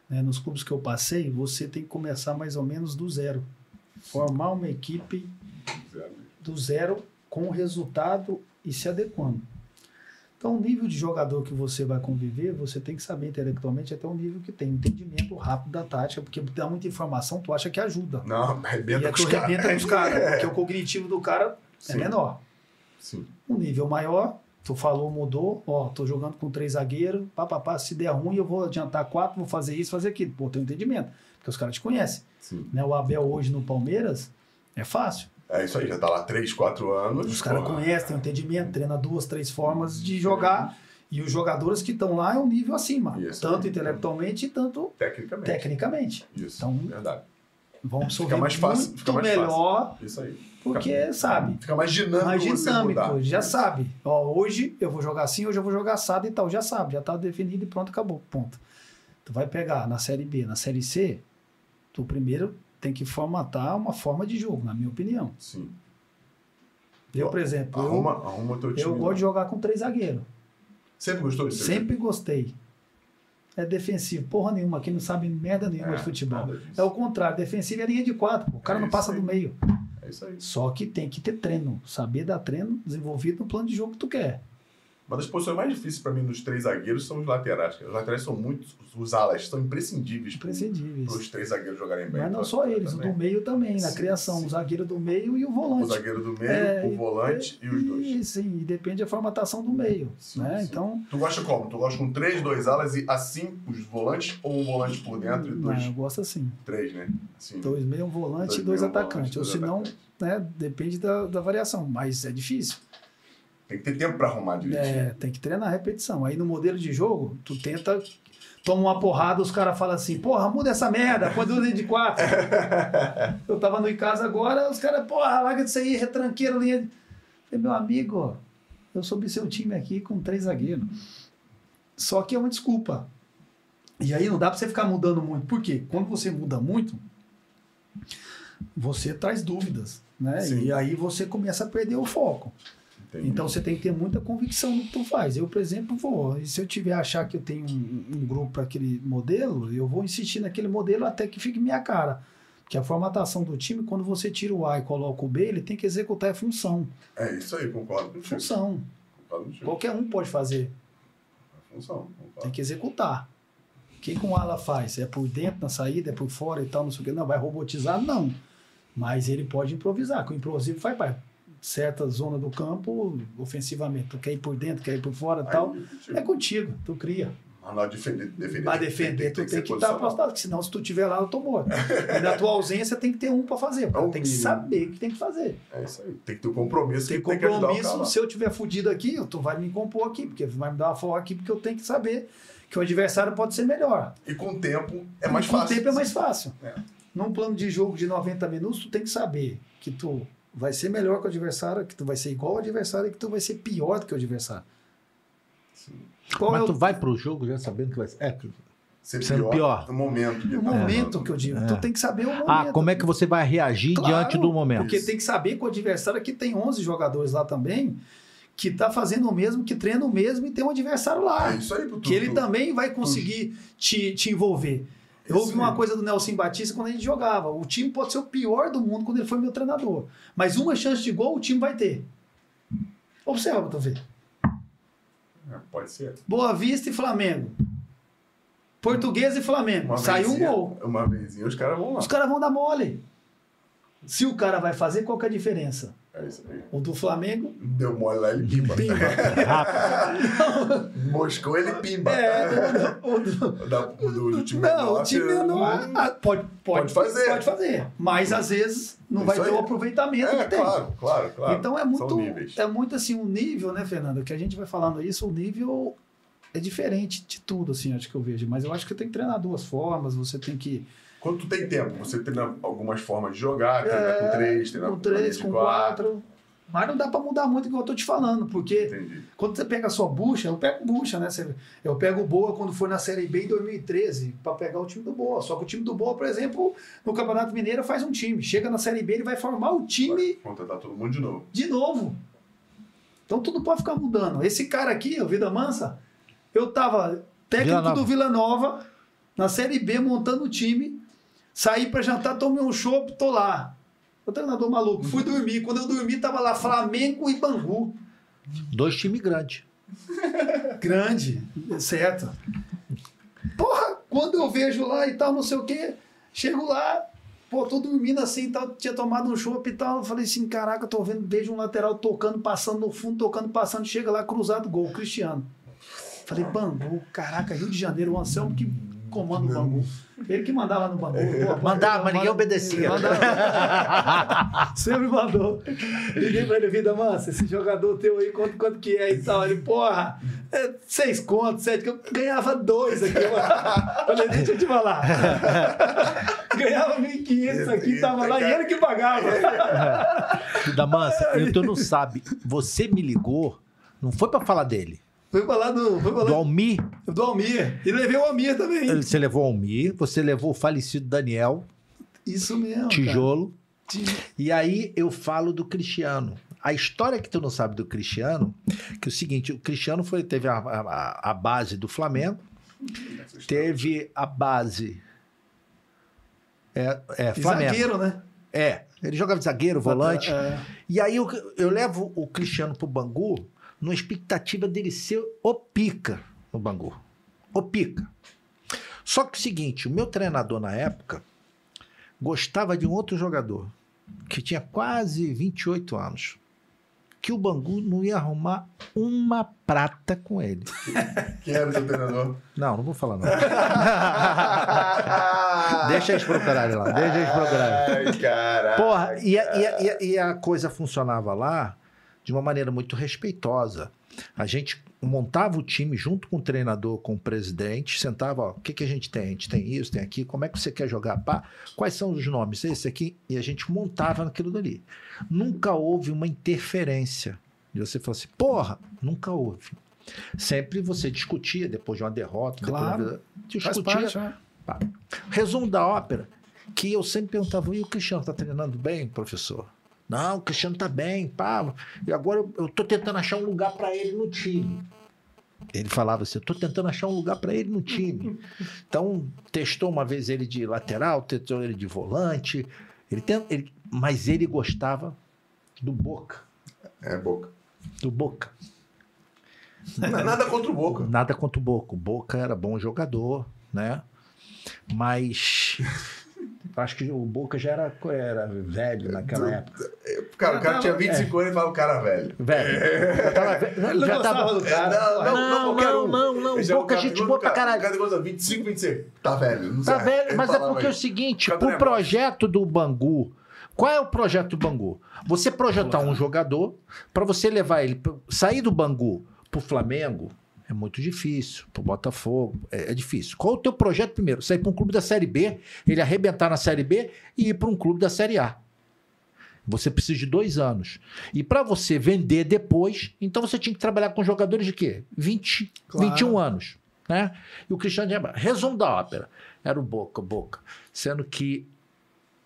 Speaker 5: né, nos clubes que eu passei, você tem que começar mais ou menos do zero. Formar uma equipe do zero com o resultado e se adequando. Então, o nível de jogador que você vai conviver, você tem que saber intelectualmente até o nível que tem. Entendimento rápido da tática, porque dá muita informação, tu acha que ajuda.
Speaker 2: Não,
Speaker 5: E
Speaker 2: arrebenta
Speaker 5: aí
Speaker 2: com
Speaker 5: tu
Speaker 2: os caras.
Speaker 5: arrebenta com os caras, porque o cognitivo do cara é
Speaker 2: Sim.
Speaker 5: menor.
Speaker 2: Sim.
Speaker 5: Um nível maior, tu falou, mudou, ó, tô jogando com três zagueiros, papapá, se der ruim eu vou adiantar quatro, vou fazer isso, fazer aquilo. Pô, tem um entendimento, porque os caras te conhecem.
Speaker 2: Sim.
Speaker 5: Né? O Abel hoje no Palmeiras é fácil.
Speaker 2: É isso aí, já tá lá 3, 4 anos.
Speaker 5: Os caras
Speaker 2: porra.
Speaker 5: conhecem, têm um entendimento, treina duas, três formas de jogar. E os jogadores que estão lá é um nível acima.
Speaker 2: Isso.
Speaker 5: Tanto intelectualmente e tanto
Speaker 2: Tecnicamente.
Speaker 5: tecnicamente.
Speaker 2: Isso.
Speaker 5: Então,
Speaker 2: verdade.
Speaker 5: Vão absorver
Speaker 2: mais fácil,
Speaker 5: muito
Speaker 2: fica mais
Speaker 5: melhor,
Speaker 2: Isso aí.
Speaker 5: porque sabe.
Speaker 2: Fica mais dinâmico.
Speaker 5: Mais
Speaker 2: você
Speaker 5: dinâmico,
Speaker 2: mudar.
Speaker 5: então, já sabe. Ó, hoje eu vou jogar assim, hoje eu vou jogar assado e tal. Já sabe, já tá definido e pronto, acabou. Ponto. Tu vai pegar na Série B, na Série C, tu primeiro tem que formatar uma forma de jogo, na minha opinião.
Speaker 2: Sim.
Speaker 5: Eu, por exemplo, eu-
Speaker 2: Arruma, arruma teu time.
Speaker 5: eu gosto de jogar com três zagueiros.
Speaker 2: Sempre gostou disso?
Speaker 5: Sempre gostei. É defensivo, porra nenhuma, quem não sabe merda nenhuma
Speaker 2: É,
Speaker 5: de futebol.
Speaker 2: nada disso.
Speaker 5: É o contrário, defensivo é linha de quatro, pô, o cara
Speaker 2: É
Speaker 5: não
Speaker 2: isso
Speaker 5: passa
Speaker 2: aí.
Speaker 5: do meio.
Speaker 2: É isso aí.
Speaker 5: Só que tem que ter treino, saber dar treino desenvolvido no plano de jogo que tu quer.
Speaker 2: Uma das posições mais difíceis pra mim nos três zagueiros são os laterais. cara. Os laterais são muito. Os alas são imprescindíveis. pro-
Speaker 5: Imprescindíveis.
Speaker 2: Pros três zagueiros jogarem bem. Então,
Speaker 5: Mas não só eles, o do
Speaker 2: Também.
Speaker 5: meio também, na
Speaker 2: Sim,
Speaker 5: criação,
Speaker 2: sim.
Speaker 5: o zagueiro do meio e o
Speaker 2: O
Speaker 5: volante.
Speaker 2: zagueiro do meio,
Speaker 5: É,
Speaker 2: o volante e, os dois.
Speaker 5: E, sim, e depende da formatação do meio,
Speaker 2: Sim,
Speaker 5: né?
Speaker 2: sim.
Speaker 5: Então,
Speaker 2: Tu gosta como? Tu gosta com três, dois alas e assim os volantes ou um volante por dentro e
Speaker 5: não,
Speaker 2: dois,
Speaker 5: eu gosto assim,
Speaker 2: três, né? Assim,
Speaker 5: dois meio, um volante e dois
Speaker 2: meio volantes,
Speaker 5: atacantes, ou
Speaker 2: dois
Speaker 5: se não,
Speaker 2: atacantes.
Speaker 5: né, depende da, da variação, mas é difícil.
Speaker 2: Tem que ter tempo pra arrumar direitinho.
Speaker 5: É, tem que treinar a repetição. Aí no modelo de jogo, tu tenta, toma uma porrada, os caras falam assim, porra, muda essa merda, põe duas linhas de quatro. Eu tava no Icasa agora, os caras, porra, larga disso aí, retranqueira, linha. de-". Falei, meu amigo, eu soube seu time aqui com três zagueiros. Só que é uma desculpa. E aí não dá pra você ficar mudando muito. Por quê? Quando você muda muito, você traz dúvidas, né?
Speaker 2: Sim.
Speaker 5: E aí você começa a perder o foco.
Speaker 1: Tem
Speaker 5: Então você tem que ter muita convicção no que tu faz. Eu, por exemplo, vou. E se eu tiver a achar que eu tenho um, um grupo para aquele modelo, eu vou insistir naquele modelo até que fique minha cara. Porque a formatação do time, quando você tira o A e coloca o B, ele tem que executar a função.
Speaker 2: É isso aí, concordo contigo.
Speaker 5: Função.
Speaker 2: Concordo contigo. É
Speaker 5: Qualquer um pode fazer.
Speaker 2: Função,
Speaker 5: Tem
Speaker 2: concordo.
Speaker 5: que executar. O que, que um ala faz? É por dentro na saída, é por fora e tal, não sei o que. Não, vai robotizar? Não. Mas ele pode improvisar, que o improviso vai para certa zona do campo ofensivamente. Tu quer ir por dentro, quer ir por fora e
Speaker 2: Aí,
Speaker 5: tal.
Speaker 2: contigo.
Speaker 5: É contigo, tu cria.
Speaker 2: Mas na hora de defender, defender,
Speaker 5: Pra
Speaker 2: tem-
Speaker 5: defender, tu tem
Speaker 2: ser
Speaker 5: que tá estar
Speaker 2: posicional.
Speaker 5: postado, porque senão se tu tiver lá, eu tô morto. E na tua ausência tem que ter um pra fazer. O cara
Speaker 2: É o
Speaker 5: tem que
Speaker 2: mínimo.
Speaker 5: saber o que tem que fazer.
Speaker 2: É isso aí. Tem que ter o compromisso.
Speaker 5: Tem
Speaker 2: que tem que ajudar o cara
Speaker 5: compromisso,
Speaker 2: lá.
Speaker 5: se eu tiver fudido aqui, eu- tu vai me compor aqui, porque vai me dar uma folga aqui, porque eu tenho que saber que o adversário pode ser melhor.
Speaker 2: E com o tempo é mais
Speaker 5: Com o
Speaker 2: fácil.
Speaker 5: tempo é mais fácil.
Speaker 2: É.
Speaker 5: Num plano de jogo de 90 minutos, tu tem que saber que tu vai ser melhor que o adversário, que tu vai ser igual ao adversário e que tu vai ser pior do que o adversário. Qual é
Speaker 4: Mas
Speaker 5: o
Speaker 4: tu vai pro jogo já sabendo que vai ser. É, tu-
Speaker 2: Ser
Speaker 4: Sendo
Speaker 2: pior,
Speaker 4: pior.
Speaker 2: no momento. que
Speaker 5: o
Speaker 2: tá
Speaker 5: momento
Speaker 2: rolando.
Speaker 5: que eu digo?
Speaker 4: É.
Speaker 5: Tu tem que saber o momento.
Speaker 4: ah, como é que você vai reagir
Speaker 5: Claro,
Speaker 4: diante do momento?
Speaker 5: Porque tem que saber que o adversário aqui tem 11 jogadores lá também, que tá fazendo o mesmo, que treina o mesmo e tem um adversário lá.
Speaker 2: É isso aí, pro
Speaker 5: que ele
Speaker 2: tu-
Speaker 5: também vai conseguir te, te envolver. Eu
Speaker 2: Isso
Speaker 5: ouvi uma
Speaker 2: aí.
Speaker 5: coisa do Nelson Batista quando a gente jogava. O time pode ser o pior do mundo quando ele foi meu treinador. Mas uma chance de gol o time vai ter. Observa, tu vê. tá-
Speaker 2: É, pode ser.
Speaker 5: Boa Vista e Flamengo. Portuguesa e Flamengo. Saiu um
Speaker 2: vezinha-
Speaker 5: gol.
Speaker 2: Uma vezinha, os caras vão lá.
Speaker 5: Os caras vão dar mole. Se o cara vai fazer, qual que é a diferença?
Speaker 2: É isso aí.
Speaker 5: O do Flamengo
Speaker 2: Deu mole lá, ele pimba.
Speaker 4: É
Speaker 2: Moscou, ele pimba.
Speaker 5: É, o do-
Speaker 2: Da- do, do time é
Speaker 5: não,
Speaker 2: menor,
Speaker 5: o time
Speaker 2: você-
Speaker 5: menor ah, pode, pode,
Speaker 2: Pode fazer. É
Speaker 5: Pode fazer. Mas às vezes não
Speaker 2: Isso
Speaker 5: vai
Speaker 2: aí.
Speaker 5: ter o aproveitamento
Speaker 2: É,
Speaker 5: que tem.
Speaker 2: claro, claro, claro.
Speaker 5: então é
Speaker 2: São
Speaker 5: muito,
Speaker 2: níveis.
Speaker 5: é muito assim, um nível, né, Fernando? Que a gente vai falando isso, o nível é diferente de tudo, assim, acho que eu vejo. Mas eu acho que tem que treinar duas formas, você tem que.
Speaker 2: Quando tu tem tempo, você treina algumas formas de jogar, treina
Speaker 5: É,
Speaker 2: com três, treina
Speaker 5: com três, com quatro. Mas não dá pra mudar muito o que eu tô te falando, porque
Speaker 2: Entendi.
Speaker 5: Quando você pega a sua bucha, eu pego bucha, né? Você- Eu pego o Boa quando foi na Série B em 2013, para pegar o time do Boa. Só que o time do Boa, por exemplo, no Campeonato Mineiro faz um time. Chega na Série B, ele vai formar o
Speaker 2: Vai
Speaker 5: time
Speaker 2: contratar todo mundo de novo.
Speaker 5: de novo. Então tudo pode ficar mudando. Esse cara aqui, o Vida Mansa, eu tava técnico
Speaker 4: Vila Nova.
Speaker 5: do Vila Nova, na Série B, montando o time, saí para jantar, tomei um chopp, tô lá. O treinador maluco, fui
Speaker 4: Uhum.
Speaker 5: dormir. Quando eu dormi, tava lá Flamengo e Bangu.
Speaker 4: Dois times grandes.
Speaker 5: grande, certo? Porra, quando eu vejo lá e tal, não sei o quê, chego lá, pô, tô dormindo assim e tal, tinha tomado um chopp e tal, eu falei assim, caraca, tô vendo, vejo um lateral tocando, passando no fundo, tocando, passando, chega lá, cruzado, gol, Cristiano. Falei, Bangu, caraca, Rio de Janeiro, o Anselmo que comanda o Bangu. Ele que mandava no Bangu. Pô,
Speaker 4: Mandava, mas ninguém obedecia.
Speaker 5: Mandava. Sempre mandou. Liguei pra ele, vida, mansa, esse jogador teu aí, quanto, quanto que é e tal. Ele, porra, é seis contos, sete, que eu ganhava dois aqui. mano. Falei, deixa eu te falar. Ganhava 1.500 aqui, tava lá, e ele que pagava.
Speaker 4: Tu da mansa, e tu não sabe. Você me ligou, não foi pra falar dele.
Speaker 5: Foi pra lá do, foi pra
Speaker 4: Do
Speaker 5: lá
Speaker 4: Almir,
Speaker 5: do, Almir. E levei o Almir também.
Speaker 4: você levou o Almir, você levou o falecido Daniel,
Speaker 5: Isso mesmo. cara.
Speaker 4: tijolo.
Speaker 5: Tijolo.
Speaker 4: E aí eu falo do Cristiano. A história que tu não sabe do Cristiano, que é o seguinte, o Cristiano foi, teve a, a, a base do Flamengo, teve a base... É, é
Speaker 5: E
Speaker 4: Flamengo.
Speaker 5: Zagueiro, né?
Speaker 4: É, ele jogava de zagueiro, volante.
Speaker 5: É.
Speaker 4: E aí eu, eu levo o Cristiano pro Bangu numa expectativa dele ser o pica no Bangu. O pica. Só que o seguinte, o meu treinador na época gostava de um outro jogador que tinha quase 28 anos. Que o Bangu não ia arrumar uma prata com ele.
Speaker 2: Quem era o seu treinador?
Speaker 4: Não, não vou falar não. deixa eles procurarem lá, deixa eles procurarem.
Speaker 2: Ai, caraca.
Speaker 4: Porra, e a, e a- e a- e a coisa funcionava lá de uma maneira muito respeitosa. A gente montava o time junto com o treinador, com o presidente, sentava, ó, o que, que a gente tem? A gente tem isso, tem aqui, como é que você quer jogar? Pá, quais são os nomes? Esse aqui? E a gente montava naquilo dali. Nunca houve uma interferência. E você falou assim, porra, nunca houve. Sempre você discutia, depois de uma derrota, depois
Speaker 5: Claro.
Speaker 4: de uma...
Speaker 5: Faz
Speaker 4: discutia,
Speaker 5: parte, né?
Speaker 4: Resumo da ópera, que eu sempre perguntava, e o Cristiano está treinando bem, tá professor? Não, o Cristiano tá bem, pá. E agora eu, eu tô tentando achar um lugar para ele no time. Ele falava assim: eu tô tentando achar um lugar para ele no time. Então, testou uma vez ele de lateral, testou ele de volante. Ele tem, ele- mas ele gostava do Boca.
Speaker 2: É, Boca.
Speaker 4: Do Boca.
Speaker 2: Na- Nada contra o Boca.
Speaker 4: Nada contra o Boca. O Boca era bom jogador, né? Mas. Acho que o Boca já era, era velho naquela
Speaker 2: Do-
Speaker 4: época.
Speaker 2: Cara, o cara
Speaker 5: Não,
Speaker 2: tinha
Speaker 5: não,
Speaker 2: 25 anos e fala o cara é velho.
Speaker 4: Velho. Já tava, velho.
Speaker 5: É. Ele não
Speaker 4: já
Speaker 5: gostava
Speaker 4: tava,
Speaker 5: do cara.
Speaker 2: Não,
Speaker 5: ué.
Speaker 2: não. qualquer um.
Speaker 4: não, não.
Speaker 2: Esse é o
Speaker 4: Boca
Speaker 2: cara
Speaker 4: gente
Speaker 2: que
Speaker 4: boa pra
Speaker 2: quando o cara-
Speaker 4: caralho.
Speaker 2: O cara gosta de 25, 26. Tá velho. Não
Speaker 4: Tá
Speaker 2: sei.
Speaker 4: velho,
Speaker 2: Ele
Speaker 4: mas é
Speaker 2: falava
Speaker 4: porque é o
Speaker 2: isso.
Speaker 4: seguinte,
Speaker 2: Cadê
Speaker 4: o
Speaker 2: a
Speaker 4: projeto do Bangu, qual é o projeto do Bangu? Você projetar um jogador para você levar ele pro- sair do Bangu pro Flamengo é muito difícil, pro Botafogo é, é difícil. Qual é o teu projeto primeiro? Sair para um clube da Série B, ele arrebentar na Série B e ir para um clube da Série A. Você precisa de dois anos. E para você vender depois, então você tinha que trabalhar com jogadores de quê? 20,
Speaker 5: Claro.
Speaker 4: 21 anos. Né? E o Cristiano Diabara. Resumo da ópera. Era o Boca, Boca. Sendo que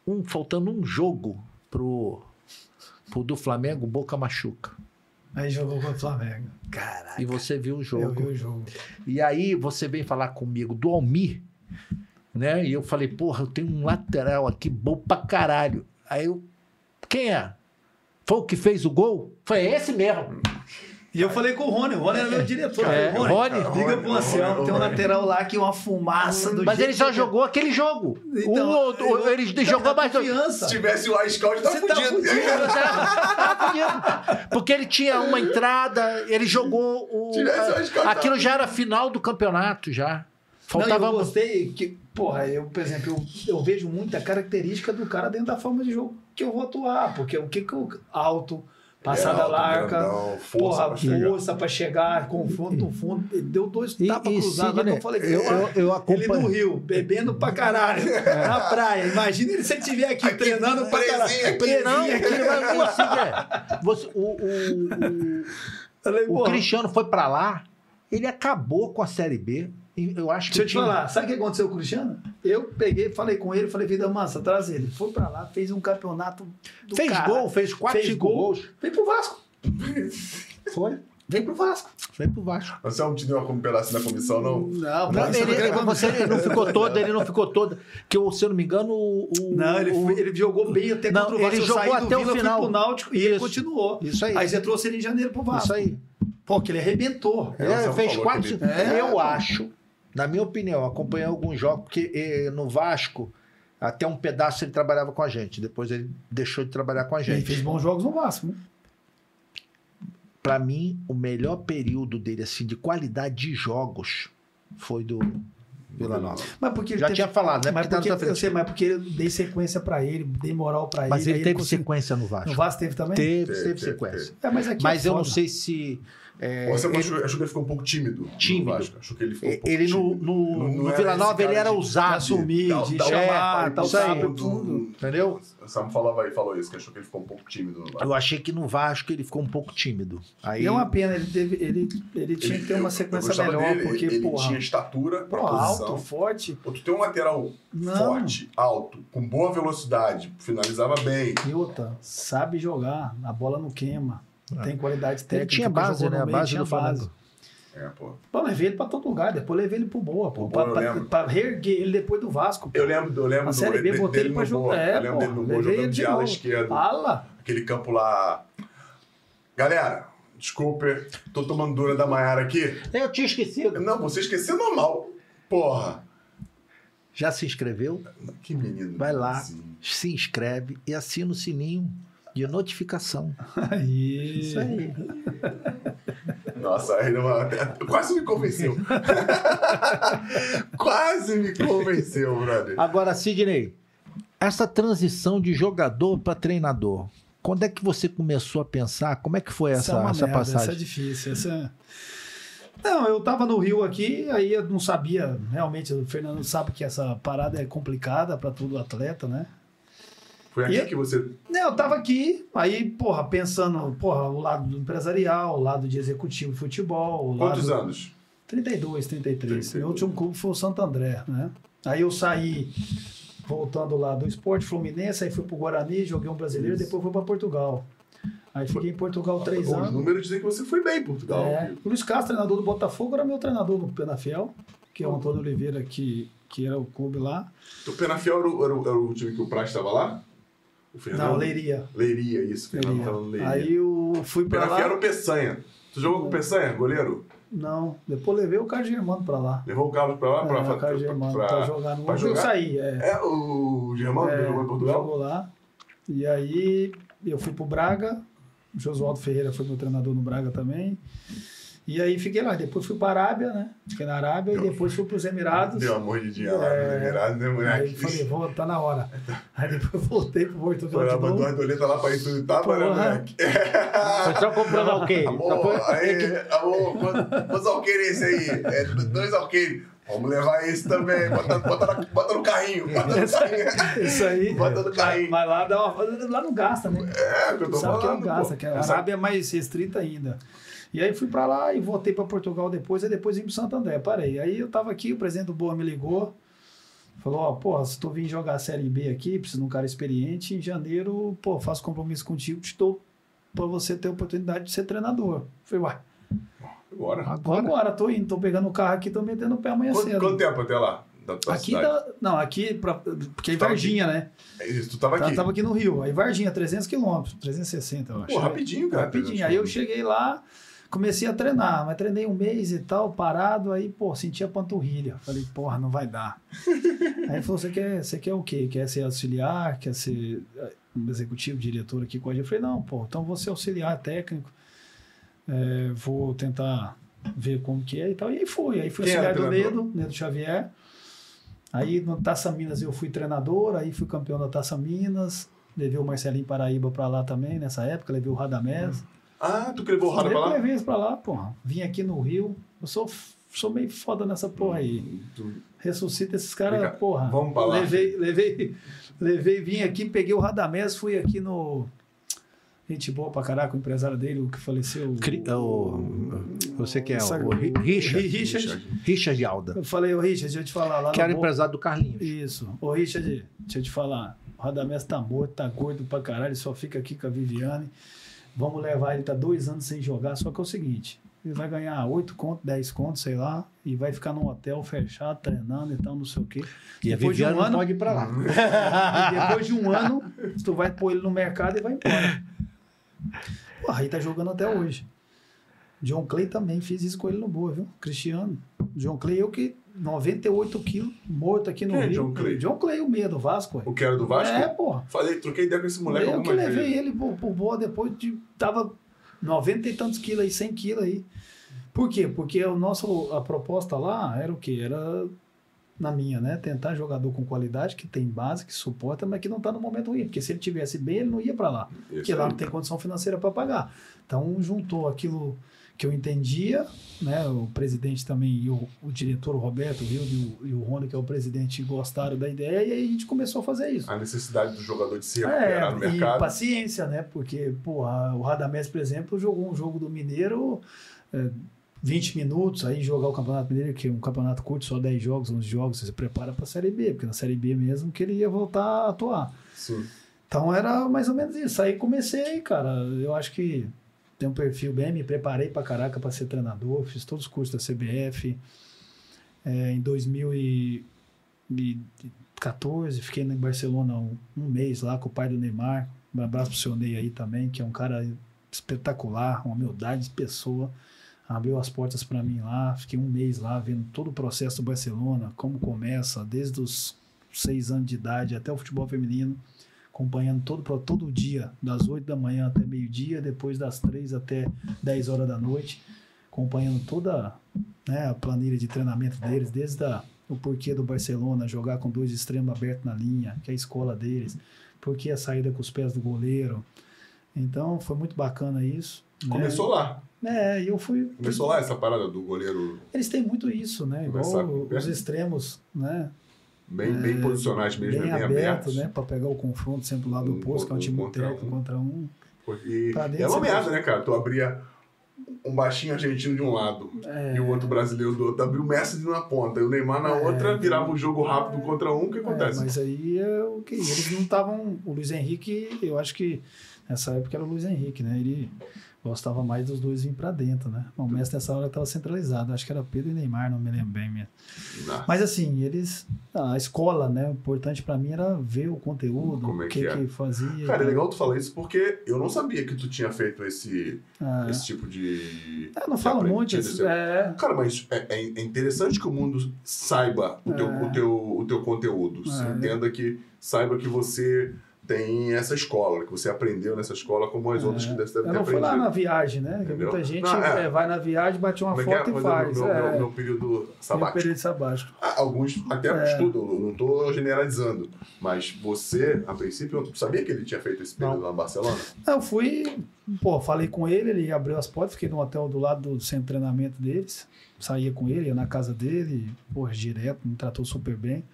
Speaker 4: um faltando um jogo pro, pro do Flamengo, o Boca machuca.
Speaker 5: Aí jogou contra o Flamengo.
Speaker 4: E você viu o
Speaker 5: Eu vi
Speaker 4: jogo.
Speaker 5: o jogo.
Speaker 4: E aí você vem falar comigo do Almir, né? E eu falei, porra, eu tenho um lateral aqui bom pra caralho. Aí eu, quem é? Foi o que fez o gol? Foi esse mesmo.
Speaker 5: E eu falei com o Rony, o Rony era meu diretor.
Speaker 4: É,
Speaker 5: Falei, Rony,
Speaker 4: Rony.
Speaker 5: liga pro
Speaker 2: Rony,
Speaker 5: Anselmo,
Speaker 2: Rony,
Speaker 5: tem um
Speaker 2: Rony.
Speaker 5: lateral lá que é uma fumaça do
Speaker 4: Mas
Speaker 5: jeito
Speaker 4: ele só
Speaker 5: que- é.
Speaker 4: jogou aquele jogo.
Speaker 5: Então,
Speaker 4: um, ou- ou-
Speaker 5: eu-
Speaker 4: ele
Speaker 5: Então,
Speaker 4: jogou
Speaker 5: dá
Speaker 4: mais dois.
Speaker 5: confiança.
Speaker 2: Se tivesse o iScout, tá
Speaker 5: Você tá
Speaker 2: fudido.
Speaker 5: fudido.
Speaker 4: Porque ele tinha uma entrada, ele jogou o.
Speaker 2: Tivesse o iScout, tá
Speaker 4: Aquilo já era final do campeonato, já.
Speaker 5: Não,
Speaker 4: Faltava. um.
Speaker 5: eu gostei que, porra, eu, por exemplo, eu, eu vejo muita característica do cara dentro da forma de jogo que eu vou atuar, porque o que que eu alto, passada
Speaker 2: É alto,
Speaker 5: larga,
Speaker 2: grandão, força
Speaker 5: porra,
Speaker 2: pra chegar.
Speaker 5: força pra chegar, confronto no fundo, ele deu dois
Speaker 4: E-
Speaker 5: tapas
Speaker 4: e
Speaker 5: cruzados, lá que
Speaker 4: Sidney,
Speaker 5: eu falei,
Speaker 4: eu-
Speaker 5: porra,
Speaker 4: eu- eu
Speaker 5: ele
Speaker 4: acompanho-
Speaker 5: no Rio, bebendo pra caralho,
Speaker 4: É.
Speaker 5: na praia, imagina ele se ele estiver aqui,
Speaker 2: Aqui,
Speaker 5: treinando pra
Speaker 2: presinho
Speaker 5: caralho,
Speaker 2: aqui,
Speaker 5: presinho
Speaker 4: Não,
Speaker 5: aqui, né?"
Speaker 4: aquilo vai conseguir. Você- o- o- o,
Speaker 5: Eu falei,
Speaker 4: O
Speaker 5: porra,
Speaker 4: Cristiano foi pra lá, ele acabou com a Série B. E Eu acho que um-
Speaker 5: Deixa eu te
Speaker 4: o time-
Speaker 5: falar, sabe o que aconteceu com o Cristiano? Eu peguei, falei com ele, falei, vida massa, traz ele. Foi pra lá, fez um campeonato do
Speaker 4: fez
Speaker 5: cara.
Speaker 4: gol, fez quatro,
Speaker 5: Fez
Speaker 4: cinco
Speaker 5: gol.
Speaker 4: gols.
Speaker 5: Vem pro Vasco.
Speaker 4: Foi,
Speaker 5: Vem pro Vasco.
Speaker 4: foi pro Vasco.
Speaker 2: Você não te deu uma um pedaço na comissão, não?
Speaker 4: Não,
Speaker 5: Não, mas-
Speaker 4: ele, você- ele não ficou todo, ele não ficou todo. Que eu, se eu não me engano, o. o-
Speaker 5: Não, ele,
Speaker 4: o-
Speaker 5: foi- ele jogou bem até
Speaker 4: Não,
Speaker 5: contra o Vasco.
Speaker 4: ele
Speaker 5: Eu
Speaker 4: jogou
Speaker 5: saí do
Speaker 4: até o
Speaker 5: Vila, fui
Speaker 4: final.
Speaker 5: pro Náutico e ele
Speaker 4: Isso.
Speaker 5: continuou.
Speaker 4: Isso aí.
Speaker 5: Aí você trouxe ele em janeiro pro Vasco.
Speaker 4: Isso aí.
Speaker 5: Pô, que ele arrebentou.
Speaker 2: É, você
Speaker 4: ele fez
Speaker 2: falou
Speaker 4: quatro.
Speaker 2: que
Speaker 4: cinco-
Speaker 2: ele-
Speaker 5: É.
Speaker 4: Eu acho, na minha opinião, acompanhei alguns jogos, porque eh, no Vasco, até um pedaço ele trabalhava com a gente. Depois ele deixou de trabalhar com a
Speaker 5: Ele
Speaker 4: gente.
Speaker 5: fez bons jogos no Vasco. né?
Speaker 4: Pra mim, o melhor período dele, assim, de qualidade de jogos, foi do Vila Nova.
Speaker 5: Mas porque ele
Speaker 4: Já
Speaker 5: teve-
Speaker 4: tinha falado, né?
Speaker 5: Mas
Speaker 4: Porque tá na
Speaker 5: porque,
Speaker 4: tua frente.
Speaker 5: eu sei, mas porque eu dei sequência pra ele, dei moral pra
Speaker 4: Mas ele,
Speaker 5: ele. aí
Speaker 4: teve
Speaker 5: conseguiu-
Speaker 4: sequência no Vasco.
Speaker 5: No Vasco teve também?
Speaker 4: Teve, teve,
Speaker 2: Teve, teve,
Speaker 4: sequência.
Speaker 5: É, mas aqui
Speaker 4: Mas
Speaker 5: é
Speaker 4: eu não
Speaker 5: foda.
Speaker 4: sei se. é,
Speaker 2: Você
Speaker 4: ele,
Speaker 2: achou, achou que ele ficou um pouco tímido? no
Speaker 4: Tímido.
Speaker 2: Vasco? Achou que ele
Speaker 5: É,
Speaker 2: ficou um pouco
Speaker 4: ele no,
Speaker 2: tímido.
Speaker 4: no,
Speaker 2: Não- não
Speaker 4: no
Speaker 2: era
Speaker 4: Vila
Speaker 2: esse
Speaker 4: Nova ele
Speaker 2: cara
Speaker 4: era
Speaker 2: de-
Speaker 5: De
Speaker 4: ousado.
Speaker 5: assumir,
Speaker 2: Dá-
Speaker 5: de
Speaker 2: dá-
Speaker 5: chamar,
Speaker 4: é,
Speaker 5: tal,
Speaker 4: isso aí.
Speaker 5: sabe,
Speaker 2: do-
Speaker 5: tudo.
Speaker 4: Entendeu?
Speaker 2: O Sam falava e falou isso, que achou que ele ficou um pouco tímido no Vasco.
Speaker 4: Eu achei que no Vasco ele ficou um pouco tímido. Aí
Speaker 5: E é uma pena, ele, teve, ele, ele tinha que ter uma
Speaker 2: eu- eu
Speaker 5: sequência
Speaker 2: gostava
Speaker 5: melhor,
Speaker 2: dele,
Speaker 5: porque,
Speaker 2: ele
Speaker 5: porra,
Speaker 2: tinha estatura pra
Speaker 5: pô,
Speaker 2: posição.
Speaker 5: alto, forte.
Speaker 2: Pô, tu tem um lateral
Speaker 5: Não.
Speaker 2: forte, alto, com boa velocidade, finalizava bem.
Speaker 5: E outra, sabe jogar, a bola não queima, tem qualidade técnica.
Speaker 4: É. ele tinha
Speaker 5: porque
Speaker 4: base,
Speaker 5: jogou no
Speaker 4: né? A
Speaker 5: meio,
Speaker 4: base
Speaker 5: tinha
Speaker 4: do Flamengo.
Speaker 2: É, pô.
Speaker 5: Pô, levei ele pra todo lugar, depois levei ele pro Boa, pô,
Speaker 2: Pro
Speaker 5: pra,
Speaker 2: Boa, eu
Speaker 5: pra-
Speaker 2: lembro.
Speaker 5: pra reerguer ele depois do Vasco. pô.
Speaker 2: Eu lembro, eu lembro
Speaker 5: A Série B,
Speaker 2: de-
Speaker 5: botei
Speaker 2: dele
Speaker 5: ele pra
Speaker 2: no gol.
Speaker 5: jogar, é,
Speaker 2: Eu lembro
Speaker 5: pô,
Speaker 2: dele no gol,
Speaker 5: levei ele
Speaker 2: jogando
Speaker 5: de
Speaker 2: de ala
Speaker 5: novo. tá?
Speaker 2: esquerda.
Speaker 5: Ala!
Speaker 2: Aquele campo lá. Galera, desculpa, tô tomando dura da Maiara aqui.
Speaker 4: Eu tinha esquecido.
Speaker 2: Não, você esqueceu normal. Porra.
Speaker 4: Já se inscreveu?
Speaker 2: Que menino.
Speaker 4: Vai lá,
Speaker 2: assim.
Speaker 4: se inscreve e assina o sininho de notificação.
Speaker 5: Aí.
Speaker 4: Isso aí.
Speaker 2: Nossa, ele é uma... quase me convenceu. quase me convenceu, brother.
Speaker 4: Agora, Sidney, essa transição de jogador para treinador, quando é que você começou a pensar? Como é que foi essa,
Speaker 5: é uma
Speaker 4: essa
Speaker 5: merda, Essa é
Speaker 4: passagem?
Speaker 5: difícil. Essa... é- Não, eu tava no Rio aqui, aí eu não sabia, realmente, o Fernando sabe que essa parada é complicada pra todo atleta, né?
Speaker 2: Foi aqui
Speaker 5: E-
Speaker 2: que você.
Speaker 5: Não, eu tava aqui, aí, porra, pensando, porra, o lado do empresarial, o lado de executivo de futebol, o
Speaker 2: Quantos
Speaker 5: lado...
Speaker 2: anos?
Speaker 5: 32, 33.
Speaker 2: 32.
Speaker 5: Meu último clube foi o Santo André, né? Aí eu saí voltando lá do esporte fluminense, aí fui pro Guarani, joguei um brasileiro, depois fui pra Portugal. Aí fiquei em Portugal três
Speaker 2: Os
Speaker 5: anos.
Speaker 2: números dizem que você foi bem em Portugal.
Speaker 5: É, o Luiz Castro, treinador do Botafogo, era meu treinador no Penafiel, que é o Antônio Oliveira, que, que era o clube lá.
Speaker 2: O Penafiel era, o- era o- era o time que o Praz estava lá? O Fernando?
Speaker 5: Não, Leiria.
Speaker 2: Leiria, isso. O Fernando
Speaker 5: Leiria.
Speaker 2: estava no Leiria.
Speaker 5: Aí eu fui
Speaker 2: o
Speaker 5: pra
Speaker 2: Penafiel era
Speaker 5: lá.
Speaker 2: o Peçanha. Tu jogou com o Peçanha, goleiro?
Speaker 5: Não, depois levei o Carlos Germano pra lá.
Speaker 2: Levou o Carlos pra lá?
Speaker 5: É,
Speaker 2: Ah, pra,
Speaker 5: o Carlos Germano tá
Speaker 2: pra-
Speaker 5: pra, jogar no
Speaker 2: pra
Speaker 5: Eu
Speaker 2: jogar?
Speaker 5: saí, é.
Speaker 2: É o Germano que
Speaker 5: É,
Speaker 2: jogou em Portugal?
Speaker 5: jogou lá. E aí eu fui pro Braga. O Josualdo Ferreira foi meu treinador no Braga também. E aí fiquei lá. Depois fui pra Arábia, né? Fiquei na Arábia e depois fui pros Emirados.
Speaker 2: Deu amor de dinheiro lá
Speaker 5: É.
Speaker 2: no Emirado, né,
Speaker 5: Aí
Speaker 2: moleque?
Speaker 5: falei, vou, tá na hora. Aí depois voltei pro Portugal
Speaker 2: Foi lá,
Speaker 5: de
Speaker 2: mandou a
Speaker 5: novo.
Speaker 2: doleta lá pra Ituiutaba, né,
Speaker 5: Porra.
Speaker 2: moleque?
Speaker 6: Foi só comprovar o quê? Só
Speaker 2: Amor,
Speaker 6: foi-
Speaker 2: aí, amor, quantos, quantos alqueires é esse aí? É, dois alqueires. Vamos levar esse também. Bota, bota, na- bota no carrinho. Bota no carrinho.
Speaker 5: Isso aí.
Speaker 2: Bota no
Speaker 5: Mas,
Speaker 2: carrinho.
Speaker 5: mas lá, dá uma, lá não gasta, né?
Speaker 2: É o que eu tô
Speaker 5: Sabe que
Speaker 2: falando.
Speaker 5: não gasta,
Speaker 2: pô.
Speaker 5: que a
Speaker 2: Essa-
Speaker 5: Arábia é mais restrita ainda. E aí fui pra lá e voltei pra Portugal depois, e depois vim pro Santander, parei. Aí eu tava aqui, o presidente do Boa me ligou, falou, ó, porra, se tu vir jogar a Série B aqui, preciso de um cara experiente, em janeiro, pô, faço compromisso contigo, te dou pra você ter a oportunidade de ser treinador. Falei, uai, é
Speaker 2: Agora.
Speaker 5: agora, tô indo, tô pegando o carro aqui, tô metendo o pé amanhã
Speaker 2: Quanto,
Speaker 5: cedo.
Speaker 2: quanto tempo até lá? Da tua
Speaker 5: Aqui
Speaker 2: cidade?
Speaker 5: dá, não, aqui, pra, porque é em
Speaker 2: Tava aqui.
Speaker 5: Varginha, né?
Speaker 2: É isso, tu tava
Speaker 5: Tá-
Speaker 2: aqui.
Speaker 5: Tava aqui no Rio, aí Varginha, 300 quilômetros, 360, eu acho.
Speaker 2: Pô,
Speaker 5: É.
Speaker 2: rapidinho, cara.
Speaker 5: rapidinho. Aí eu cheguei lá, comecei a treinar, mas treinei um mês e tal, parado, aí, pô, senti a panturrilha. Falei, porra, não vai dar. aí ele falou: você quer, você quer o quê? Quer ser auxiliar? Quer ser eh, um executivo, diretor aqui com a gente? Eu falei, não, pô, então vou ser auxiliar técnico. eh, vou tentar ver como que é e tal. E aí foi. Aí fui
Speaker 2: Quem era
Speaker 5: auxiliar do
Speaker 2: treinador?
Speaker 5: Nedo, Nedo Xavier. Aí no Taça Minas eu fui treinador, aí fui campeão da Taça Minas. Levei o Marcelinho Paraíba pra lá também, nessa época. Levei o Radamés.
Speaker 2: Ah, tu que levou o Rada pra lá?
Speaker 5: Levei eles pra lá, porra. Vim aqui no Rio. Eu sou, sou meio foda nessa porra aí.
Speaker 2: Tu-
Speaker 5: Ressuscita esses
Speaker 2: Vem
Speaker 5: caras,
Speaker 2: cá,
Speaker 5: porra.
Speaker 2: vamos pra lá.
Speaker 5: Levei, levei, levei, vim aqui, peguei o Radamés, fui aqui no. Gente boa pra caraca, o empresário dele, o que faleceu. o-
Speaker 4: Cri- é o- você que é
Speaker 5: Sabe,
Speaker 4: o Ri- Richard,
Speaker 5: Richard. Tá
Speaker 4: Richard de Alda,
Speaker 5: Eu falei, ô Richard, deixa eu te falar lá.
Speaker 4: que
Speaker 5: na
Speaker 4: era
Speaker 5: boa-
Speaker 4: empresário do Carlinhos.
Speaker 5: Isso. Ô Richard, deixa eu te falar. O Radamés tá morto, tá gordo pra caralho, só fica aqui com a Viviane. Vamos levar ele, tá dois anos sem jogar, só que é o seguinte, ele vai ganhar 8 conto, 10 conto, sei lá, e vai ficar num hotel fechado, treinando e tal, não sei o quê.
Speaker 4: E a
Speaker 5: Depois de
Speaker 4: Viviane
Speaker 5: um ano-
Speaker 4: não pode ir pra lá.
Speaker 5: E depois de um ano, tu vai pôr ele no mercado e vai embora. Porra, aí tá jogando até hoje. John Clay também fiz isso com ele no Boa, viu? Cristiano. John Clay, eu que 98 quilos, morto aqui no
Speaker 2: Quem é
Speaker 5: Rio.
Speaker 2: John Clay?
Speaker 5: John Clay, o meia do Vasco. ué.
Speaker 2: O que era do Vasco?
Speaker 5: É, porra.
Speaker 2: Falei, troquei ideia com esse moleque
Speaker 5: eu que
Speaker 2: algumas
Speaker 5: levei
Speaker 2: vezes.
Speaker 5: ele pro, pro Boa depois de. Tava 90 e tantos quilos aí, 100 quilos aí. Por quê? Porque o nosso, a proposta lá era o quê? Era, na minha, né? Tentar jogador com qualidade, que tem base, que suporta, mas que não tá no momento ruim. Porque se ele tivesse bem, ele não ia pra lá.
Speaker 2: Isso
Speaker 5: Porque lá
Speaker 2: aí.
Speaker 5: não tem condição financeira para pagar. Então juntou aquilo que eu entendia, né? O presidente também e o, o diretor o Roberto o Hilde, e o, e o Rony, que é o presidente, gostaram da ideia e aí a gente começou a fazer isso.
Speaker 2: A necessidade do jogador de se recuperar no
Speaker 5: É, e
Speaker 2: mercado.
Speaker 5: paciência, né? Porque, porra, o Radamés, por exemplo, jogou um jogo do Mineiro é, 20 minutos, aí jogar o Campeonato Mineiro, que é um campeonato curto, só 10 jogos, 11 jogos, você se prepara pra Série B, porque na Série B mesmo que ele ia voltar a atuar.
Speaker 2: Sim.
Speaker 5: Então era mais ou menos isso. Aí comecei, cara. Eu acho que tem um perfil bem, me preparei pra caraca pra ser treinador, fiz todos os cursos da CBF. É, em 2014, fiquei em Barcelona um, um mês lá com o pai do Neymar. Um abraço pro seu Ney aí também, que é um cara espetacular, uma humildade de pessoa. Abriu as portas pra mim lá, fiquei um mês lá vendo todo o processo do Barcelona, como começa, desde os seis anos de idade até o futebol feminino acompanhando todo, pro- todo dia, das 8 da manhã até meio-dia, depois das 3 até 10 horas da noite, acompanhando toda né, a planilha de treinamento deles, desde a, o porquê do Barcelona jogar com dois extremos abertos na linha, que é a escola deles, porquê a saída com os pés do goleiro. Então foi muito bacana isso. né?
Speaker 2: Começou lá.
Speaker 5: É, e eu fui.
Speaker 2: Começou lá essa parada do goleiro
Speaker 5: Eles têm muito isso, né? Igual
Speaker 2: Começar com o pé.
Speaker 5: os extremos, né?
Speaker 2: bem, bem posicionados mesmo, bem,
Speaker 5: Bem aberto,
Speaker 2: abertos.
Speaker 5: né? Pra pegar o confronto sempre lá do
Speaker 2: Um
Speaker 5: posto, que é um
Speaker 2: contra-
Speaker 5: time
Speaker 2: um contra
Speaker 5: técnico
Speaker 2: um.
Speaker 5: contra um.
Speaker 2: E
Speaker 5: Pra dentro
Speaker 2: é
Speaker 5: você
Speaker 2: uma ameaça,
Speaker 5: pode-
Speaker 2: né, cara? Tu abria um baixinho argentino de um lado e o outro brasileiro do outro. Abriu o Messi de uma ponta e o Neymar na
Speaker 5: É,
Speaker 2: outra,
Speaker 5: então-
Speaker 2: virava o jogo rápido contra um, o que
Speaker 5: É,
Speaker 2: acontece?
Speaker 5: mas aí é o que eles não estavam. O Luiz Henrique, eu acho que nessa época era o Luiz Henrique, né? Ele gostava mais dos dois vir pra dentro, né? Bom, o Messi nessa hora estava centralizado, acho que era Pedro e Neymar, não me lembro bem mesmo.
Speaker 2: Ah,
Speaker 5: Mas assim, eles a escola, né? O importante pra mim era ver o conteúdo,
Speaker 2: Como é
Speaker 5: o que
Speaker 2: que
Speaker 5: que,
Speaker 2: é.
Speaker 5: fazia. né?
Speaker 2: Cara, é legal tu falar isso porque eu não sabia que tu tinha feito esse,
Speaker 5: Ah,
Speaker 2: esse tipo de.
Speaker 5: eu não
Speaker 2: de
Speaker 5: falo muito,
Speaker 2: aprendiz,
Speaker 5: isso-
Speaker 2: assim.
Speaker 5: é,
Speaker 2: Cara, mas é, é- é interessante que o mundo saiba o teu,
Speaker 5: É.
Speaker 2: o teu, o teu conteúdo. Se
Speaker 5: É.
Speaker 2: entenda que saiba que você tem essa escola, que você aprendeu nessa escola, como as outras que deve deve
Speaker 5: É. eu
Speaker 2: ter
Speaker 5: não fui lá
Speaker 2: aprendido.
Speaker 5: na viagem, né? Porque
Speaker 2: Entendeu?
Speaker 5: muita gente
Speaker 2: Não, é.
Speaker 5: é, vai na viagem, bate uma
Speaker 2: Como é que é a
Speaker 5: foto e
Speaker 2: coisa
Speaker 5: faz.
Speaker 2: do meu, meu,
Speaker 5: é,
Speaker 2: meu período
Speaker 5: tem um
Speaker 2: sabático?
Speaker 5: período É. sabático.
Speaker 2: Ah, Alguns até estudam, eu não tô generalizando. Mas você, a princípio, eu sabia que ele tinha feito esse período lá na Barcelona?
Speaker 5: Eu fui, pô, falei com ele, ele abriu as portas, fiquei no hotel do lado do centro de treinamento deles, saía com ele, ia na casa dele, pô, direto, me tratou super bem.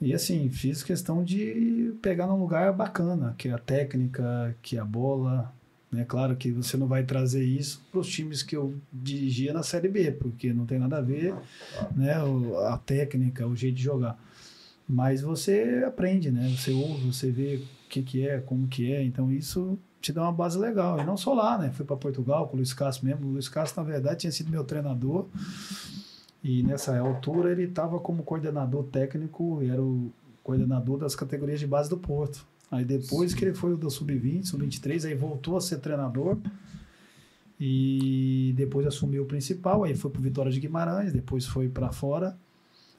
Speaker 5: E assim, fiz questão de pegar num lugar bacana, que é a técnica, que é a bola. Né? Claro que você não vai trazer isso para os times que eu dirigia na Série B, porque não tem nada a ver né? o- a técnica, o jeito de jogar. Mas você aprende, né? Você ouve, você vê o que, que é, como que é. Então isso te dá uma base legal. E não só lá, né? Fui para Portugal com o Luiz Castro mesmo. O Luiz Castro, na verdade, tinha sido meu treinador. E nessa altura ele estava como coordenador técnico e era o coordenador das categorias de base do Porto. Aí depois que ele foi o do Sub-20, Sub-23, aí voltou a ser treinador. E depois assumiu o principal, aí foi pro Vitória de Guimarães, depois foi para fora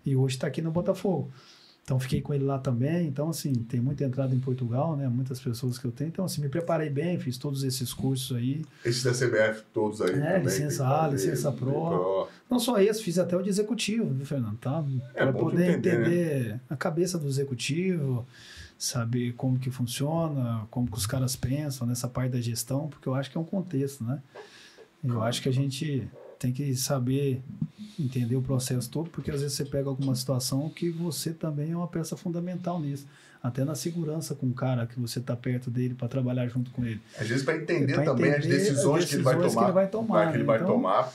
Speaker 5: e hoje está aqui no Botafogo. Então fiquei com ele lá também. Então, assim, tem muita entrada em Portugal, né? Muitas pessoas que eu tenho. Então, assim, me preparei bem, fiz todos esses cursos aí.
Speaker 2: Esses da CBF todos aí.
Speaker 5: É,
Speaker 2: também,
Speaker 5: licença
Speaker 2: tem que
Speaker 5: A,
Speaker 2: fazer,
Speaker 5: licença
Speaker 2: tem
Speaker 5: Pro.
Speaker 2: pro.
Speaker 5: Não só esse, fiz até o de executivo, viu, Fernando? Tá?
Speaker 2: É
Speaker 5: Para
Speaker 2: bom tu
Speaker 5: poder
Speaker 2: entender, né?
Speaker 5: entender, a cabeça do executivo, saber como que funciona, como que os caras pensam nessa parte da gestão, porque eu acho que é um contexto, né? Eu acho que a gente tem que saber entender o processo todo, porque às vezes você pega alguma situação que você também é uma peça fundamental nisso. Até na segurança com o cara que você está perto dele para trabalhar junto com ele.
Speaker 2: Às vezes para entender
Speaker 5: Pra
Speaker 2: também as
Speaker 5: entender as
Speaker 2: decisões, que ele vai
Speaker 5: decisões que
Speaker 2: tomar.
Speaker 5: ele vai tomar,
Speaker 2: vai- que ele
Speaker 5: né?
Speaker 2: vai
Speaker 5: Então,
Speaker 2: tomar.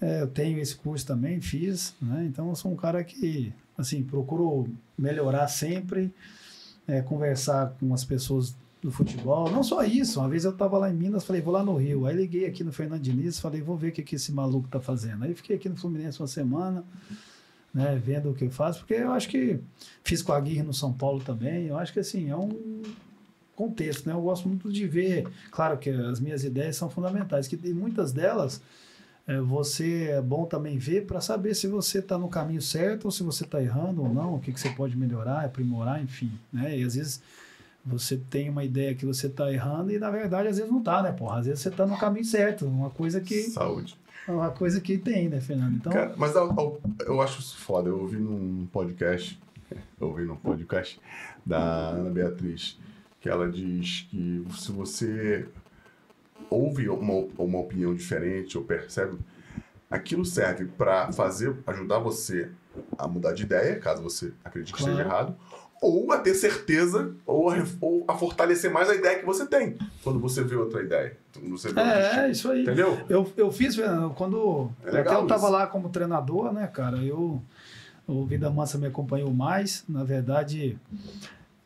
Speaker 5: É, eu tenho esse curso também, fiz, né? Então eu sou um cara que, assim, procuro melhorar sempre, é, conversar com as pessoas do futebol. Não só isso, uma vez eu tava lá em Minas, falei, vou lá no Rio. Aí liguei aqui no Fernando Diniz, falei, vou ver o que, que esse maluco tá fazendo. Aí fiquei aqui no Fluminense uma semana, né, vendo o que eu faço, porque eu acho que fiz com a Aguirre no São Paulo também. Eu acho que, assim, é um contexto, né? Eu gosto muito de ver, claro que as minhas ideias são fundamentais, que e muitas delas é, você é bom também ver para saber se você está no caminho certo ou se você está errando ou não, o que, que você pode melhorar, aprimorar, enfim. Né? E às vezes você tem uma ideia que você está errando e na verdade às vezes não tá, né, porra? Às vezes você está no caminho certo, uma coisa que
Speaker 2: Saúde.
Speaker 5: uma coisa que tem, né, Fernando? Então,
Speaker 2: Cara, mas eu, eu- eu acho isso foda. Eu ouvi num podcast, eu ouvi num podcast da Ana Beatriz, que ela diz que se você ouve uma, uma opinião diferente ou percebe, aquilo serve para fazer, ajudar você a mudar de ideia, caso você acredite que
Speaker 5: Claro.
Speaker 2: esteja errado, ou a ter certeza, ou a, ou a fortalecer mais a ideia que você tem, quando você vê outra ideia. Quando você vê outro estilo.
Speaker 5: é, é isso aí.
Speaker 2: Entendeu?
Speaker 5: Eu, eu fiz, Fernando, quando
Speaker 2: É legal
Speaker 5: até eu tava
Speaker 2: isso.
Speaker 5: lá como treinador, né, cara? Eu, o Vida Mansa me acompanhou mais. Na verdade,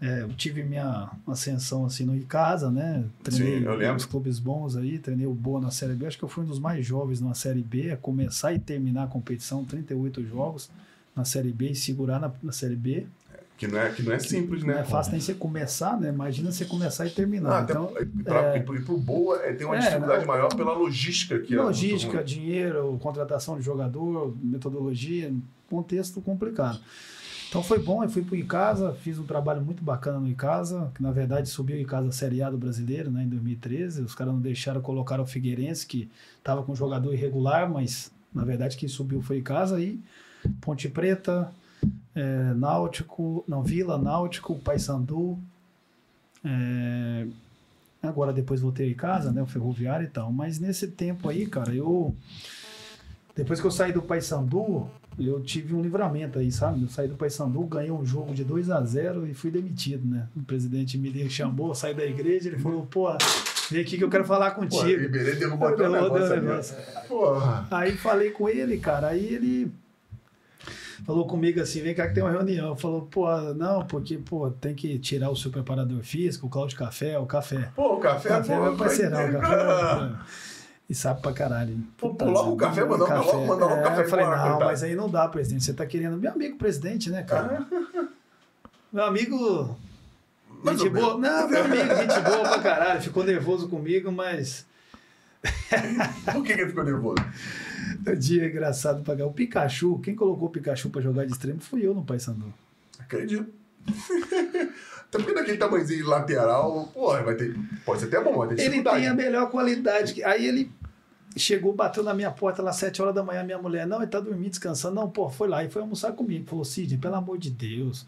Speaker 5: é, eu tive minha ascensão assim no Icasa, né? Treinei
Speaker 2: Sim, eu lembro.
Speaker 5: os clubes bons aí, treinei o Boa na Série B. Acho que eu fui um dos mais jovens na Série B, a começar e terminar a competição, 38 jogos na Série B e segurar na, na Série B.
Speaker 2: Que não é, que não é simples, né?
Speaker 5: Não é fácil nem você começar, né? Imagina você começar e terminar.
Speaker 2: Ah, até
Speaker 5: então,
Speaker 2: e pra, e pro- e pro Boa é, tem uma
Speaker 5: É,
Speaker 2: dificuldade
Speaker 5: não.
Speaker 2: maior pela logística que é muito
Speaker 5: Logística,
Speaker 2: ruim.
Speaker 5: dinheiro, contratação de jogador, metodologia, contexto complicado. Então foi bom, eu fui pro Icasa, fiz um trabalho muito bacana no Icasa, que na verdade subiu o Icasa Série A do brasileiro, né, em 2013. Os caras não deixaram colocar o Figueirense, que tava com um jogador irregular, mas na verdade quem subiu foi o Icasa e Ponte Preta, eh, Náutico, não, Vila, Náutico, Paysandu, eh, agora depois voltei em casa, né, o ferroviário e tal, mas nesse tempo aí, cara, eu depois que eu saí do Paysandu, eu tive um livramento aí, sabe? Eu saí do Paysandu, ganhei um jogo de 2 a 0 e fui demitido, né? O presidente me chamou, eu saí da igreja, ele falou, pô, Vem aqui que eu quero falar
Speaker 2: Pô,
Speaker 5: contigo.
Speaker 2: Iberê derrubou até o
Speaker 5: Derrubou
Speaker 2: negócio
Speaker 5: até o
Speaker 2: ali.
Speaker 5: negócio.
Speaker 2: Porra.
Speaker 5: Aí falei com ele, cara. Aí ele falou comigo assim: vem cá que tem uma reunião. Falou, pô, não, porque, pô, tem que tirar o seu preparador físico, o Cláudio Café, o café.
Speaker 2: Pô, o café,
Speaker 5: café é
Speaker 2: pô,
Speaker 5: meu parceirão,
Speaker 2: vai-
Speaker 5: o café. é meu- E sabe pra caralho. hein?
Speaker 2: Pô,
Speaker 5: Puta
Speaker 2: pô, logo o
Speaker 5: merda, É,
Speaker 2: café, um mandar logo- mandar logo o café
Speaker 5: Eu falei,
Speaker 2: embora,
Speaker 5: não,
Speaker 2: coitado."
Speaker 5: mas aí não dá, presidente. Você tá querendo. Meu amigo presidente, né, cara? Meu amigo.
Speaker 2: É. Mais
Speaker 5: gente
Speaker 2: ou menos.
Speaker 5: boa. Não, meu amigo, gente boa pra caralho. Ficou nervoso comigo, mas.
Speaker 2: Por que que ele ficou nervoso?
Speaker 5: Dia é engraçado pra cá. O Pikachu, quem colocou o Pikachu pra jogar de extremo fui eu no Paysandu.
Speaker 2: Acredito. Até porque daquele tamanhozinho lateral, porra, vai ter. Pode ser até bom, mas tem
Speaker 5: Ele
Speaker 2: dificuldade. né?
Speaker 5: tem a melhor qualidade. que- Aí ele chegou, bateu na minha porta lá às 7 horas da manhã, minha mulher, não, ele tá dormindo, descansando. Não, pô, foi lá e foi almoçar comigo. Falou, Sidney, pelo amor de Deus.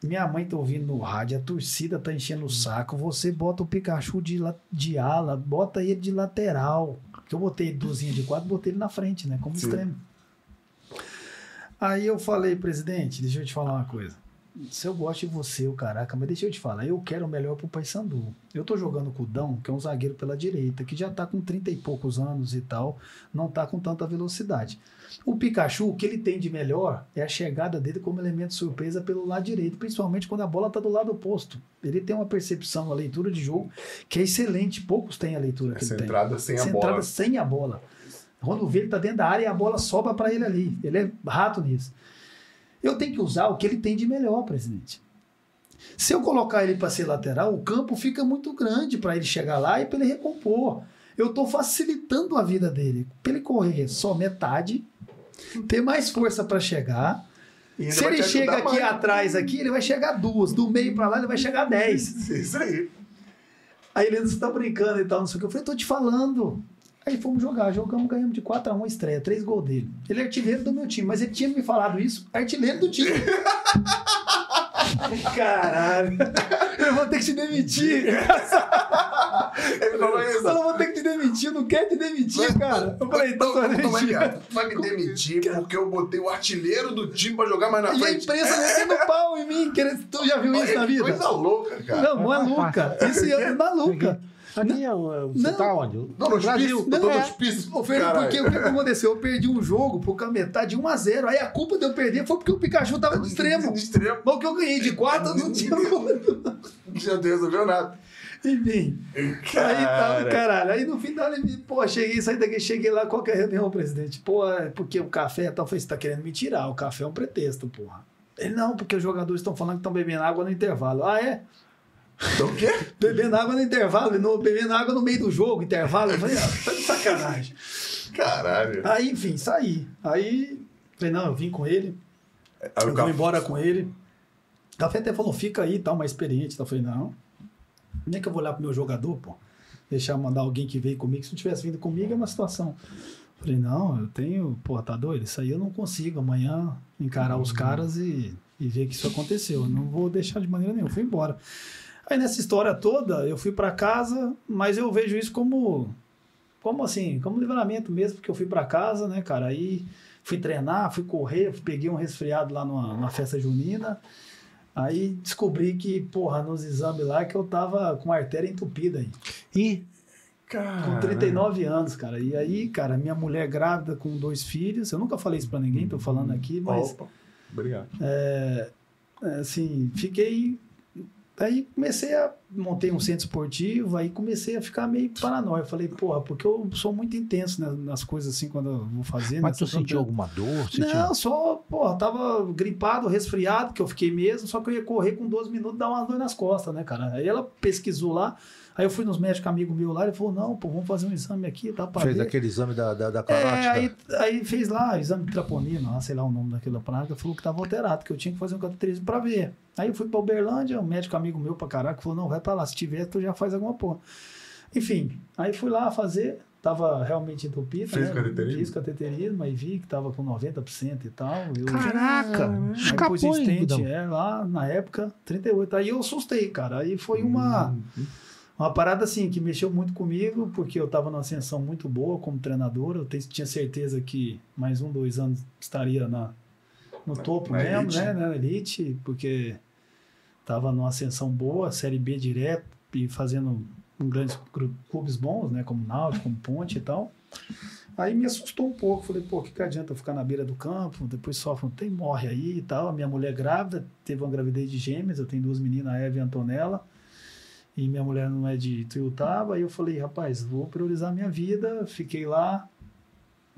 Speaker 5: Minha mãe tá ouvindo no rádio, a torcida tá enchendo o saco. Você bota o Pikachu de, la- de ala, bota ele de lateral. Que eu botei duzinha de quatro, botei ele na frente, né? Como
Speaker 2: Sim.
Speaker 5: extremo. Aí eu falei, presidente, deixa eu te falar uma coisa. Se eu gosto de você, o caraca, mas deixa eu te falar, eu quero o melhor pro Paysandu. Eu tô jogando com o Dão, que é um zagueiro pela direita, que já tá com 30 e poucos anos e tal, não tá com tanta velocidade. O Pikachu, o que ele tem de melhor é a chegada dele como elemento surpresa pelo lado direito, principalmente quando a bola tá do lado oposto. Ele tem uma percepção, uma leitura de jogo que é excelente, poucos têm a leitura que
Speaker 2: Essa
Speaker 5: ele tem
Speaker 2: entrada sem a
Speaker 5: essa
Speaker 2: bola.
Speaker 5: entrada sem a bola. Quando vê, ele tá dentro da área e a bola sobra para ele ali. Ele é rato nisso. Eu tenho que usar o que ele tem de melhor, presidente. Se eu colocar ele para ser lateral, o campo fica muito grande para ele chegar lá e para ele recompor. Eu tô facilitando a vida dele. Para ele correr só metade, ter mais força para chegar.
Speaker 2: E
Speaker 5: Se
Speaker 2: vai te
Speaker 5: ele
Speaker 2: ajudar
Speaker 5: chega aqui
Speaker 2: mais.
Speaker 5: atrás, aqui, ele vai chegar duas. Do meio para lá, ele vai chegar dez.
Speaker 2: Isso aí.
Speaker 5: Aí ele você tá brincando e tal, não sei o que. Eu falei, tô te falando. Aí fomos jogar, jogamos, ganhamos de 4x1 a estreia, três gols dele. Ele é artilheiro do meu time, mas ele tinha me falado isso, artilheiro do time. Caralho. Eu vou ter que te demitir.
Speaker 2: Ele falou
Speaker 5: Eu
Speaker 2: isso.
Speaker 5: não vou ter que te demitir, não quero te demitir, cara. Eu falei, então
Speaker 2: tu
Speaker 5: tô
Speaker 2: vai,
Speaker 5: demitido.
Speaker 2: me- tu vai me demitir porque eu botei o artilheiro do time pra jogar mais na
Speaker 5: é? E a
Speaker 2: frente.
Speaker 5: imprensa metendo pau em mim, querendo- tu já viu isso na
Speaker 2: Que
Speaker 5: vida?
Speaker 2: Coisa louca, cara.
Speaker 5: Não, maluca. Isso é maluca.
Speaker 6: Aqui é o- você
Speaker 5: Não.
Speaker 6: tá onde?
Speaker 2: Não, no hospício.
Speaker 5: Não,
Speaker 2: Eu tô no
Speaker 5: é.
Speaker 2: hospício.
Speaker 5: Ô, Fernando,
Speaker 2: Caralho.
Speaker 5: porque é um o que aconteceu? Eu perdi um jogo por cametar de 1x0. Aí um a culpa de eu perder foi porque o Pikachu tava no extremo.
Speaker 2: De extremo.
Speaker 5: Mas o que eu ganhei de 4 não tinha como.
Speaker 2: Já não resolveu nada.
Speaker 5: Enfim. Aí então, tava, caralho. Aí no final ele me, pô, cheguei, saí daqui, cheguei lá, qualquer reunião, presidente. Pô, é porque o café e tal. Eu falei, você tá querendo me tirar. O café é um pretexto, porra. Ele, não, porque os jogadores estão falando que estão bebendo água no intervalo. Ah, é?
Speaker 2: Então o quê?
Speaker 5: Bebendo água no intervalo, e não- bebendo água no meio do jogo, intervalo. Eu falei, ah, tá de sacanagem.
Speaker 2: Caralho.
Speaker 5: Aí, enfim, saí. Aí, falei, não, eu vim com ele,
Speaker 2: Aí
Speaker 5: eu
Speaker 2: o
Speaker 5: vou
Speaker 2: cara-
Speaker 5: embora com ele. O Café até falou, fica aí, tá, mais experiente. Tá? Eu falei, não, nem que eu vou olhar pro meu jogador, pô. Deixar mandar alguém que veio comigo. Se não tivesse vindo comigo, é uma situação. Eu Falei, não, eu tenho, pô, tá doido? Isso aí eu não consigo amanhã encarar os caras e, e ver que isso aconteceu. Eu Não vou deixar de maneira nenhuma. Eu Fui embora. Aí nessa história toda, eu fui pra casa, mas eu vejo isso como como assim, como livramento mesmo, porque eu fui pra casa, né, cara? Aí fui treinar, fui correr, peguei um resfriado lá numa, numa festa junina. Aí descobri que, porra, nos exames lá que eu tava com a artéria entupida aí.
Speaker 4: E
Speaker 5: Com 39 anos, cara. E aí, cara, minha mulher grávida com dois filhos. Eu nunca falei isso pra ninguém, tô
Speaker 4: Hum,
Speaker 5: falando aqui, mas
Speaker 2: Opa. Obrigado.
Speaker 5: assim, fiquei. Aí comecei a. Montei um centro esportivo, aí comecei a ficar meio paranoia. Falei, porra, porque eu sou muito intenso nas, nas coisas assim quando eu vou fazer.
Speaker 4: mas
Speaker 5: né?
Speaker 4: tu sentiu alguma dor? Sentiu...
Speaker 5: Não, só, porra, tava gripado, resfriado, que eu fiquei mesmo, só que eu ia correr com 12 minutos, dar umas dor nas costas, né, cara? Aí ela pesquisou lá, aí eu fui nos médicos amigo meu lá, ele falou, não, pô, vamos fazer um exame aqui, tá pra
Speaker 4: Fez
Speaker 5: ver.
Speaker 4: aquele exame da, da, da
Speaker 5: É,
Speaker 4: carótida?
Speaker 5: aí, aí fez lá exame de traponina, lá, sei lá o nome daquela praga, falou que tava alterado, que eu tinha que fazer um cateterismo pra ver. Aí eu fui pra Uberlândia, um médico amigo meu pra caraca falou, não, vai pra lá, se tiver, tu já faz alguma porra. Enfim, aí fui lá fazer, tava realmente entupido,
Speaker 2: Fez
Speaker 5: né?
Speaker 2: o cateterismo?
Speaker 5: Fiz cateterismo, aí vi que tava com 90% e tal. Eu,
Speaker 4: Caraca!
Speaker 5: Aí pus
Speaker 4: Escapou, hein,
Speaker 5: stent,
Speaker 4: Gudão?
Speaker 5: é, lá na época, 38. Aí eu assustei, cara. Aí foi
Speaker 2: Hum.
Speaker 5: uma, uma parada assim que mexeu muito comigo, porque eu estava numa ascensão muito boa como treinador. Eu te- tinha certeza que mais um, dois anos estaria na, no topo
Speaker 2: na
Speaker 5: mesmo,
Speaker 2: elite.
Speaker 5: né? Na elite, porque estava numa ascensão boa, Série B direto e fazendo em grandes cru- clubes bons, né? Como Náutico, como Ponte e tal. Aí me assustou um pouco. Falei, pô, o que, que adianta eu ficar na beira do campo? Depois sofre um tem, morre aí e tal. A minha mulher é grávida, teve uma gravidez de gêmeas. Eu tenho duas meninas, a Eva e a Antonella. E minha mulher não é de Tuiutaba. Aí eu falei, rapaz, vou priorizar minha vida. Fiquei lá,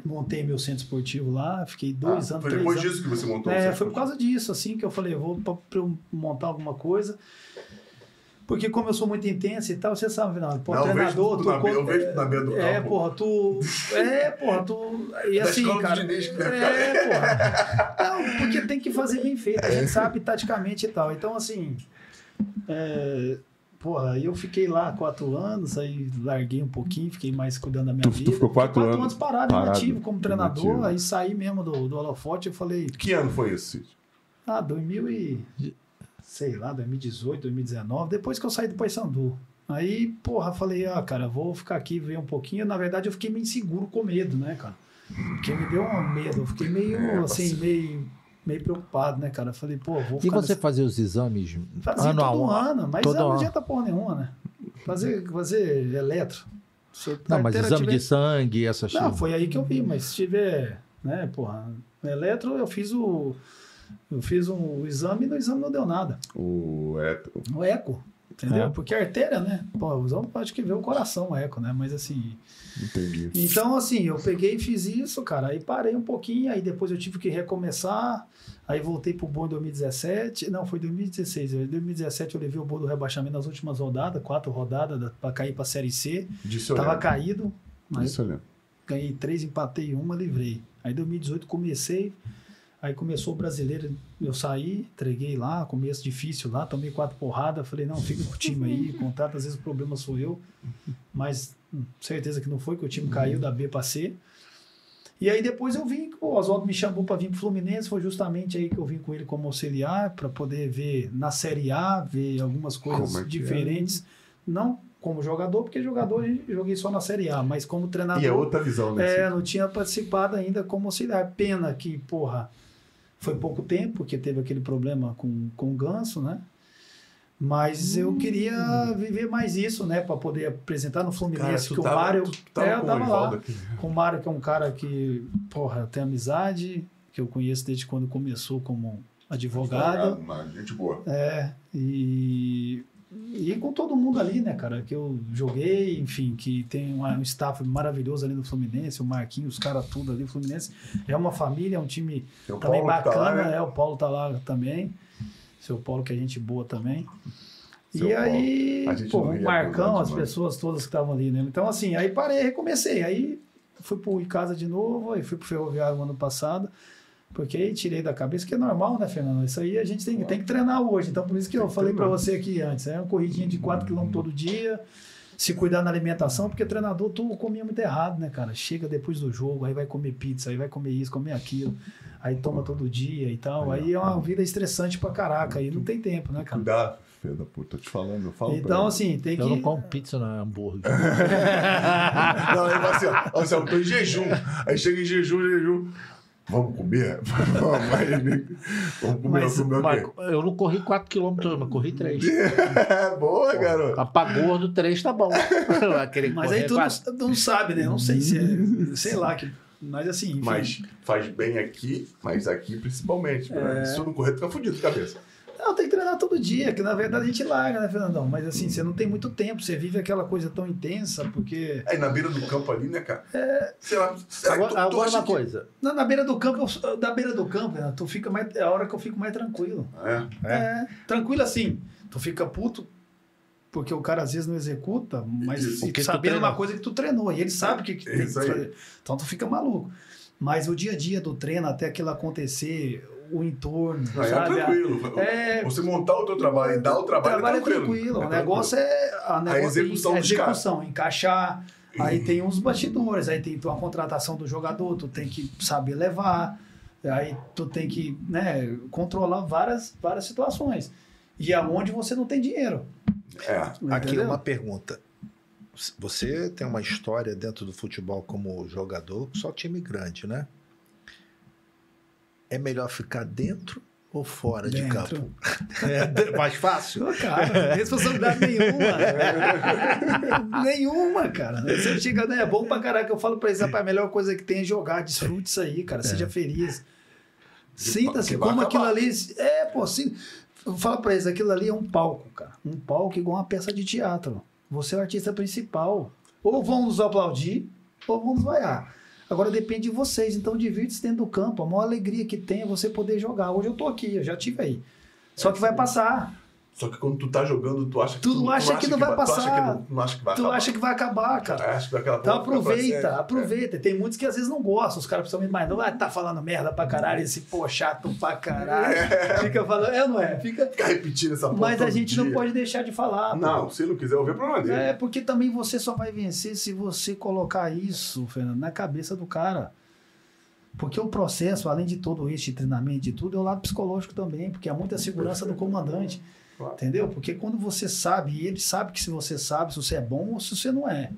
Speaker 5: montei meu centro esportivo lá. Fiquei dois
Speaker 2: Ah,
Speaker 5: anos,
Speaker 2: Foi
Speaker 5: três
Speaker 2: depois
Speaker 5: anos.
Speaker 2: disso que Então, você montou o
Speaker 5: É,
Speaker 2: seu
Speaker 5: foi por
Speaker 2: esporte.
Speaker 5: causa disso, assim, que eu falei, vou pra, pra eu montar alguma coisa. Porque como eu sou muito intenso e tal, você sabe, não, pô,
Speaker 2: Não, eu vejo
Speaker 5: treinador,
Speaker 2: tudo
Speaker 5: tu
Speaker 2: na be- eu
Speaker 5: conta-
Speaker 2: vejo tudo na beira do
Speaker 5: É,
Speaker 2: campo.
Speaker 5: porra, tu. É, porra, tu. E
Speaker 2: Da
Speaker 5: assim,
Speaker 2: escola do
Speaker 5: cara.
Speaker 2: Diniz, que deve
Speaker 5: é, porra. Não, porque tem que fazer bem feito,
Speaker 2: É.
Speaker 5: a gente sabe taticamente e tal. Então, assim. É, porra, aí eu fiquei lá quatro anos, aí larguei um pouquinho, fiquei mais cuidando da minha
Speaker 1: Tu- tu
Speaker 5: vida.
Speaker 1: ficou quatro
Speaker 5: Fiquei
Speaker 1: anos
Speaker 5: parado,
Speaker 1: parado,
Speaker 5: inativo como treinador,
Speaker 1: inativo.
Speaker 5: aí saí mesmo do, do holofote e falei.
Speaker 2: Que ano foi isso, Cid?
Speaker 5: Ah, 2000 e... Sei lá, 2018, 2019, depois que eu saí do Paysandu. Aí, porra, falei, ah, cara, vou ficar aqui ver um pouquinho. Na verdade, eu fiquei meio inseguro com medo, né, cara? Porque me deu um medo, eu fiquei meio,
Speaker 2: É,
Speaker 5: assim,
Speaker 2: parceiro.
Speaker 5: meio, meio preocupado, né, cara? Falei, pô, vou
Speaker 4: E
Speaker 5: ficar...
Speaker 4: você
Speaker 5: nessa-
Speaker 4: fazia os exames
Speaker 5: Fazia
Speaker 4: ano a
Speaker 5: todo
Speaker 4: um?
Speaker 5: ano, mas
Speaker 4: todo
Speaker 5: não
Speaker 4: ano.
Speaker 5: adianta porra nenhuma, né? Fazer, fazer eletro. é Se a
Speaker 4: Não, mas
Speaker 5: carteira
Speaker 4: exame
Speaker 5: tiver-
Speaker 4: de sangue, essas
Speaker 5: não,
Speaker 4: coisas.
Speaker 5: foi aí que eu vi, mas se tiver, né, porra, eletro, eu fiz o. Eu fiz um exame e no exame não deu nada.
Speaker 1: O hétero.
Speaker 5: O eco. Entendeu?
Speaker 4: É.
Speaker 5: Porque a artéria, né? Pô, o exame pode que ver o coração, o eco, né? Mas assim.
Speaker 1: Entendi.
Speaker 5: Então, assim, eu peguei e fiz isso, cara. Aí parei um pouquinho, aí depois eu tive que recomeçar. Aí voltei pro bom em 2017. Não, foi 2016. Em 2017 eu levei o bom do rebaixamento nas últimas rodadas, quatro rodadas da- pra cair pra Série C.
Speaker 2: Disse olhando.
Speaker 5: Tava caído. mas
Speaker 1: Isso olhando.
Speaker 5: ganhei três, empatei uma, livrei. Aí em 2018 comecei, aí começou o brasileiro, eu saí, entreguei lá, começo difícil lá, tomei quatro porradas, falei, não, fica com o time aí, contrata, às vezes o problema sou eu, mas hum, certeza que não foi, que o time caiu da B pra C. E aí depois eu vim, o Oswaldo me chamou para vir pro Fluminense, foi justamente aí que eu vim com ele como auxiliar, para poder ver na Série A, ver algumas coisas
Speaker 2: Como é que é?
Speaker 5: diferentes, não como jogador, porque jogador eu joguei só na Série A, mas como treinador.
Speaker 2: E é outra visão, né?
Speaker 5: É,
Speaker 2: Cid?
Speaker 5: não tinha participado ainda como auxiliar. Pena que, porra, foi pouco tempo, porque teve aquele problema com, com o Ganso, né? Mas
Speaker 2: Hum.
Speaker 5: eu queria viver mais isso, né? Pra poder apresentar no Fluminense, que o
Speaker 2: tava-
Speaker 5: Mário.
Speaker 2: tu tá um tava
Speaker 5: é, eu
Speaker 2: com o
Speaker 5: tava lá.
Speaker 2: Rivaldo aqui.
Speaker 5: Com o Mário, que é um cara que, porra, tem amizade, que eu conheço desde quando começou como advogado.
Speaker 2: Uma gente boa.
Speaker 5: É, e, e com todo mundo ali, né, cara, que eu joguei, enfim, que tem uma- um staff maravilhoso ali no Fluminense, o Marquinhos, os caras tudo ali, o Fluminense é uma família, é um time
Speaker 2: Tem o
Speaker 5: também
Speaker 2: Paulo que tá
Speaker 5: bacana,
Speaker 2: lá, né?
Speaker 5: é, o Paulo tá lá também, seu Paulo que é gente boa também.
Speaker 2: Seu
Speaker 5: e
Speaker 2: Paulo.
Speaker 5: aí,
Speaker 2: A gente
Speaker 5: pô,
Speaker 2: não
Speaker 5: o
Speaker 2: ia
Speaker 5: Marcão,
Speaker 2: acusar
Speaker 5: as
Speaker 2: demais.
Speaker 5: pessoas todas que estavam ali, né? Então, assim, aí parei, recomecei. Aí fui pro Icasa de novo, aí fui pro Ferroviário ano passado. Porque aí tirei da cabeça, que é normal, né, Fernando? Isso aí a gente tem, tem que treinar hoje. Então, por isso que eu falei pra você aqui antes. É uma corridinha de 4km todo dia, se cuidar na alimentação, porque treinador tu comia muito errado, né, cara? Chega depois do jogo, aí vai comer pizza, aí vai comer isso, comer aquilo, aí toma todo dia e tal. Aí é uma vida estressante pra caraca, aí não tem tempo, né, cara?
Speaker 2: Cuidado.
Speaker 1: Filho da puta, eu te falando, eu falo. pra
Speaker 5: Então,
Speaker 1: ele.
Speaker 5: assim, tem que. É,
Speaker 4: Eu não como pizza na hambúrguer.
Speaker 2: Não, ele fala assim, ó, ó, Anselmo, tô em jejum. Aí chega em jejum, jejum. Vamos comer? Vamos, aí, ele- vamos comer,
Speaker 5: Mas,
Speaker 2: vamos comer o quê?
Speaker 4: Mas eu não corri 4km, mas corri 3.
Speaker 2: É boa,
Speaker 5: tá
Speaker 2: garoto.
Speaker 4: Apagou do 3, tá bom. Aquele
Speaker 5: Mas aí
Speaker 4: correr
Speaker 5: tu
Speaker 4: quatro-
Speaker 5: não, não sabe, né? Não sei se é. Sei lá. Que, mas assim. enfim.
Speaker 2: Mas faz bem aqui, mas aqui principalmente.
Speaker 5: É.
Speaker 2: né? Se tu não correr, tu fica fudido de cabeça.
Speaker 5: Não, tem que treinar todo dia, que na verdade a gente larga, né, Fernandão? Mas assim, você não tem muito tempo, você vive aquela coisa tão intensa, porque.
Speaker 2: Aí na beira do campo ali, né, cara? É. Sei lá, será que
Speaker 4: Agora,
Speaker 2: tu, tu
Speaker 4: agora
Speaker 2: acha
Speaker 4: uma
Speaker 2: que-
Speaker 4: coisa.
Speaker 5: Na, na beira do campo, eu- da beira do campo, Renato, tu fica mais. É a hora que eu fico mais tranquilo.
Speaker 2: É.
Speaker 5: É. Tranquilo assim. Tu fica puto, porque o cara às vezes não executa, mas
Speaker 2: Isso.
Speaker 5: e
Speaker 4: O que tu
Speaker 5: sabendo
Speaker 4: treinou.
Speaker 5: uma coisa que tu treinou, e ele sabe o que, que tem que
Speaker 2: Isso aí.
Speaker 5: fazer. Então tu fica maluco. Mas o dia a dia do treino, até aquilo acontecer, o entorno,
Speaker 2: Não, é
Speaker 5: sabe?
Speaker 2: tranquilo.
Speaker 5: É,
Speaker 2: Você montar o teu trabalho
Speaker 5: Então,
Speaker 2: e dar o trabalho, é tranquilo.
Speaker 5: O negócio é a, negócio
Speaker 2: execução
Speaker 5: é
Speaker 2: dos caras. Uhum.
Speaker 5: execução, encaixar. Aí tem uns bastidores, aí tem tua contratação do jogador, tu tem que saber levar, aí tu tem que né, controlar várias, várias situações. E aonde você não tem dinheiro.
Speaker 2: É.
Speaker 4: Aqui
Speaker 5: entendeu?
Speaker 4: uma pergunta. Você tem uma história dentro do futebol como jogador, só time grande, né? É melhor ficar dentro ou fora de
Speaker 5: Dentro.
Speaker 4: campo? É mais fácil?
Speaker 5: Pô, Cara, responsabilidade nenhuma. nenhuma, cara. Você chega, né? É bom pra caraca. Eu falo pra eles, rapaz, a melhor coisa que tem é jogar, desfrute isso aí,
Speaker 4: É.
Speaker 5: cara. Seja feliz. Sinta-se,
Speaker 2: que vai
Speaker 5: como aquilo
Speaker 2: acabar.
Speaker 5: ali. É, pô, sim. Eu falo pra eles, aquilo ali é um palco, cara. Um palco igual uma peça de teatro. Você é o artista principal. Ou vão nos aplaudir, ou vão nos vaiar. Agora depende de vocês, então divirta-se dentro do campo. A maior alegria que tem é você poder jogar. Hoje eu tô aqui, eu já tive aí. Só que vai passar.
Speaker 2: Só que quando tu tá jogando, tu acha que
Speaker 5: Tu acha que não vai
Speaker 2: Tu acha que
Speaker 5: passar.
Speaker 2: não, não acha que vai
Speaker 5: Tu
Speaker 2: acabar.
Speaker 5: acha que vai acabar, cara.
Speaker 2: Acha que daquela
Speaker 5: Então
Speaker 2: porra fica pra
Speaker 5: aproveita,
Speaker 2: sempre. é.
Speaker 5: aproveita. Tem muitos que às vezes não gostam, os caras principalmente mais não, ah, tá falando merda pra caralho, esse pô chato pra caralho. Fica falando, é ou não é? Fica...
Speaker 2: Fica repetindo essa porra
Speaker 5: Mas a
Speaker 2: todo
Speaker 5: gente
Speaker 2: Tá então, dia.
Speaker 5: não pode deixar de falar. pô.
Speaker 2: Não, se não quiser ouvir, é problema dele.
Speaker 5: É, porque também você só vai vencer se você colocar isso, Fernando, na cabeça do cara. Porque o processo, além de todo este treinamento e tudo, é o lado psicológico também, porque há muita segurança do comandante.
Speaker 2: Claro.
Speaker 5: Entendeu? Porque quando você sabe, e ele sabe que se você sabe, se você é bom ou se você não é.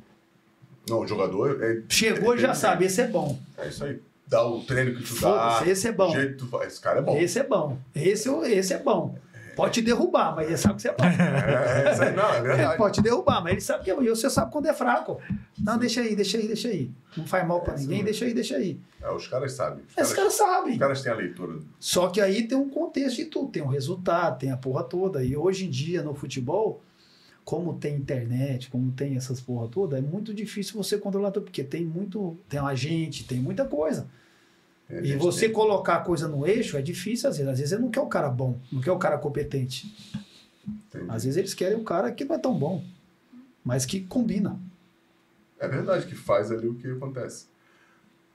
Speaker 2: Não, o jogador é,
Speaker 5: Chegou, já sabe, esse é bom.
Speaker 2: é isso aí. Dá o treino que tu dá.
Speaker 5: Foda-se, esse é
Speaker 2: O
Speaker 5: bom.
Speaker 2: jeito que tu faz. Esse cara é bom.
Speaker 5: Esse é bom. Esse, esse é bom. Pode te derrubar, mas ele sabe que você é bom.
Speaker 2: É, é isso aí, não, é
Speaker 5: Ele
Speaker 2: verdade.
Speaker 5: pode te derrubar, mas ele sabe que é bom. E você sabe quando é fraco. Não, deixa aí, deixa aí, deixa aí. Não faz mal pra ninguém, deixa aí, deixa aí.
Speaker 2: É, os caras sabem. Os
Speaker 5: Esses
Speaker 2: caras,
Speaker 5: caras sabem.
Speaker 2: os caras têm a leitura.
Speaker 5: Só que aí tem um contexto de tudo, tem um resultado, tem a porra toda. E hoje em dia, no futebol, como tem internet, como tem essas porra toda, é muito difícil você controlar tudo, porque tem muito, tem um agente, tem muita coisa.
Speaker 2: É,
Speaker 5: E
Speaker 2: gente,
Speaker 5: você colocar a coisa no eixo é difícil às vezes. Às vezes ele não quer o cara bom, não quer o cara competente.
Speaker 2: tem-
Speaker 5: Às vezes eles querem o cara que não é tão bom, mas que combina.
Speaker 2: É verdade que faz ali o que acontece.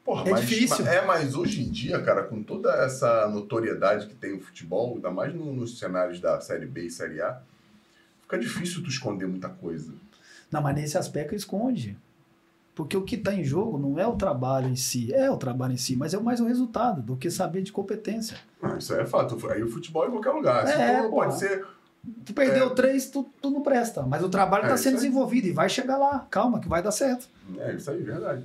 Speaker 2: Porra,
Speaker 5: É
Speaker 2: mas,
Speaker 5: difícil.
Speaker 2: ma- É, mas hoje em dia, cara, com toda essa notoriedade que tem o futebol, ainda mais no- nos cenários da Série B e Série A, fica difícil tu esconder muita coisa.
Speaker 5: Não, mas nesse aspecto esconde. Porque o que está em jogo não é o trabalho em si, é o trabalho em si, mas é mais o resultado do que saber de competência.
Speaker 2: Ah, isso aí é fato. Aí o futebol é em qualquer lugar. Se
Speaker 5: É,
Speaker 2: for,
Speaker 5: pô.
Speaker 2: pode ser.
Speaker 5: Tu perdeu três, tu, tu não presta. Mas o trabalho
Speaker 2: É,
Speaker 5: está sendo
Speaker 2: isso aí.
Speaker 5: desenvolvido e vai chegar lá. Calma, que vai dar certo.
Speaker 2: É, isso aí é verdade.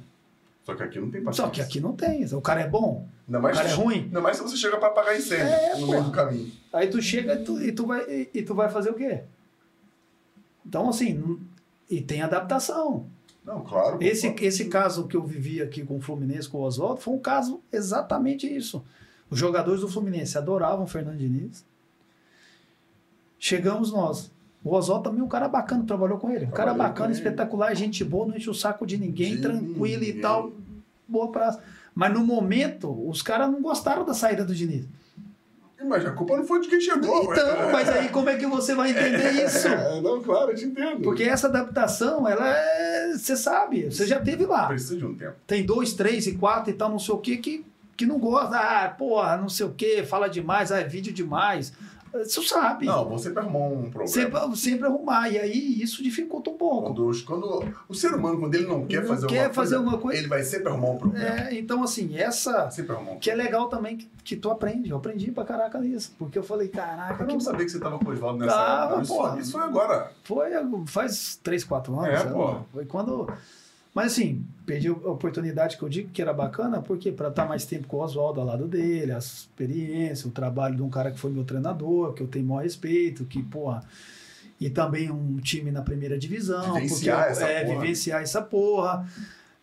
Speaker 2: Só que aqui não tem paciência.
Speaker 5: Só que aqui não tem. O cara é bom,
Speaker 2: Ainda
Speaker 5: o
Speaker 2: mais,
Speaker 5: cara é ruim.
Speaker 2: ainda mais se você chega pra apagar incêndio
Speaker 5: É,
Speaker 2: no
Speaker 5: pô.
Speaker 2: meio do caminho.
Speaker 5: Aí tu chega e tu, e tu vai, e, e tu vai fazer o quê? Então, assim, não- e tem adaptação.
Speaker 2: Não, claro. pô,
Speaker 5: Esse,
Speaker 2: pô.
Speaker 5: esse caso que eu vivi aqui com o Fluminense, com o Oswaldo, foi um caso exatamente isso. Os jogadores do Fluminense adoravam o Fernando Diniz. Chegamos nós. O Oswaldo também é um cara bacana, trabalhou com ele. Um cara
Speaker 2: Trabalhou com
Speaker 5: bacana,
Speaker 2: ele.
Speaker 5: espetacular, gente boa, não enche o saco de ninguém,
Speaker 2: De
Speaker 5: tranquilo e
Speaker 2: ninguém.
Speaker 5: tal. Boa praça. Mas no momento, os caras não gostaram da saída do Diniz.
Speaker 2: Mas a culpa não foi de quem chegou.
Speaker 5: Então, mas aí como é que você vai entender isso?
Speaker 2: É, não, claro, eu te entendo.
Speaker 5: Porque essa adaptação, ela é. Você sabe, você já teve lá.
Speaker 2: Precisa de um tempo.
Speaker 5: Tem dois, três e quatro e tal, não sei o que, que, que não gosta. Ah, porra, não sei o que, fala demais, ah, é vídeo demais. Você sabe.
Speaker 2: Não, você sempre arrumou um problema.
Speaker 5: Sempre, sempre arrumar. E aí isso dificulta um pouco.
Speaker 2: Quando, os- quando o ser humano, quando ele não quer
Speaker 5: Não
Speaker 2: fazer
Speaker 5: quer
Speaker 2: alguma
Speaker 5: fazer
Speaker 2: coisa,
Speaker 5: alguma coisa.
Speaker 2: ele vai sempre arrumar um problema.
Speaker 5: É, então, assim, essa.
Speaker 2: Sempre arrumar um
Speaker 5: Que é legal também que, que tu aprende. Eu aprendi pra caraca nisso. Porque eu falei, caraca,
Speaker 2: Eu
Speaker 5: que
Speaker 2: não sabia que você tava com o Oswaldo nessa
Speaker 5: Tava,
Speaker 2: época. Isso,
Speaker 5: porra.
Speaker 2: foi- isso foi agora.
Speaker 5: Foi faz 3, 4 anos.
Speaker 2: É,
Speaker 5: sei lá.
Speaker 2: pô.
Speaker 5: Foi quando. Mas assim, perdi a oportunidade que eu digo que era bacana, porque para estar tá mais tempo com o Oswaldo ao lado dele, a experiência, o trabalho de um cara que foi meu treinador, que eu tenho maior respeito, que, porra. E também um time na primeira divisão.
Speaker 2: Vivenciar
Speaker 5: porque,
Speaker 2: essa
Speaker 5: é,
Speaker 2: porra.
Speaker 5: vivenciar essa porra.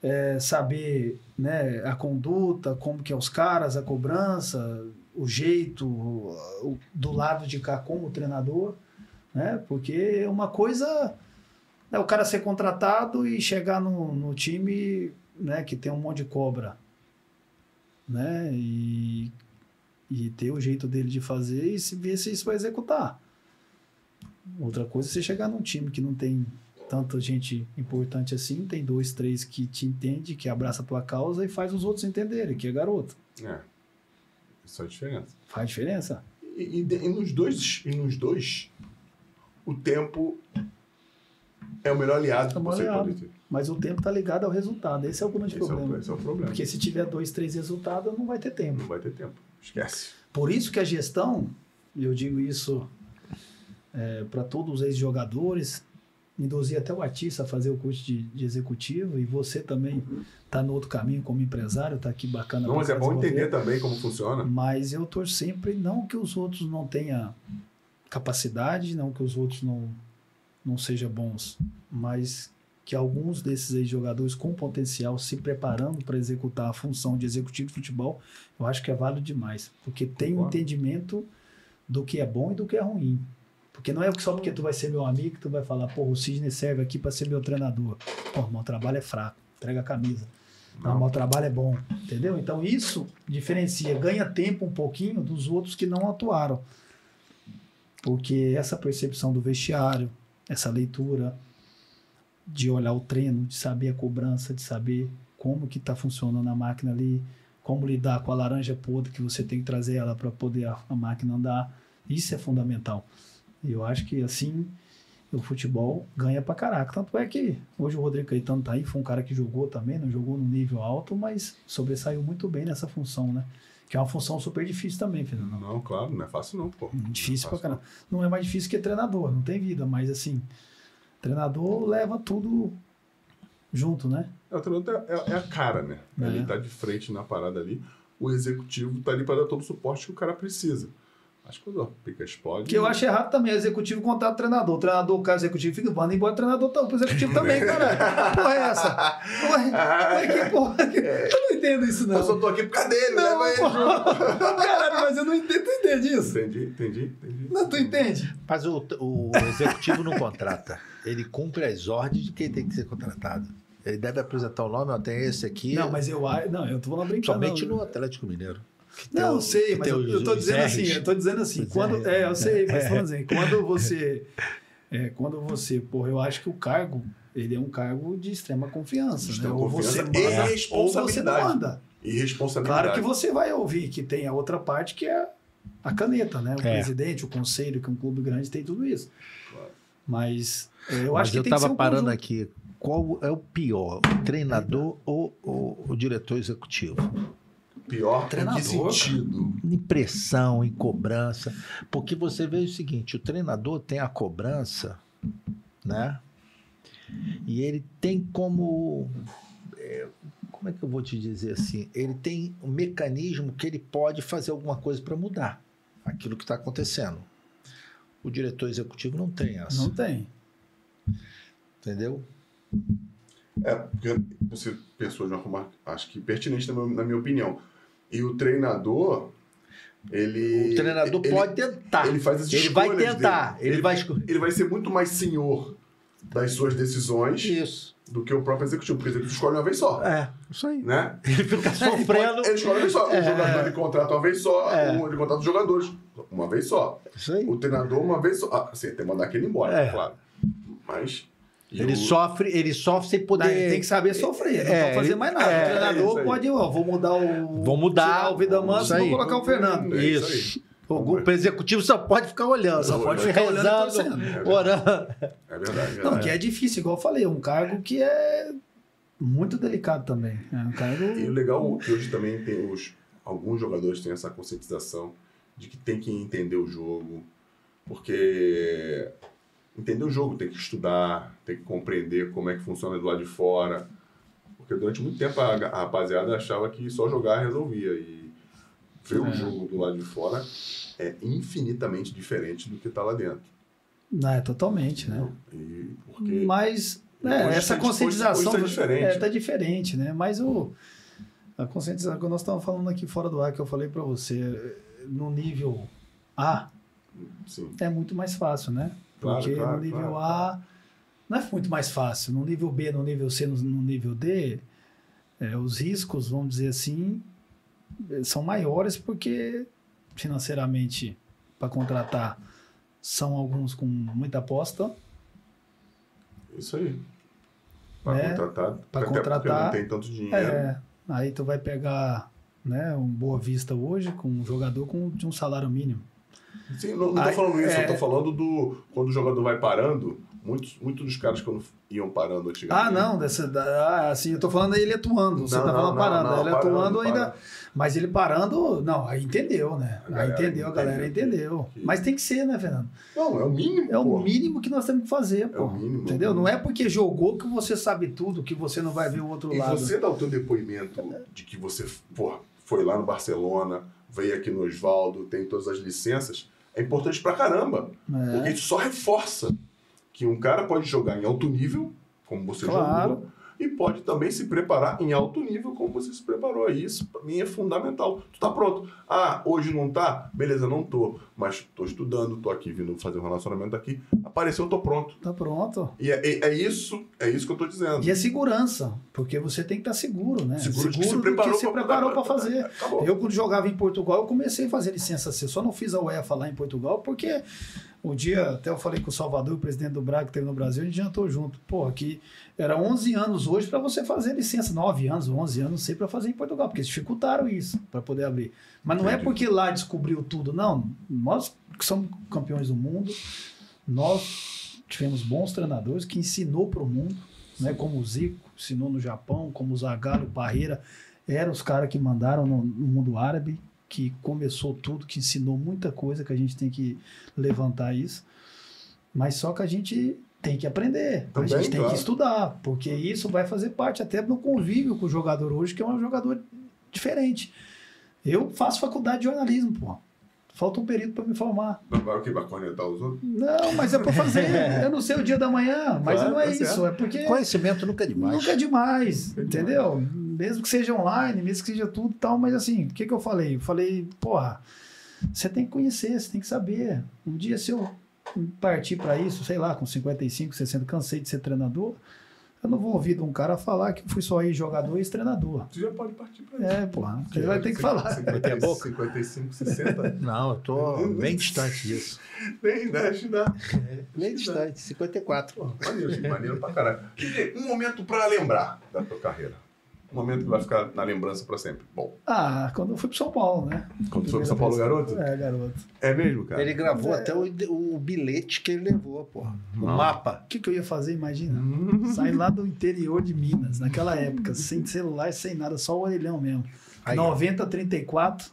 Speaker 5: é, saber né, a conduta, como que é os caras, a cobrança, o jeito, o- o- do lado de cá como treinador né? Porque uma coisa é o cara ser contratado e chegar no, no time né, que tem um monte de cobra, né? E, e ter o jeito dele de fazer e se ver se isso vai executar. Outra coisa é você chegar num time que não tem tanta gente importante assim, tem dois, três que te entende, que abraça a tua causa e faz os outros entenderem, que é garoto.
Speaker 2: É. Isso é a diferença.
Speaker 5: Faz diferença.
Speaker 2: E, e de- e nos dois, e nos dois, o tempo é o melhor aliado
Speaker 5: É
Speaker 2: que
Speaker 5: o
Speaker 2: você
Speaker 5: melhor
Speaker 2: pode ter.
Speaker 5: Mas o tempo tá ligado ao resultado. Esse é o grande
Speaker 2: Esse é,
Speaker 5: problema.
Speaker 2: o, esse é o problema.
Speaker 5: Porque se tiver dois, três resultados, não vai ter tempo.
Speaker 2: Não vai ter tempo. Esquece.
Speaker 5: Por isso que a é, gestão, e eu digo isso para todos os ex-jogadores, induzi até o artista a fazer o curso de, de executivo e você também está no outro caminho como empresário, está aqui bacana.
Speaker 2: Uhum. Não,
Speaker 5: pra
Speaker 2: mas é bom
Speaker 5: desenvolver.
Speaker 2: entender também como funciona.
Speaker 5: Mas eu torço sempre, não que os outros não tenham capacidade, não que os outros não, não sejam bons, mas que alguns desses aí jogadores com potencial se preparando para executar a função de executivo de futebol, eu acho que é válido demais. Porque tem um
Speaker 2: Concordo.
Speaker 5: entendimento do que é bom e do que é ruim. Porque não é só porque tu vai ser meu amigo que tu vai falar, porra, o Sidney serve aqui para ser meu treinador. Pô, meu trabalho é fraco, entrega a camisa. Não,
Speaker 2: Não.
Speaker 5: meu trabalho é bom, entendeu? Então isso diferencia, ganha tempo um pouquinho dos outros que não atuaram. Porque essa percepção do vestiário, essa leitura, de olhar o treino, de saber a cobrança, de saber como que está funcionando a máquina ali, como lidar com a laranja podre que você tem que trazer ela para poder a, a máquina andar. Isso é fundamental. E eu acho que assim o futebol ganha pra caraca. Tanto é que hoje o Rodrigo Caetano tá aí, foi um cara que jogou também, não jogou num nível alto, mas sobressaiu muito bem nessa função, né? Que é uma função super difícil também, Fernando.
Speaker 2: Não, claro, não é fácil não, pô.
Speaker 5: Difícil
Speaker 2: Não é
Speaker 5: pra
Speaker 2: fácil,
Speaker 5: caramba. Não é mais difícil que treinador, não tem vida, mas assim, treinador leva tudo junto, né?
Speaker 2: É, o treinador é, é a cara, né?
Speaker 5: É.
Speaker 2: Ele tá de frente na parada ali. O executivo tá ali pra dar todo o suporte que o cara precisa. Acho que quando a pica explode.
Speaker 5: Que eu acho errado também, é executivo contar o treinador. O treinador, o cara executivo fica, manda embora o treinador tá, o executivo também, caralho. Que Porra, é essa? Ué, ué, que porra. que- Eu não entendo isso, não.
Speaker 2: Eu só tô aqui por causa dele, né?
Speaker 5: Não,
Speaker 2: leva ele
Speaker 5: pô.
Speaker 2: junto.
Speaker 5: Caralho, mas eu não entendo. Tu entende isso?
Speaker 2: Entendi, entendi, entendi.
Speaker 5: Não, tu entende?
Speaker 4: Mas o, o executivo não contrata. Ele cumpre as ordens de quem tem que ser contratado. Ele deve apresentar o nome, ó, tem esse aqui.
Speaker 5: Não, mas eu acho. Não, eu tô falando brincando.
Speaker 4: Somente
Speaker 5: não.
Speaker 4: no Atlético Mineiro.
Speaker 5: Não, eu sei,
Speaker 4: que
Speaker 5: mas
Speaker 4: tem
Speaker 5: eu,
Speaker 4: os-
Speaker 5: eu tô
Speaker 4: os
Speaker 5: dizendo assim,
Speaker 4: R's.
Speaker 5: eu tô dizendo assim,
Speaker 4: Os
Speaker 5: quando,
Speaker 4: R's,
Speaker 5: é, eu sei, mas tô dizendo, quando você, é, quando você, porra, eu acho que o cargo, ele é um cargo de extrema confiança,
Speaker 2: Extrema
Speaker 5: né?
Speaker 2: confiança
Speaker 5: ou
Speaker 2: e
Speaker 5: você manda, ou você não
Speaker 2: responsabilidade.
Speaker 5: manda.
Speaker 2: E
Speaker 4: É
Speaker 2: responsabilidade.
Speaker 5: Claro que você vai ouvir que tem a outra parte que é a caneta, né? O
Speaker 6: É.
Speaker 5: presidente, o conselho, que um clube grande tem tudo isso. Mas é, eu
Speaker 4: Mas
Speaker 5: acho que
Speaker 4: eu
Speaker 5: tem que
Speaker 4: estava
Speaker 5: ser um
Speaker 4: parando
Speaker 5: conjunto.
Speaker 4: aqui. Qual é o pior? O treinador ou, ou o diretor executivo?
Speaker 2: Pior
Speaker 5: Treinador,
Speaker 2: em que sentido?
Speaker 4: Em pressão, em cobrança. Porque você vê o seguinte: o treinador tem a cobrança, né? E ele tem como. é, Como é que eu vou te dizer assim? Ele tem um mecanismo que ele pode fazer alguma coisa para mudar aquilo que está acontecendo. O diretor executivo não tem essa,
Speaker 5: Não tem.
Speaker 4: entendeu?
Speaker 2: É, porque você pessoas não arrumar, acho que pertinente na minha, na minha opinião. E o treinador, ele.
Speaker 4: O treinador
Speaker 2: ele-
Speaker 4: pode tentar.
Speaker 2: Ele faz as
Speaker 4: Ele vai
Speaker 2: escolhas
Speaker 4: tentar.
Speaker 2: dele.
Speaker 4: Ele, vai escolher.
Speaker 2: Ele vai ser muito mais senhor das suas decisões
Speaker 4: Isso.
Speaker 2: do que o próprio executivo, porque o executivo escolhe uma vez só.
Speaker 4: É, isso aí. É.
Speaker 2: Né?
Speaker 4: Ele fica sofrendo.
Speaker 2: Ele escolhe uma vez só. O jogador ele contrata uma vez só, o- ele contrata os jogadores uma vez só.
Speaker 4: É. Isso aí.
Speaker 2: O treinador uma vez só. Ah, assim, tem que mandar aquele embora,
Speaker 4: É.
Speaker 2: claro. Mas. e
Speaker 4: Ele
Speaker 2: o-
Speaker 4: sofre, ele sofre sem poder.
Speaker 5: Não, ele tem que saber sofrer, não
Speaker 4: É,
Speaker 5: pode fazer
Speaker 4: ele-
Speaker 5: mais nada.
Speaker 4: é,
Speaker 5: o
Speaker 2: é isso
Speaker 5: treinador
Speaker 2: aí.
Speaker 5: pode, ó, vou mudar o.
Speaker 4: Vou mudar.
Speaker 5: tirar o Vida
Speaker 4: Isso
Speaker 5: Manso e
Speaker 4: aí.
Speaker 5: vou colocar o Fernando.
Speaker 2: É isso
Speaker 4: Isso. O
Speaker 2: Vamos
Speaker 4: grupo executivo só pode ficar olhando, só
Speaker 2: Só pode
Speaker 4: pode ficar
Speaker 5: ficar olhando e
Speaker 4: rezando,
Speaker 2: torcendo.
Speaker 4: orando.
Speaker 2: É verdade. é verdade.
Speaker 5: Não, que é difícil, igual eu falei, é um cargo que é muito delicado também. É
Speaker 2: E
Speaker 5: um
Speaker 2: o
Speaker 5: cargo.
Speaker 2: legal é que hoje também tem os alguns jogadores têm essa conscientização de que tem que entender o jogo, porque entender o jogo tem que estudar, tem que compreender como é que funciona do lado de fora, porque durante muito tempo a, a rapaziada achava que só jogar resolvia e ver
Speaker 5: É.
Speaker 2: o jogo do lado de fora é infinitamente diferente do que está lá dentro.
Speaker 5: Não, é totalmente, né?
Speaker 2: E porque
Speaker 5: Mas
Speaker 2: Hoje
Speaker 5: é,
Speaker 2: tá-
Speaker 5: essa
Speaker 2: hoje-
Speaker 5: conscientização.
Speaker 2: hoje tá diferente.
Speaker 5: É, tá diferente, né? Mas o, a conscientização que nós estamos falando aqui fora do ar, que eu falei pra você, no nível A,
Speaker 2: sim,
Speaker 5: é muito mais fácil, né?
Speaker 2: Claro,
Speaker 5: Porque
Speaker 2: claro,
Speaker 5: no nível
Speaker 2: claro,
Speaker 5: A não é muito mais fácil. No nível B, no nível C, no, no nível D, é, os riscos, vamos dizer assim, eh, são maiores porque financeiramente para contratar são alguns com muita aposta.
Speaker 2: isso aí. Para
Speaker 5: Né?
Speaker 2: contratar,
Speaker 5: Pra
Speaker 2: até porque
Speaker 5: contratar,
Speaker 2: não tem tanto dinheiro.
Speaker 5: É, aí tu vai pegar né, um Boa Vista hoje com um jogador com, de um salário mínimo.
Speaker 2: Sim, não, não
Speaker 5: Aí,
Speaker 2: tô falando isso,
Speaker 5: é-
Speaker 2: eu tô falando do. Quando o jogador vai parando, Muitos, muitos dos caras quando iam parando antigamente.
Speaker 5: Ah, não, dessa, da- ah, assim, eu tô falando ele atuando, você
Speaker 2: Não,
Speaker 5: tá
Speaker 2: não,
Speaker 5: falando
Speaker 2: não,
Speaker 5: parando,
Speaker 2: não,
Speaker 5: ele
Speaker 2: parando,
Speaker 5: atuando ainda,
Speaker 2: parando.
Speaker 5: mas ele parando, não, aí entendeu, né?
Speaker 2: A
Speaker 5: aí
Speaker 2: galera
Speaker 5: entendeu, a galera entendeu.
Speaker 2: entendeu.
Speaker 5: Mas tem que ser, né, Fernando?
Speaker 2: Não, é o mínimo.
Speaker 5: É o
Speaker 2: pô.
Speaker 5: mínimo que nós temos que fazer, pô.
Speaker 2: É o mínimo.
Speaker 5: Entendeu? Não é porque jogou que você sabe tudo, que você não vai ver o outro
Speaker 2: E
Speaker 5: lado.
Speaker 2: você dá o teu depoimento de que você porra, foi lá no Barcelona, veio aqui no Osvaldo, tem todas as licenças, é importante pra caramba. Porque
Speaker 5: É,
Speaker 2: isso só reforça que um cara pode jogar em alto nível, como você
Speaker 5: Claro.
Speaker 2: jogou, e pode também se preparar em alto nível, como você se preparou. E isso, pra mim, é fundamental. Tu tá pronto. Ah, hoje não tá? Beleza, não tô. Mas tô estudando, tô aqui vindo fazer um relacionamento aqui. Apareceu, tô pronto.
Speaker 5: tá pronto.
Speaker 2: E é, é- é isso, é isso que eu tô dizendo.
Speaker 5: E é segurança, porque você tem que estar seguro, né?
Speaker 2: Seguro de que se
Speaker 5: do
Speaker 2: preparou
Speaker 5: que se
Speaker 2: pra-
Speaker 5: preparou para fazer.
Speaker 2: Acabou.
Speaker 5: Eu, quando jogava em Portugal, eu comecei a fazer licença C. Só não fiz a UEFA lá em Portugal, porque um dia, até eu falei com o Salvador, o presidente do Braga, que teve no Brasil, a gente jantou junto. Porra, que era 11 anos hoje para você fazer licença. 9 anos, 11 anos, não sei, para fazer em Portugal, porque eles dificultaram isso para poder abrir. Mas não é
Speaker 2: Entendi.
Speaker 5: porque lá descobriu tudo, não. Nós que somos campeões do mundo, nós tivemos bons treinadores que ensinou para o mundo, né? Como o Zico ensinou no Japão, como o Zagallo, o Parreira, eram os caras que mandaram no, no mundo árabe, que começou tudo, que ensinou muita coisa que a gente tem que levantar isso. Mas só que a gente tem que aprender,
Speaker 2: Também,
Speaker 5: a gente tem
Speaker 2: claro.
Speaker 5: que estudar, porque isso vai fazer parte até do convívio com o jogador hoje, que é um jogador diferente. Eu faço faculdade de jornalismo, pô. Falta um período para me formar.
Speaker 2: Não vai o que? Vai cornetar os outros?
Speaker 5: Não, mas é pra fazer. Eu não sei o dia da manhã, mas
Speaker 2: Claro,
Speaker 5: não é
Speaker 2: tá
Speaker 5: isso. É porque
Speaker 4: Conhecimento nunca é demais.
Speaker 5: nunca é demais, entendeu? Mesmo que seja online, mesmo que seja tudo e tal, mas assim, o que, que eu falei? Eu falei, porra, você tem que conhecer, você tem que saber. Um dia, se eu partir pra isso, sei lá, com 55, 60, cansei de ser treinador, eu não vou ouvir de um cara falar que eu fui só aí jogador e ex-treinador.
Speaker 2: Tu já pode partir pra
Speaker 5: É, porra, ele vai ter que falar.
Speaker 2: 50,
Speaker 4: a boca.
Speaker 2: 55, 60.
Speaker 4: Não, eu
Speaker 6: é
Speaker 4: tô bem distante disso.
Speaker 2: Nem né? deixa dá.
Speaker 4: Bem distante, 54.
Speaker 2: Maneiro, maneiro pra caralho. E Um momento pra lembrar da tua carreira. Um momento que vai ficar na lembrança pra sempre. Bom,
Speaker 5: Ah, quando eu fui pro São Paulo, né?
Speaker 2: quando tu foi pro São Paulo, garoto?
Speaker 5: É, garoto.
Speaker 2: É mesmo, cara?
Speaker 4: Ele gravou até o, o bilhete que ele levou, porra. O
Speaker 2: Não.
Speaker 4: mapa.
Speaker 5: O que, que eu ia fazer, imagina? Sair lá do interior de Minas, naquela época, sem celular, sem nada, só o orelhão mesmo.
Speaker 4: Aí, ó.
Speaker 5: 9034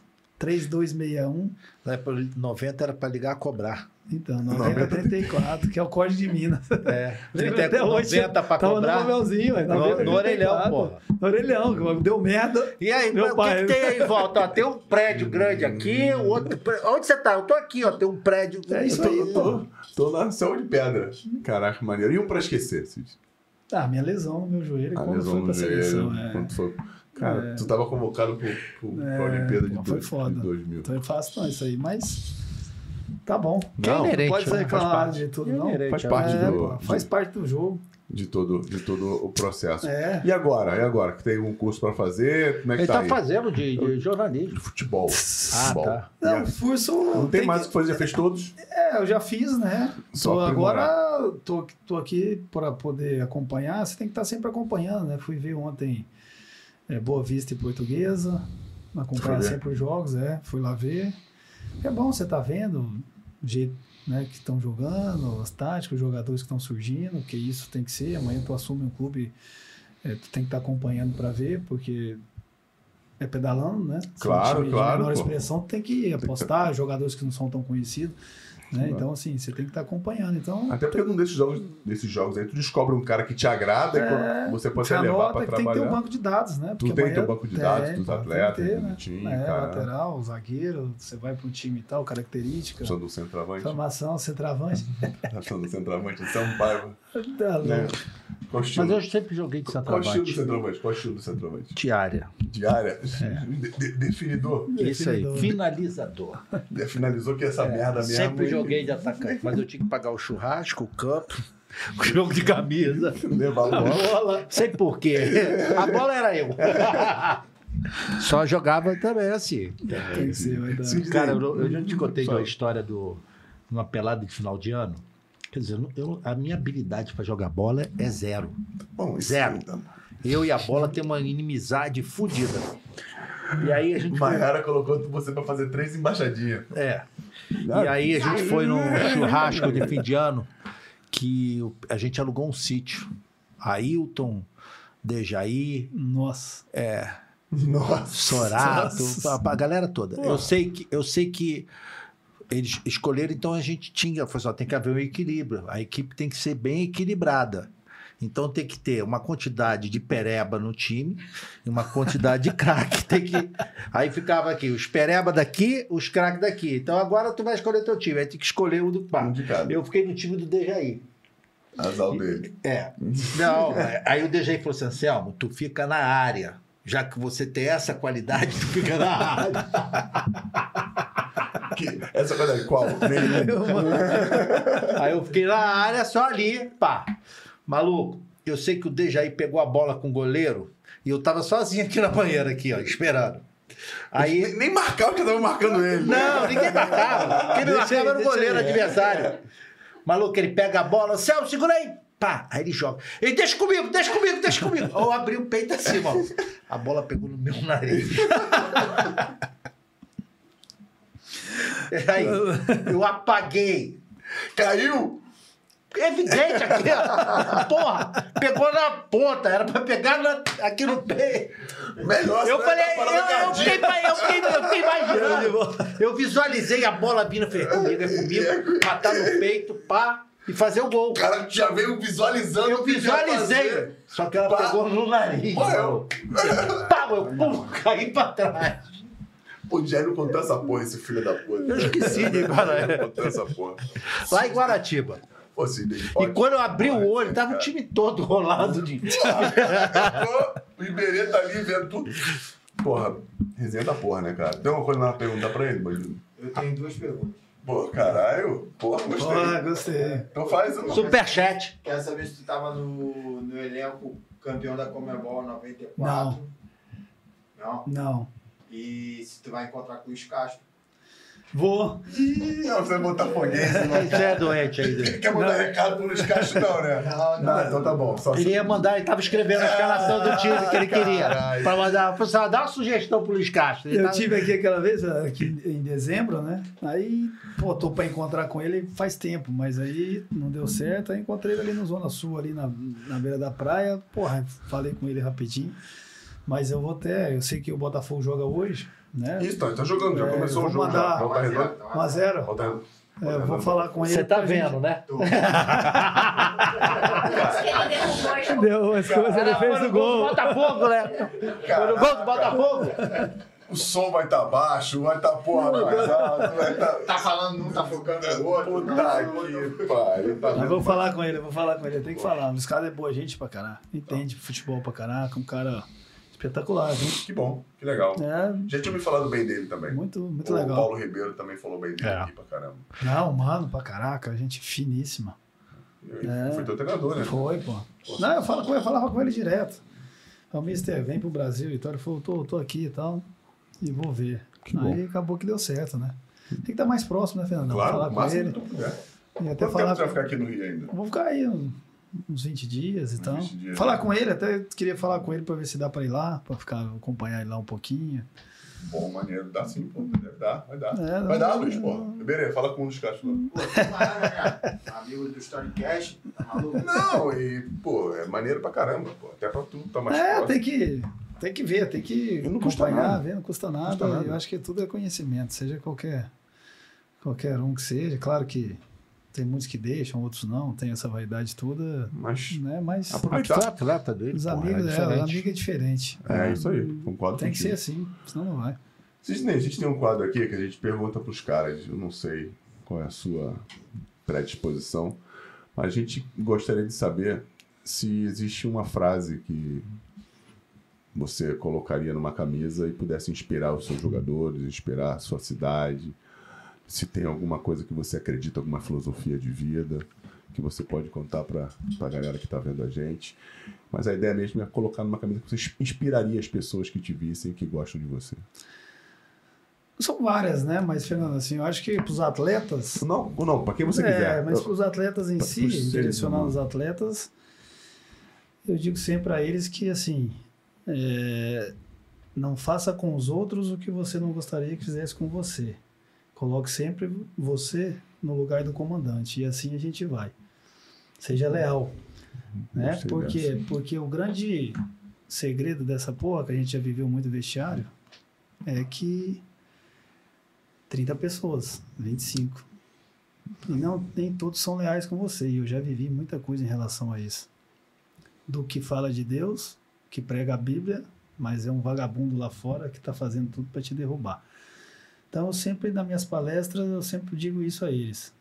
Speaker 5: 3261.
Speaker 4: Na
Speaker 6: Né,
Speaker 4: época, 90 era pra ligar a cobrar.
Speaker 5: Então, 9034, que é o código de Minas.
Speaker 4: É.
Speaker 5: Lembra
Speaker 4: 30,
Speaker 5: até hoje,
Speaker 4: 90 pra
Speaker 5: Tava no
Speaker 4: cobrar. No,
Speaker 5: papelzinho, velho.
Speaker 4: no
Speaker 5: 9034.
Speaker 4: orelhão, porra.
Speaker 5: No orelhão, deu merda.
Speaker 6: E aí,
Speaker 5: Meu
Speaker 6: o que
Speaker 5: pai.
Speaker 6: que, tem aí em volta? Ó, tem um
Speaker 4: Hum.
Speaker 6: prédio grande aqui, o outro. pré- Onde você tá? Eu tô aqui, ó. Tem um prédio.
Speaker 5: É isso
Speaker 2: Eu tô,
Speaker 5: aí,
Speaker 2: eu
Speaker 5: pô.
Speaker 2: tô, tô lá no céu de pedra. Caraca, maneiro. E um pra esquecer, Cid?
Speaker 5: Ah, minha lesão no meu joelho
Speaker 2: A
Speaker 5: quando
Speaker 2: lesão
Speaker 5: foi pra
Speaker 2: no
Speaker 5: seleção.
Speaker 2: joelho,
Speaker 5: É.
Speaker 2: quando foi- Cara,
Speaker 5: É.
Speaker 2: tu tava convocado pro, pro, pra
Speaker 5: É,
Speaker 2: Olimpíada de,
Speaker 5: pô, foi
Speaker 2: dois,
Speaker 5: foda.
Speaker 2: de 2000.
Speaker 5: Então eu faço não, isso aí, mas. Tá bom.
Speaker 4: Que é
Speaker 2: Não,
Speaker 4: inerente,
Speaker 5: Pode
Speaker 4: né? Faz
Speaker 5: reclamar
Speaker 4: parte.
Speaker 5: de tudo, não.
Speaker 2: faz parte
Speaker 5: É,
Speaker 2: do,
Speaker 5: pô, faz parte do jogo.
Speaker 2: de, todo, de todo o processo.
Speaker 5: É.
Speaker 2: E agora? E agora? Que tem um curso pra fazer? Como é que
Speaker 4: Ele
Speaker 2: tá,
Speaker 4: tá
Speaker 2: aí?
Speaker 4: fazendo de, de jornalismo.
Speaker 2: De futebol.
Speaker 4: Ah,
Speaker 2: Futebol.
Speaker 4: tá.
Speaker 2: E a-
Speaker 5: Não, curso.
Speaker 2: Não tem mais o que fazer, já fez todos?
Speaker 5: É, eu já fiz, né?
Speaker 2: Só
Speaker 5: Tô
Speaker 2: aprimorar.
Speaker 5: agora tô, tô aqui para poder acompanhar. Você tem que estar sempre acompanhando, né? Fui ver ontem é, Boa Vista e Portuguesa, acompanhar
Speaker 2: Foi ver.
Speaker 5: sempre os jogos, é. Fui lá ver. É bom você tá vendo o jeito né, que estão jogando, as táticas, os jogadores que estão surgindo, que isso tem que ser. Amanhã tu assume um clube, é, tu tem que estar acompanhando para ver, porque é pedalando, né? Se é um
Speaker 2: Claro,
Speaker 5: time de
Speaker 2: claro,
Speaker 5: menor
Speaker 2: pô.
Speaker 5: expressão, tu tem que apostar, jogadores que não são tão conhecidos. Né?
Speaker 2: Claro.
Speaker 5: Então, assim, você tem que estar acompanhando. Então,
Speaker 2: Até porque num desses jogos, desses jogos aí, tu descobre um cara que te agrada
Speaker 5: É,
Speaker 2: e você pode
Speaker 5: você
Speaker 2: até levar pra
Speaker 5: anota que tem que ter um
Speaker 2: trabalhar.
Speaker 5: banco de dados, né?
Speaker 2: Tu
Speaker 5: Porque
Speaker 2: tem teu
Speaker 5: amanhã-
Speaker 2: banco de dados
Speaker 5: tem,
Speaker 2: dos
Speaker 5: pô, tem que
Speaker 2: atletas,
Speaker 5: ter,
Speaker 2: tudo
Speaker 5: né?
Speaker 2: bonitinho,
Speaker 5: É,
Speaker 2: cara.
Speaker 5: lateral, zagueiro, você vai para um time e tal, característica,
Speaker 2: Achando do centroavante.
Speaker 5: formação, centroavante.
Speaker 2: Achando do centroavante. Sampaio.
Speaker 5: Tá louco.
Speaker 2: Né? Qual
Speaker 4: É. Mas
Speaker 2: estilo?
Speaker 4: eu sempre joguei de
Speaker 2: Qual estilo do
Speaker 4: centroavante.
Speaker 2: centroavante? Qual estilo do centroavante?
Speaker 4: Diária.
Speaker 2: Diária?
Speaker 4: É.
Speaker 2: De- de- definidor?
Speaker 4: Isso aí.
Speaker 5: Definidor.
Speaker 4: Finalizador.
Speaker 2: Finalizou que essa merda mesmo.
Speaker 4: É. Sempre
Speaker 2: e-
Speaker 4: joguei de atacante, mas eu tinha que pagar o churrasco, o campo, o jogo de camisa.
Speaker 2: Levar a bola.
Speaker 4: Sei por quê. A bola era eu. Só jogava também assim.
Speaker 5: né? Tem que ser, vai dar.
Speaker 2: Sim.
Speaker 4: Cara, eu, eu já te contei
Speaker 2: Fala.
Speaker 4: uma história do uma pelada de final de ano. Quer dizer, eu- a minha habilidade para jogar bola é zero.
Speaker 2: Bom, isso
Speaker 4: Zero.
Speaker 2: tá.
Speaker 4: Eu e a bola temos uma inimizade fodida. E aí a gente foi,
Speaker 2: Maiara colocou você pra fazer três embaixadinhas.
Speaker 4: é, e aí a gente foi num churrasco de fim de ano que o- a gente alugou um sítio. Ailton, Dejaí,
Speaker 5: Nossa.
Speaker 2: Nossa.
Speaker 4: Sorato,
Speaker 5: Nossa.
Speaker 4: a, a galera toda. Eu sei que eu sei que eles escolheram, então a gente tinha, foi só tem que haver um equilíbrio. A equipe tem que ser bem equilibrada. Então tem que ter uma quantidade de pereba no time e uma quantidade de craque. Tem que aí ficava aqui os pereba daqui, os craques daqui. Então agora tu vai escolher teu time, aí tem que escolher o do pá.
Speaker 1: Um de cada.
Speaker 4: Eu fiquei no time do Dejaí.
Speaker 1: Azar dele.
Speaker 4: É. Não, aí o DJ falou assim, Anselmo, tu fica na área. Já que você tem essa qualidade, tu fica na área.
Speaker 2: Que, essa coisa aí, qual? Nenhum.
Speaker 4: Aí eu fiquei na área, só ali, pá. Maluco, eu sei que o Dejaí pegou a bola com o goleiro e eu tava sozinho aqui na banheira, aqui, ó, esperando. Aí.
Speaker 2: Nem marcar o que eu tava marcando ele.
Speaker 4: Não, ninguém marcava. Quem me
Speaker 5: Deixa aí,
Speaker 4: marcava era o
Speaker 5: deixa
Speaker 4: goleiro
Speaker 5: aí.
Speaker 4: adversário. Maluco, ele pega a bola, Anselmo, segura aí. Pá, aí ele joga. Ele deixa comigo, deixa comigo, deixa comigo. Aí Eu abri o peito assim, mano. A bola pegou no meu nariz. Aí, eu apaguei.
Speaker 2: Caiu?
Speaker 4: Evidente aqui, ó. Porra, pegou na ponta, era pra pegar na- aqui no peito.
Speaker 2: Melhor.
Speaker 4: Eu
Speaker 2: senão
Speaker 4: falei,
Speaker 2: ele tá
Speaker 4: eu,
Speaker 2: parando
Speaker 4: eu,
Speaker 2: cardíaco.
Speaker 4: fiquei, eu, fiquei, eu fiquei imaginando. Eu visualizei a bola vindo, falei, comigo, é comigo, matar no peito, pá, e fazer o gol.
Speaker 2: O cara já veio visualizando.
Speaker 4: Eu
Speaker 2: o que ia
Speaker 4: visualizei,
Speaker 2: fazer.
Speaker 4: só que ela
Speaker 2: Pá.
Speaker 4: pegou no nariz.
Speaker 2: Morreu.
Speaker 4: Pá, eu pum, caí pra trás.
Speaker 2: Pô, já não contou essa porra, esse filho da puta.
Speaker 4: Eu esqueci de
Speaker 2: Jair não contou essa porra.
Speaker 4: Lá em Guaratiba.
Speaker 2: Pô, assim, ele
Speaker 4: E
Speaker 2: pode-
Speaker 4: quando eu abri o olho, tava o time todo rolado de.
Speaker 2: Pô, O Iberê tá ali vendo tudo. Porra, resenha da porra, né, cara? Tem uma coisa mais pra perguntar pra ele, Bandido?
Speaker 7: Eu tenho duas perguntas.
Speaker 2: Pô, caralho. Porra,
Speaker 5: Porra,
Speaker 2: gostei.
Speaker 5: gostei.
Speaker 2: Então faz uma.
Speaker 4: Superchat.
Speaker 7: Quero saber se tu tava no, no elenco campeão da Comebol 94.
Speaker 5: Não.
Speaker 7: Não?
Speaker 5: Não.
Speaker 7: E se tu vai encontrar com o Luiz Castro.
Speaker 5: Vou.
Speaker 2: Ih, ó, você é botafoguense, né?
Speaker 4: Você é doente aí, doente.
Speaker 2: Quer mandar recado pro Luiz Castro, não, né?
Speaker 7: Não, não.
Speaker 2: então tá bom. Só
Speaker 4: Ele ia mandar, ele estava escrevendo a escalação do time que ele queria.
Speaker 2: caralho.
Speaker 4: Para mandar, falou assim, "Ah, dá uma sugestão pro Luiz Castro. Ele
Speaker 5: Eu
Speaker 4: tava-
Speaker 5: tive aqui aquela vez, aqui em dezembro, né? Aí, pô, tô pra encontrar com ele faz tempo, mas aí não deu certo. Aí encontrei ele ali no Zona Sul, ali na, na beira da praia. Porra, falei com ele rapidinho. Mas eu vou até. Eu sei que o Botafogo joga hoje, né?
Speaker 2: Isso, tá, tá jogando, já
Speaker 5: É,
Speaker 2: começou
Speaker 5: vou
Speaker 2: o jogo.
Speaker 5: mandar-
Speaker 2: Já. Volta redonda.
Speaker 7: Então,
Speaker 5: 1x0.
Speaker 2: Volta redonda.
Speaker 5: Eu vou falar com ele.
Speaker 4: Você tá
Speaker 5: pra gente-
Speaker 4: vendo, né?
Speaker 8: Acho que ele derrubou as coisas.
Speaker 5: Deu as coisas, ele fez o
Speaker 4: do
Speaker 5: gol.
Speaker 4: Botafogo, né? Foi no gol do Botafogo.
Speaker 2: O som vai tá baixo, vai tá porra mais alto, vai tá.
Speaker 7: Tá falando um, tá focando no outro. Tá
Speaker 2: Puta
Speaker 7: não,
Speaker 2: que pariu, tá
Speaker 5: Eu
Speaker 2: vendo?
Speaker 5: vou falar com ele, eu vou falar com ele. Eu tenho que falar. Os caras é boa gente pra caralho. Entende futebol pra caraca. Um cara espetacular, viu?
Speaker 2: Que bom, que legal.
Speaker 5: É
Speaker 2: Já tinha me falado bem dele também.
Speaker 5: muito, muito
Speaker 2: o
Speaker 5: legal.
Speaker 2: Paulo Ribeiro também falou bem dele
Speaker 4: É.
Speaker 2: aqui pra caramba.
Speaker 5: Não, mano, pra caraca. Gente finíssima.
Speaker 2: Eu-
Speaker 5: É.
Speaker 2: Foi teu treinador, né?
Speaker 5: Foi, pô. Não, eu, falo com ele, eu falava com ele direto. Aí O Mister vem pro Brasil e tal. Ele falou, tô, tô aqui e tal. E vou ver. Aí acabou que deu certo, né? Tem que estar mais próximo, né, Fernando?
Speaker 2: Claro,
Speaker 5: falar
Speaker 2: o
Speaker 5: com
Speaker 2: máximo
Speaker 5: ele.
Speaker 2: que tu puder.
Speaker 5: E até
Speaker 2: Quanto tempo
Speaker 5: falar.
Speaker 2: tu vai ficar aqui no Rio ainda?
Speaker 5: Eu Vou ficar aí um- uns 20 dias e
Speaker 2: Uns
Speaker 5: tal.
Speaker 2: 20 dias, né?
Speaker 5: falar com ele, até queria falar com ele pra ver se dá pra ir lá, pra ficar, acompanhar ele lá um pouquinho.
Speaker 2: Bom, maneiro, dá sim, pô. Deve dar, vai dar.
Speaker 5: É,
Speaker 2: vai
Speaker 5: dá-
Speaker 2: dar, Luiz, pô. Ribeiro, fala com um o Luiz Castro. lá.
Speaker 7: pô, tu para, né, cara? Amigo do Storycast, tá maluco?
Speaker 2: Não, e, pô, é maneiro pra caramba, pô. Até pra tu, tá mais
Speaker 5: é,
Speaker 2: próximo.
Speaker 5: tem que, tem que ver, tem que
Speaker 2: E não custa
Speaker 5: acompanhar,
Speaker 2: nada.
Speaker 5: ver, não custa nada.
Speaker 2: Custa nada.
Speaker 5: Eu acho que tudo é conhecimento, seja qualquer, qualquer um que seja. Claro que tem muitos que deixam, outros não, tem essa vaidade toda,
Speaker 2: Mas
Speaker 5: né? Mas
Speaker 2: aproveitar.
Speaker 4: um atleta dele,
Speaker 5: os amigos, é,
Speaker 4: diferente.
Speaker 5: amigo é diferente.
Speaker 2: É, isso aí, concordo
Speaker 5: Tem que ser
Speaker 2: contigo.
Speaker 5: assim, senão não vai.
Speaker 2: Sidney, a gente tem um quadro aqui que a gente pergunta pros caras, eu não sei qual é a sua predisposição, mas a gente gostaria de saber se existe uma frase que você colocaria numa camisa e pudesse inspirar os seus jogadores, inspirar a sua cidade, se tem alguma coisa que você acredita, alguma filosofia de vida que você pode contar para a galera que está vendo a gente. Mas a ideia mesmo é colocar numa camisa que você inspiraria as pessoas que te vissem e que gostam de você.
Speaker 5: São várias, né? Mas, Fernando, assim, eu acho que pros atletas.
Speaker 2: Não, ou não, pra quem você
Speaker 5: é,
Speaker 2: quiser.
Speaker 5: mas
Speaker 2: Eu-
Speaker 5: para os atletas em
Speaker 2: Pra-
Speaker 5: si,
Speaker 2: pros seres
Speaker 5: direcionar
Speaker 2: humanos.
Speaker 5: os atletas, eu digo sempre a eles que, assim, é, não faça com os outros o que você não gostaria que fizesse com você. Coloque sempre você no lugar do comandante e assim a gente vai. Seja leal. Né?
Speaker 2: Gostei
Speaker 5: Porque, porque o grande segredo dessa porra, que a gente já viveu muito vestiário, é que 30 pessoas, 25. E não, nem todos são leais com você. E eu já vivi muita coisa em relação a isso. Do que fala de Deus, que prega a Bíblia, mas é um vagabundo lá fora que está fazendo tudo para te derrubar. Então, eu sempre, nas minhas palestras, eu sempre digo isso a eles.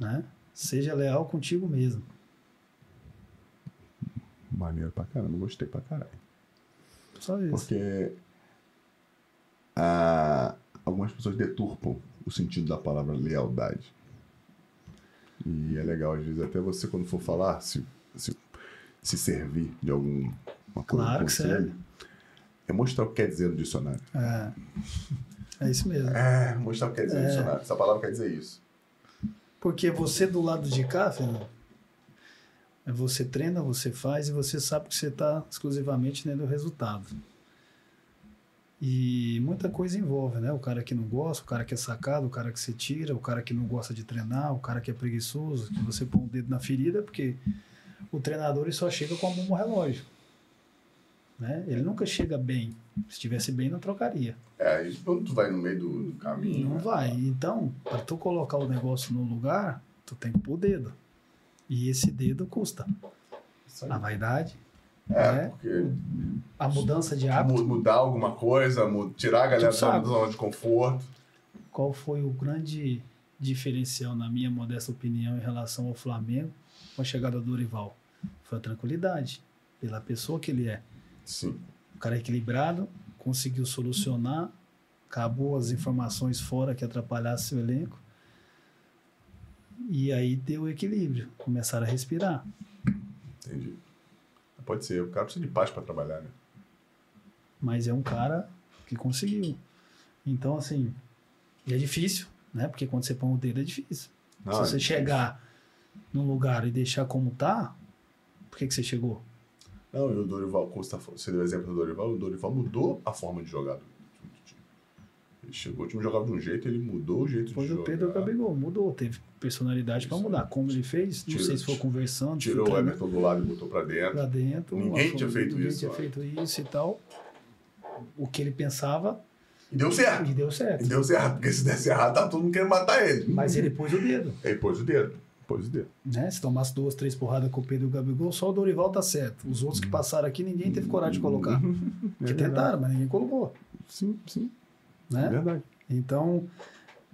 Speaker 5: Né? Seja leal contigo mesmo.
Speaker 2: Maneiro pra caramba, gostei pra caralho.
Speaker 5: Só isso.
Speaker 2: Porque ah, algumas pessoas deturpam o sentido da palavra lealdade. E é legal, às vezes, até você, quando for falar, se, se, se servir de alguma coisa.
Speaker 5: Claro
Speaker 2: um
Speaker 5: que
Speaker 2: conselho,
Speaker 5: serve.
Speaker 2: É mostrar o que quer dizer no dicionário.
Speaker 5: É. É isso mesmo.
Speaker 2: É, mostrar o que quer dizer no dicionário. Essa palavra quer dizer isso.
Speaker 5: Porque você do lado de cá, Fernando, é você treina, você faz e você sabe que você está exclusivamente dentro do resultado. E muita coisa envolve, né? O cara que não gosta, o cara que é sacado, o cara que se tira, o cara que não gosta de treinar, o cara que é preguiçoso, que você põe o dedo na ferida, porque o treinador ele só chega com a mão no relógio. Né? Ele nunca chega bem. Se estivesse bem, não trocaria.
Speaker 2: É, aí quando tu vai no meio do, do caminho.
Speaker 5: Não
Speaker 2: né?
Speaker 5: vai. Então, para tu colocar o negócio no lugar, tu tem que pôr o dedo. E esse dedo custa.
Speaker 2: Isso aí.
Speaker 5: A vaidade,
Speaker 2: É,
Speaker 5: né?
Speaker 2: porque
Speaker 5: a mudança de hábito.
Speaker 2: mu- mudar alguma coisa, mu- tirar a galera
Speaker 5: Tá. Tu
Speaker 2: da
Speaker 5: sabe.
Speaker 2: zona de conforto.
Speaker 5: Qual foi o grande diferencial, na minha modesta opinião, em relação ao Flamengo com a chegada do Dorival? Foi a tranquilidade, pela pessoa que ele é.
Speaker 2: Sim.
Speaker 5: O cara é equilibrado, conseguiu solucionar, acabou as informações fora que atrapalhasse o elenco. E aí deu equilíbrio, começaram a respirar.
Speaker 2: Entendi. Pode ser, o cara precisa de paz pra trabalhar, né?
Speaker 5: mas é um cara que conseguiu. Então, assim, e é difícil, né? Porque quando você põe o dedo é difícil.
Speaker 2: Não,
Speaker 5: Se
Speaker 2: é
Speaker 5: você chegar num lugar e deixar como tá, por que, que você chegou?
Speaker 2: Não, e o Dorival Costa, você deu o exemplo do Dorival, o Dorival mudou a forma de jogar do, do time. Ele chegou, o time jogava de um jeito, ele mudou o jeito
Speaker 5: Depois
Speaker 2: de
Speaker 5: o
Speaker 2: jogar.
Speaker 5: Pedro Gabigol mudou, teve personalidade pra
Speaker 2: né? Isso.
Speaker 5: mudar. Como ele fez, não
Speaker 2: Tirou-
Speaker 5: sei se foi conversando, se foi
Speaker 2: Tirou o
Speaker 5: treinando
Speaker 2: Everton do lado e botou pra dentro.
Speaker 5: pra dentro.
Speaker 2: Ninguém
Speaker 5: uma-
Speaker 2: tinha feito
Speaker 5: ninguém
Speaker 2: isso,
Speaker 5: tinha
Speaker 2: ó.
Speaker 5: feito isso e tal. O que ele pensava
Speaker 2: E deu certo.
Speaker 5: e deu certo.
Speaker 2: E deu certo, porque se desse errado, tá todo mundo querendo matar ele.
Speaker 5: Mas ele pôs o dedo.
Speaker 2: Aí pôs o dedo. Pôs o dedo.
Speaker 5: né? Se tomasse duas, três porradas com o Pedro e o Gabigol, só o Dorival tá certo. Os outros que passaram aqui, ninguém teve coragem de colocar. Porque tentaram, mas ninguém colocou,
Speaker 2: É Sim, sim. É
Speaker 5: né?
Speaker 2: verdade.
Speaker 5: Então,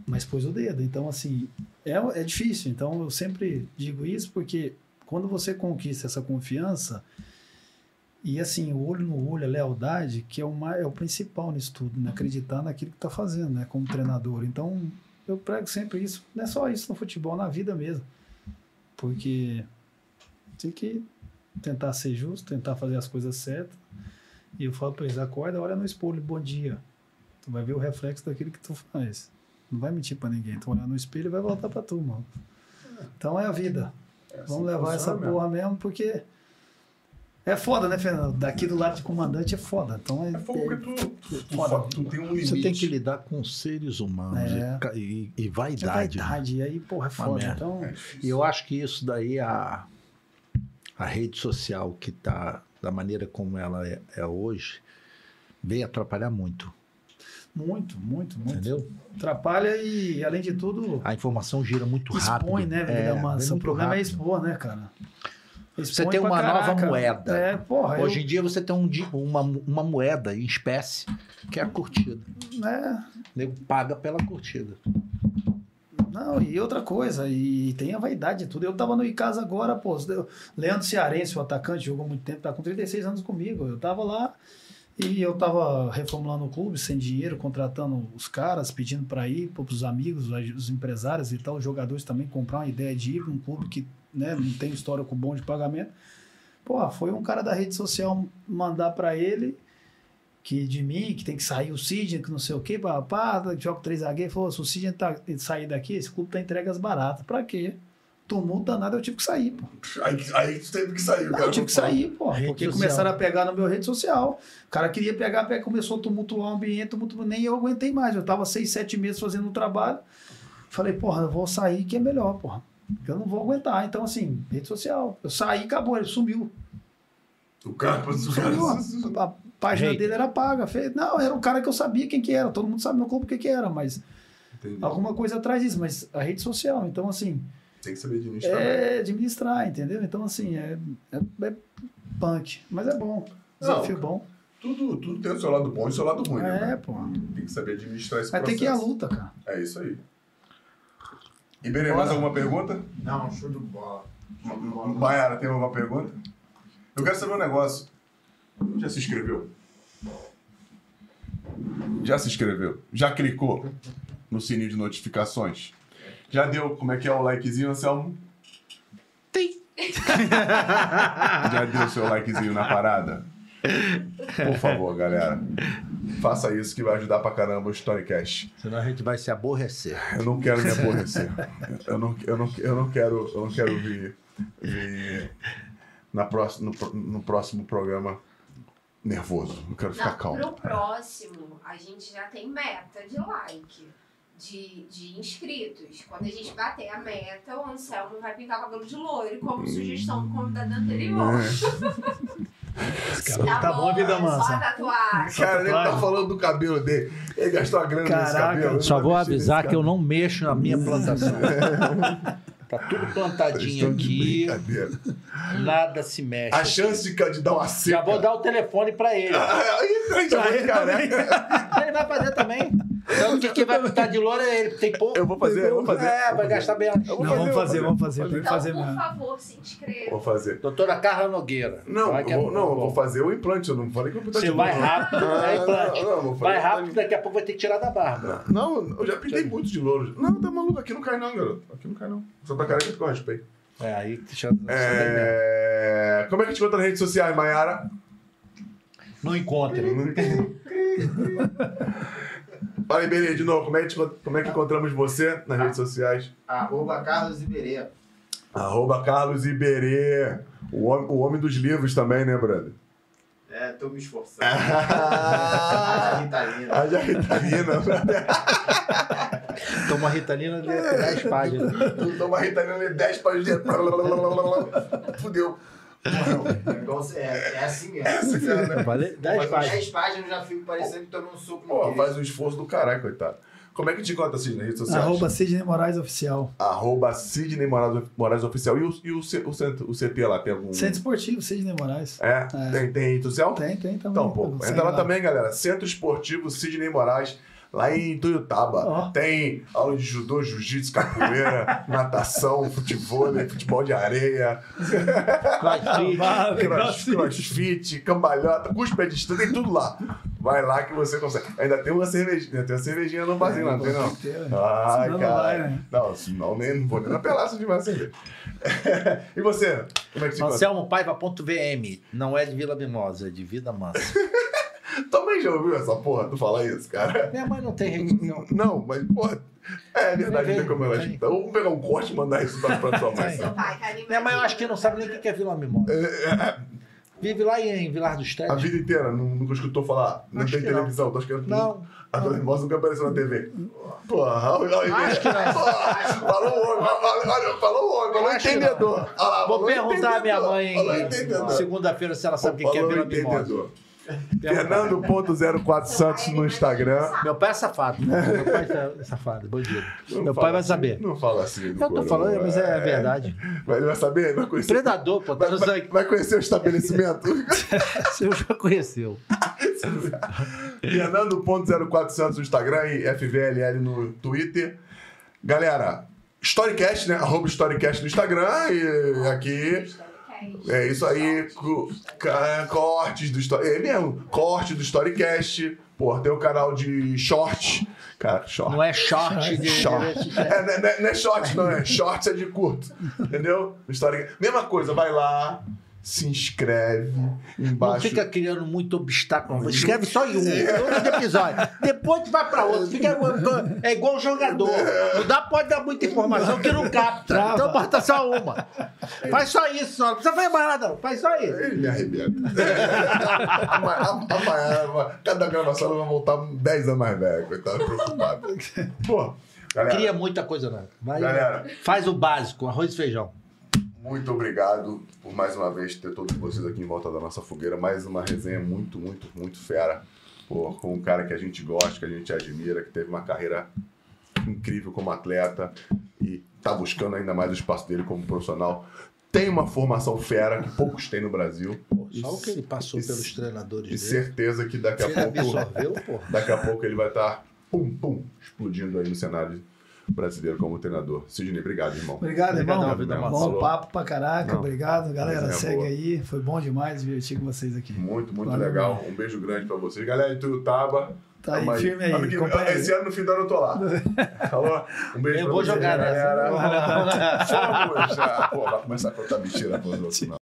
Speaker 5: mas pôs o dedo. Então, assim, é, é difícil. Então, eu sempre digo isso porque quando você conquista essa confiança e, assim, o olho no olho, a lealdade, que é o, mais, é o principal nisso tudo, né? Acreditar naquilo que tá fazendo, né? Como treinador. Então, eu prego sempre isso. Não é só isso no futebol, na vida mesmo. Porque tem que tentar ser justo, tentar fazer as coisas certas. E eu falo pra eles, acorda, olha no espelho, bom dia. Tu vai ver o reflexo daquilo que tu faz. Não vai mentir pra ninguém. Tu olhar no espelho e vai voltar pra tu, mano. Então é a vida. Vamos levar essa porra mesmo, porque... É foda, né, Fernando? Daqui do lado de comandante é foda. Então é...
Speaker 2: É fogo porque tu, tu, tu,
Speaker 5: Foda.
Speaker 2: fa- tu tem um limite.
Speaker 4: Você tem que lidar com seres humanos
Speaker 5: É.
Speaker 4: e ca- e, e
Speaker 5: é
Speaker 4: vaidade. né?
Speaker 5: vaidade. E aí, porra, é foda.
Speaker 4: merda.
Speaker 5: Então...
Speaker 4: E eu acho que isso daí, a, a rede social que está, da maneira como ela é, é hoje, veio atrapalhar muito,
Speaker 5: Muito, muito, muito.
Speaker 4: entendeu?
Speaker 5: Atrapalha e, além de tudo,
Speaker 4: A informação gira muito rápido.
Speaker 5: expõe, né,
Speaker 4: É,
Speaker 5: velho?
Speaker 4: vem
Speaker 5: massa. O
Speaker 4: muito
Speaker 5: problema é
Speaker 4: rápido.
Speaker 5: expor, né, cara?
Speaker 4: Você
Speaker 5: Expõe
Speaker 4: tem
Speaker 5: pra
Speaker 4: uma nova moeda.
Speaker 5: É, porra.
Speaker 4: Hoje em dia você tem um di- uma, uma moeda em espécie, que é a curtida.
Speaker 5: eu, né?
Speaker 4: O nego paga pela curtida.
Speaker 5: Não, e outra coisa, e tem a vaidade de tudo. Eu tava no Icasa agora, pô. eu- Leandro Cearense, o atacante, jogou muito tempo, tá com 36 anos comigo. Eu tava lá e eu tava reformulando o clube, sem dinheiro, contratando os caras, pedindo pra ir, pô, pros amigos, a- os empresários e tal, os jogadores também comprar uma ideia de ir pra um clube que né, não tem histórico bom de pagamento. Porra, foi um cara da rede social mandar pra ele que de mim, que tem que sair o Sidney, que não sei o quê, papá, joga três zagueiros, falou, se o Sidney tá, sair daqui, esse clube tá entregas baratas. Pra quê? Tumulto danado, eu tive que sair, pô.
Speaker 2: Aí, aí tu teve que sair. o
Speaker 5: Não,
Speaker 2: cara
Speaker 5: eu tive que sair, pô.
Speaker 4: Rede
Speaker 5: Porque
Speaker 4: social.
Speaker 5: começaram a pegar no meu rede social. O cara queria pegar, pe- começou a tumultuar o ambiente, tumultuar, nem eu aguentei mais. Eu tava seis, sete meses fazendo um trabalho. Falei, porra, eu vou sair que é melhor, porra. Eu não vou aguentar. Então, assim, rede social. Eu saí, acabou, ele sumiu.
Speaker 2: O cara, o cara.
Speaker 5: Sumiu. A, a página dele era paga. Fez, não, era um cara que eu sabia quem que era. Todo mundo sabe meu corpo quem que era, mas
Speaker 2: Entendi.
Speaker 5: alguma coisa atrás disso. Mas a rede social, então, assim,
Speaker 2: Tem que saber de nicho também.
Speaker 5: é administrar, entendeu? Então, assim, é, é, é punk, mas é bom.
Speaker 2: Não.
Speaker 5: Desafio bom.
Speaker 2: Tudo, tudo tem o seu lado bom e o seu lado ruim, né?
Speaker 5: É,
Speaker 2: cara?
Speaker 5: pô.
Speaker 2: Tem que saber administrar esse
Speaker 5: Vai ter
Speaker 2: processo.
Speaker 5: que ir à luta, cara.
Speaker 2: É isso aí. Iberê, mais alguma pergunta?
Speaker 7: Não, show de bola.
Speaker 2: Baiara, tem alguma pergunta? Eu quero saber um negócio. Já se inscreveu? Já se inscreveu? Já clicou no sininho de notificações? Já deu, como é que é o likezinho, Anselmo? Tem. Já deu seu likezinho na parada? Por favor, galera. Faça isso que vai ajudar pra caramba o Storycast.
Speaker 4: Senão a gente vai se aborrecer.
Speaker 2: Eu não quero me aborrecer. Eu não, eu não, eu não quero, eu não quero vir, vir na próxima, no, pro- no próximo programa nervoso. Eu quero ficar
Speaker 8: Não,
Speaker 2: calmo.
Speaker 8: Pro próximo, a gente já tem meta de like, de, de inscritos. Quando a gente bater a meta, o Anselmo vai pintar o cabelo de loiro, como sugestão do convidado anterior.
Speaker 2: Hum.
Speaker 5: Tá bom, vida
Speaker 8: Só
Speaker 5: mansa.
Speaker 8: a tatuagem.
Speaker 2: Cara, ele tá falando do cabelo dele. Ele gastou a grana nesse
Speaker 5: Caraca,
Speaker 2: cabelo. eu
Speaker 4: Só
Speaker 2: não
Speaker 4: vou
Speaker 2: mexi nesse
Speaker 4: avisar que
Speaker 2: cabelo.
Speaker 4: eu não mexo na minha plantação. Tá tudo plantadinho
Speaker 2: Estão de
Speaker 4: aqui,
Speaker 2: brincadeira.
Speaker 4: nada se mexe.
Speaker 2: A chance de, ca- de dar uma seca.
Speaker 4: Já vou dar o telefone pra ele.
Speaker 2: Aí, já né? vou de careca.
Speaker 4: Ele vai fazer também. Então, o que, que vai pintar de loura é ele, que tem pouco.
Speaker 2: Eu vou fazer, eu vou fazer.
Speaker 4: É, vai gastar bem.
Speaker 2: Eu vou
Speaker 5: Não, vamos fazer,
Speaker 2: eu
Speaker 5: vamos
Speaker 2: vou
Speaker 5: fazer. Tem que
Speaker 8: Então,
Speaker 5: fazer
Speaker 8: por
Speaker 5: mesmo.
Speaker 8: favor, se inscreva.
Speaker 2: Vou fazer.
Speaker 4: Doutora Carla Nogueira.
Speaker 2: Não,
Speaker 4: Vai
Speaker 2: eu
Speaker 4: que é
Speaker 2: vou, não, eu
Speaker 4: bom.
Speaker 2: vou fazer o implante. Eu não falei que eu vou botar
Speaker 4: Você
Speaker 2: de
Speaker 4: vai
Speaker 2: novo.
Speaker 4: rápido, né,
Speaker 2: Não,
Speaker 4: implante.
Speaker 2: não, eu vou
Speaker 4: Vai
Speaker 2: fazer- um
Speaker 4: rápido, daqui a pouco vai ter que tirar da barba.
Speaker 2: Não, eu já pintei muito de louro. Não, tá maluco, aqui não cai não, garoto. Aqui não cai não. Só tá careca com respeito.
Speaker 4: É, aí que tira.
Speaker 2: É... Como é que te encontra nas redes sociais, Mayara?
Speaker 4: Não encontra.
Speaker 2: Fala, Iberê, de novo, como é, que te encont- como é que encontramos você nas redes sociais?
Speaker 7: Arroba Carlos Iberê.
Speaker 2: Arroba Carlos Iberê. O homem, o homem dos livros também, né, brother?
Speaker 7: É, tô me esforçando. tá
Speaker 2: Ah,
Speaker 7: A Ritalina.
Speaker 4: Ah,
Speaker 2: já Ritalina, brother.
Speaker 4: Toma Então, Ritalina de 10
Speaker 2: É.
Speaker 4: páginas. né?
Speaker 2: Toma Ritalina de 10 páginas. Fudeu. Morreu.
Speaker 7: Então, é, é assim mesmo.
Speaker 2: Essa cara, né?
Speaker 4: Vale 10
Speaker 7: Faz
Speaker 4: páginas.
Speaker 7: 10 páginas eu já fico parecendo que tomei um soco no
Speaker 2: Pô,
Speaker 7: queixo.
Speaker 2: faz um esforço do caralho, coitado. Como é que te encontra, assim, nas redes sociais?
Speaker 5: Arroba Sidney Moraes Oficial.
Speaker 2: Arroba Sidney Moraes, Moraes Oficial. E, o, e o, C- o centro- o CT lá tem algum.
Speaker 5: Centro Esportivo, Sidney Moraes.
Speaker 2: É, Tem, tem rede social?
Speaker 5: Tem, tem também.
Speaker 2: Então, pô,
Speaker 5: Segue
Speaker 2: entra lá também, galera. Centro Esportivo Sidney Moraes, lá em Tuiutaba.
Speaker 5: Ó.
Speaker 2: Tem aula de judô, jiu-jitsu, capoeira, natação, futebol, futebol de areia,
Speaker 5: Ah,
Speaker 2: cross- crossfit, cambalhota, cuspe à distância, tem tudo lá. Vai lá que você consegue. Ainda tem uma cervejinha, ainda tem uma cervejinha no barzinho lá, não tem não? Tá. Ai,
Speaker 5: Senão não vai,
Speaker 2: cara.
Speaker 5: né?
Speaker 2: Não, senão nem não vou nem na pelaça de mais cerveja. E você? Como é que se encontra?
Speaker 4: AnselmoPaiva.vm. Não é de Vila Mimosa, é de Vida Mansa.
Speaker 2: Tua mãe já ouviu essa porra? Tu fala isso, cara?
Speaker 4: Minha mãe não tem rede. Não.
Speaker 2: Não, mas, porra. É verdade, não tem como ela
Speaker 4: Tem.
Speaker 2: escutar. Vamos pegar um corte e mandar isso pra, pra tua mãe. então.
Speaker 8: Seu pai tá animado.
Speaker 4: Minha mãe eu acho que não sabe nem o que que é Vila Mimosa. Vive lá em Vilar dos
Speaker 2: A
Speaker 4: Tedes.
Speaker 2: vida inteira, nu- nunca escutou falar. Não
Speaker 4: Acho
Speaker 2: tem
Speaker 4: que não.
Speaker 2: televisão, tô achando que
Speaker 4: Não. Hum.
Speaker 2: A tua irmã nunca apareceu na TV. Porra, olha aí.
Speaker 4: Acho que não. é.
Speaker 2: Porra, Falou o homem, olha, olha, falou o homem, falou
Speaker 4: Acho que não.
Speaker 2: entendedor. Olha lá,
Speaker 4: Vou
Speaker 2: falou
Speaker 4: perguntar à minha
Speaker 2: entendedor,
Speaker 4: mãe
Speaker 2: Falou entendedor.
Speaker 4: segunda-feira se ela sabe o que que é
Speaker 2: Falou
Speaker 4: Vila Mimosa.
Speaker 2: entendedor.
Speaker 4: Pergunta.
Speaker 2: Fernando.04Santos no Instagram.
Speaker 4: Meu pai é safado. Meu pai é safado, bandido.
Speaker 2: Não
Speaker 4: Meu
Speaker 2: fala
Speaker 4: pai vai
Speaker 2: assim,
Speaker 4: saber.
Speaker 2: Não fala assim. do
Speaker 4: Eu tô
Speaker 2: coroa,
Speaker 4: falando, mas é verdade.
Speaker 2: Mas Ele vai saber? Vai conhecer,
Speaker 4: Predador, pô. Tá
Speaker 2: vai,
Speaker 4: no
Speaker 2: vai-
Speaker 4: sangue.
Speaker 2: vai conhecer o estabelecimento?
Speaker 4: Você já conheceu.
Speaker 2: Fernando.04Santos no Instagram e FVLL no Twitter. Galera, Storycast, né? Arroba Storycast no Instagram e aqui. É isso aí, co- ca- cortes do Story. É mesmo, corte do Storycast. Porra, tem o canal de short. Cara, short.
Speaker 4: Não é short de.
Speaker 2: Short. É, não, é- não é- não é short, não, é shorts é de curto. Entendeu? História. Mesma coisa, vai lá, se inscreve
Speaker 4: Não
Speaker 2: embaixo.
Speaker 4: fica criando muito obstáculo. Escreve só em um, outro episódio. Depois tu vai pra outro. Fica, é igual um jogador. Não dá, pode dar muita informação que não capta. Então bota só uma. Faz só isso, não precisa fazer mais nada, não. Faz só isso.
Speaker 2: Ele me arrebenta. Ama- ama- ama- ama- Cada gravação ela vai voltar 10 anos mais velho, coitado, preocupado. Pô, Galera.
Speaker 4: Cria muita coisa, não. Vai,
Speaker 2: Galera.
Speaker 4: Faz o básico, arroz e feijão.
Speaker 2: Muito obrigado por mais uma vez ter todos vocês aqui em volta da nossa fogueira. Mais uma resenha muito, muito, muito fera. Pô, com um cara que a gente gosta, que a gente admira, que teve uma carreira incrível como atleta e tá buscando ainda mais o espaço dele como profissional. Tem uma formação fera que poucos têm no Brasil.
Speaker 4: Pô, só o que ele passou
Speaker 2: e
Speaker 4: pelos
Speaker 2: se-
Speaker 4: treinadores
Speaker 2: E
Speaker 4: dele.
Speaker 2: certeza que daqui
Speaker 4: Se ele
Speaker 2: a pouco.
Speaker 4: absorveu, porra.
Speaker 2: Daqui a pouco ele vai estar pum, pum, explodindo aí no cenário brasileiro como treinador. Sidney, obrigado, irmão.
Speaker 5: Obrigado, irmão.
Speaker 2: vida
Speaker 5: bom
Speaker 2: massa.
Speaker 5: papo pra caraca.
Speaker 2: Não.
Speaker 5: Obrigado, galera.
Speaker 2: Resenha
Speaker 5: segue
Speaker 2: boa.
Speaker 5: aí. Foi bom demais divertir com vocês aqui.
Speaker 2: Muito, muito
Speaker 5: Valeu,
Speaker 2: legal. Um beijo grande pra vocês. Galera de Tuiutaba.
Speaker 5: Tá aí,
Speaker 2: tamo
Speaker 5: firme aí.
Speaker 2: Ano que-
Speaker 5: acompanha aí.
Speaker 2: Esse ano, no fim do ano, eu tô lá. Falou? Um beijo
Speaker 4: Eu
Speaker 2: pra
Speaker 4: vou
Speaker 2: vocês,
Speaker 4: jogar nessa.
Speaker 2: galera. Vamos, já. Pô, vai começar a contar mentira pros outros, não.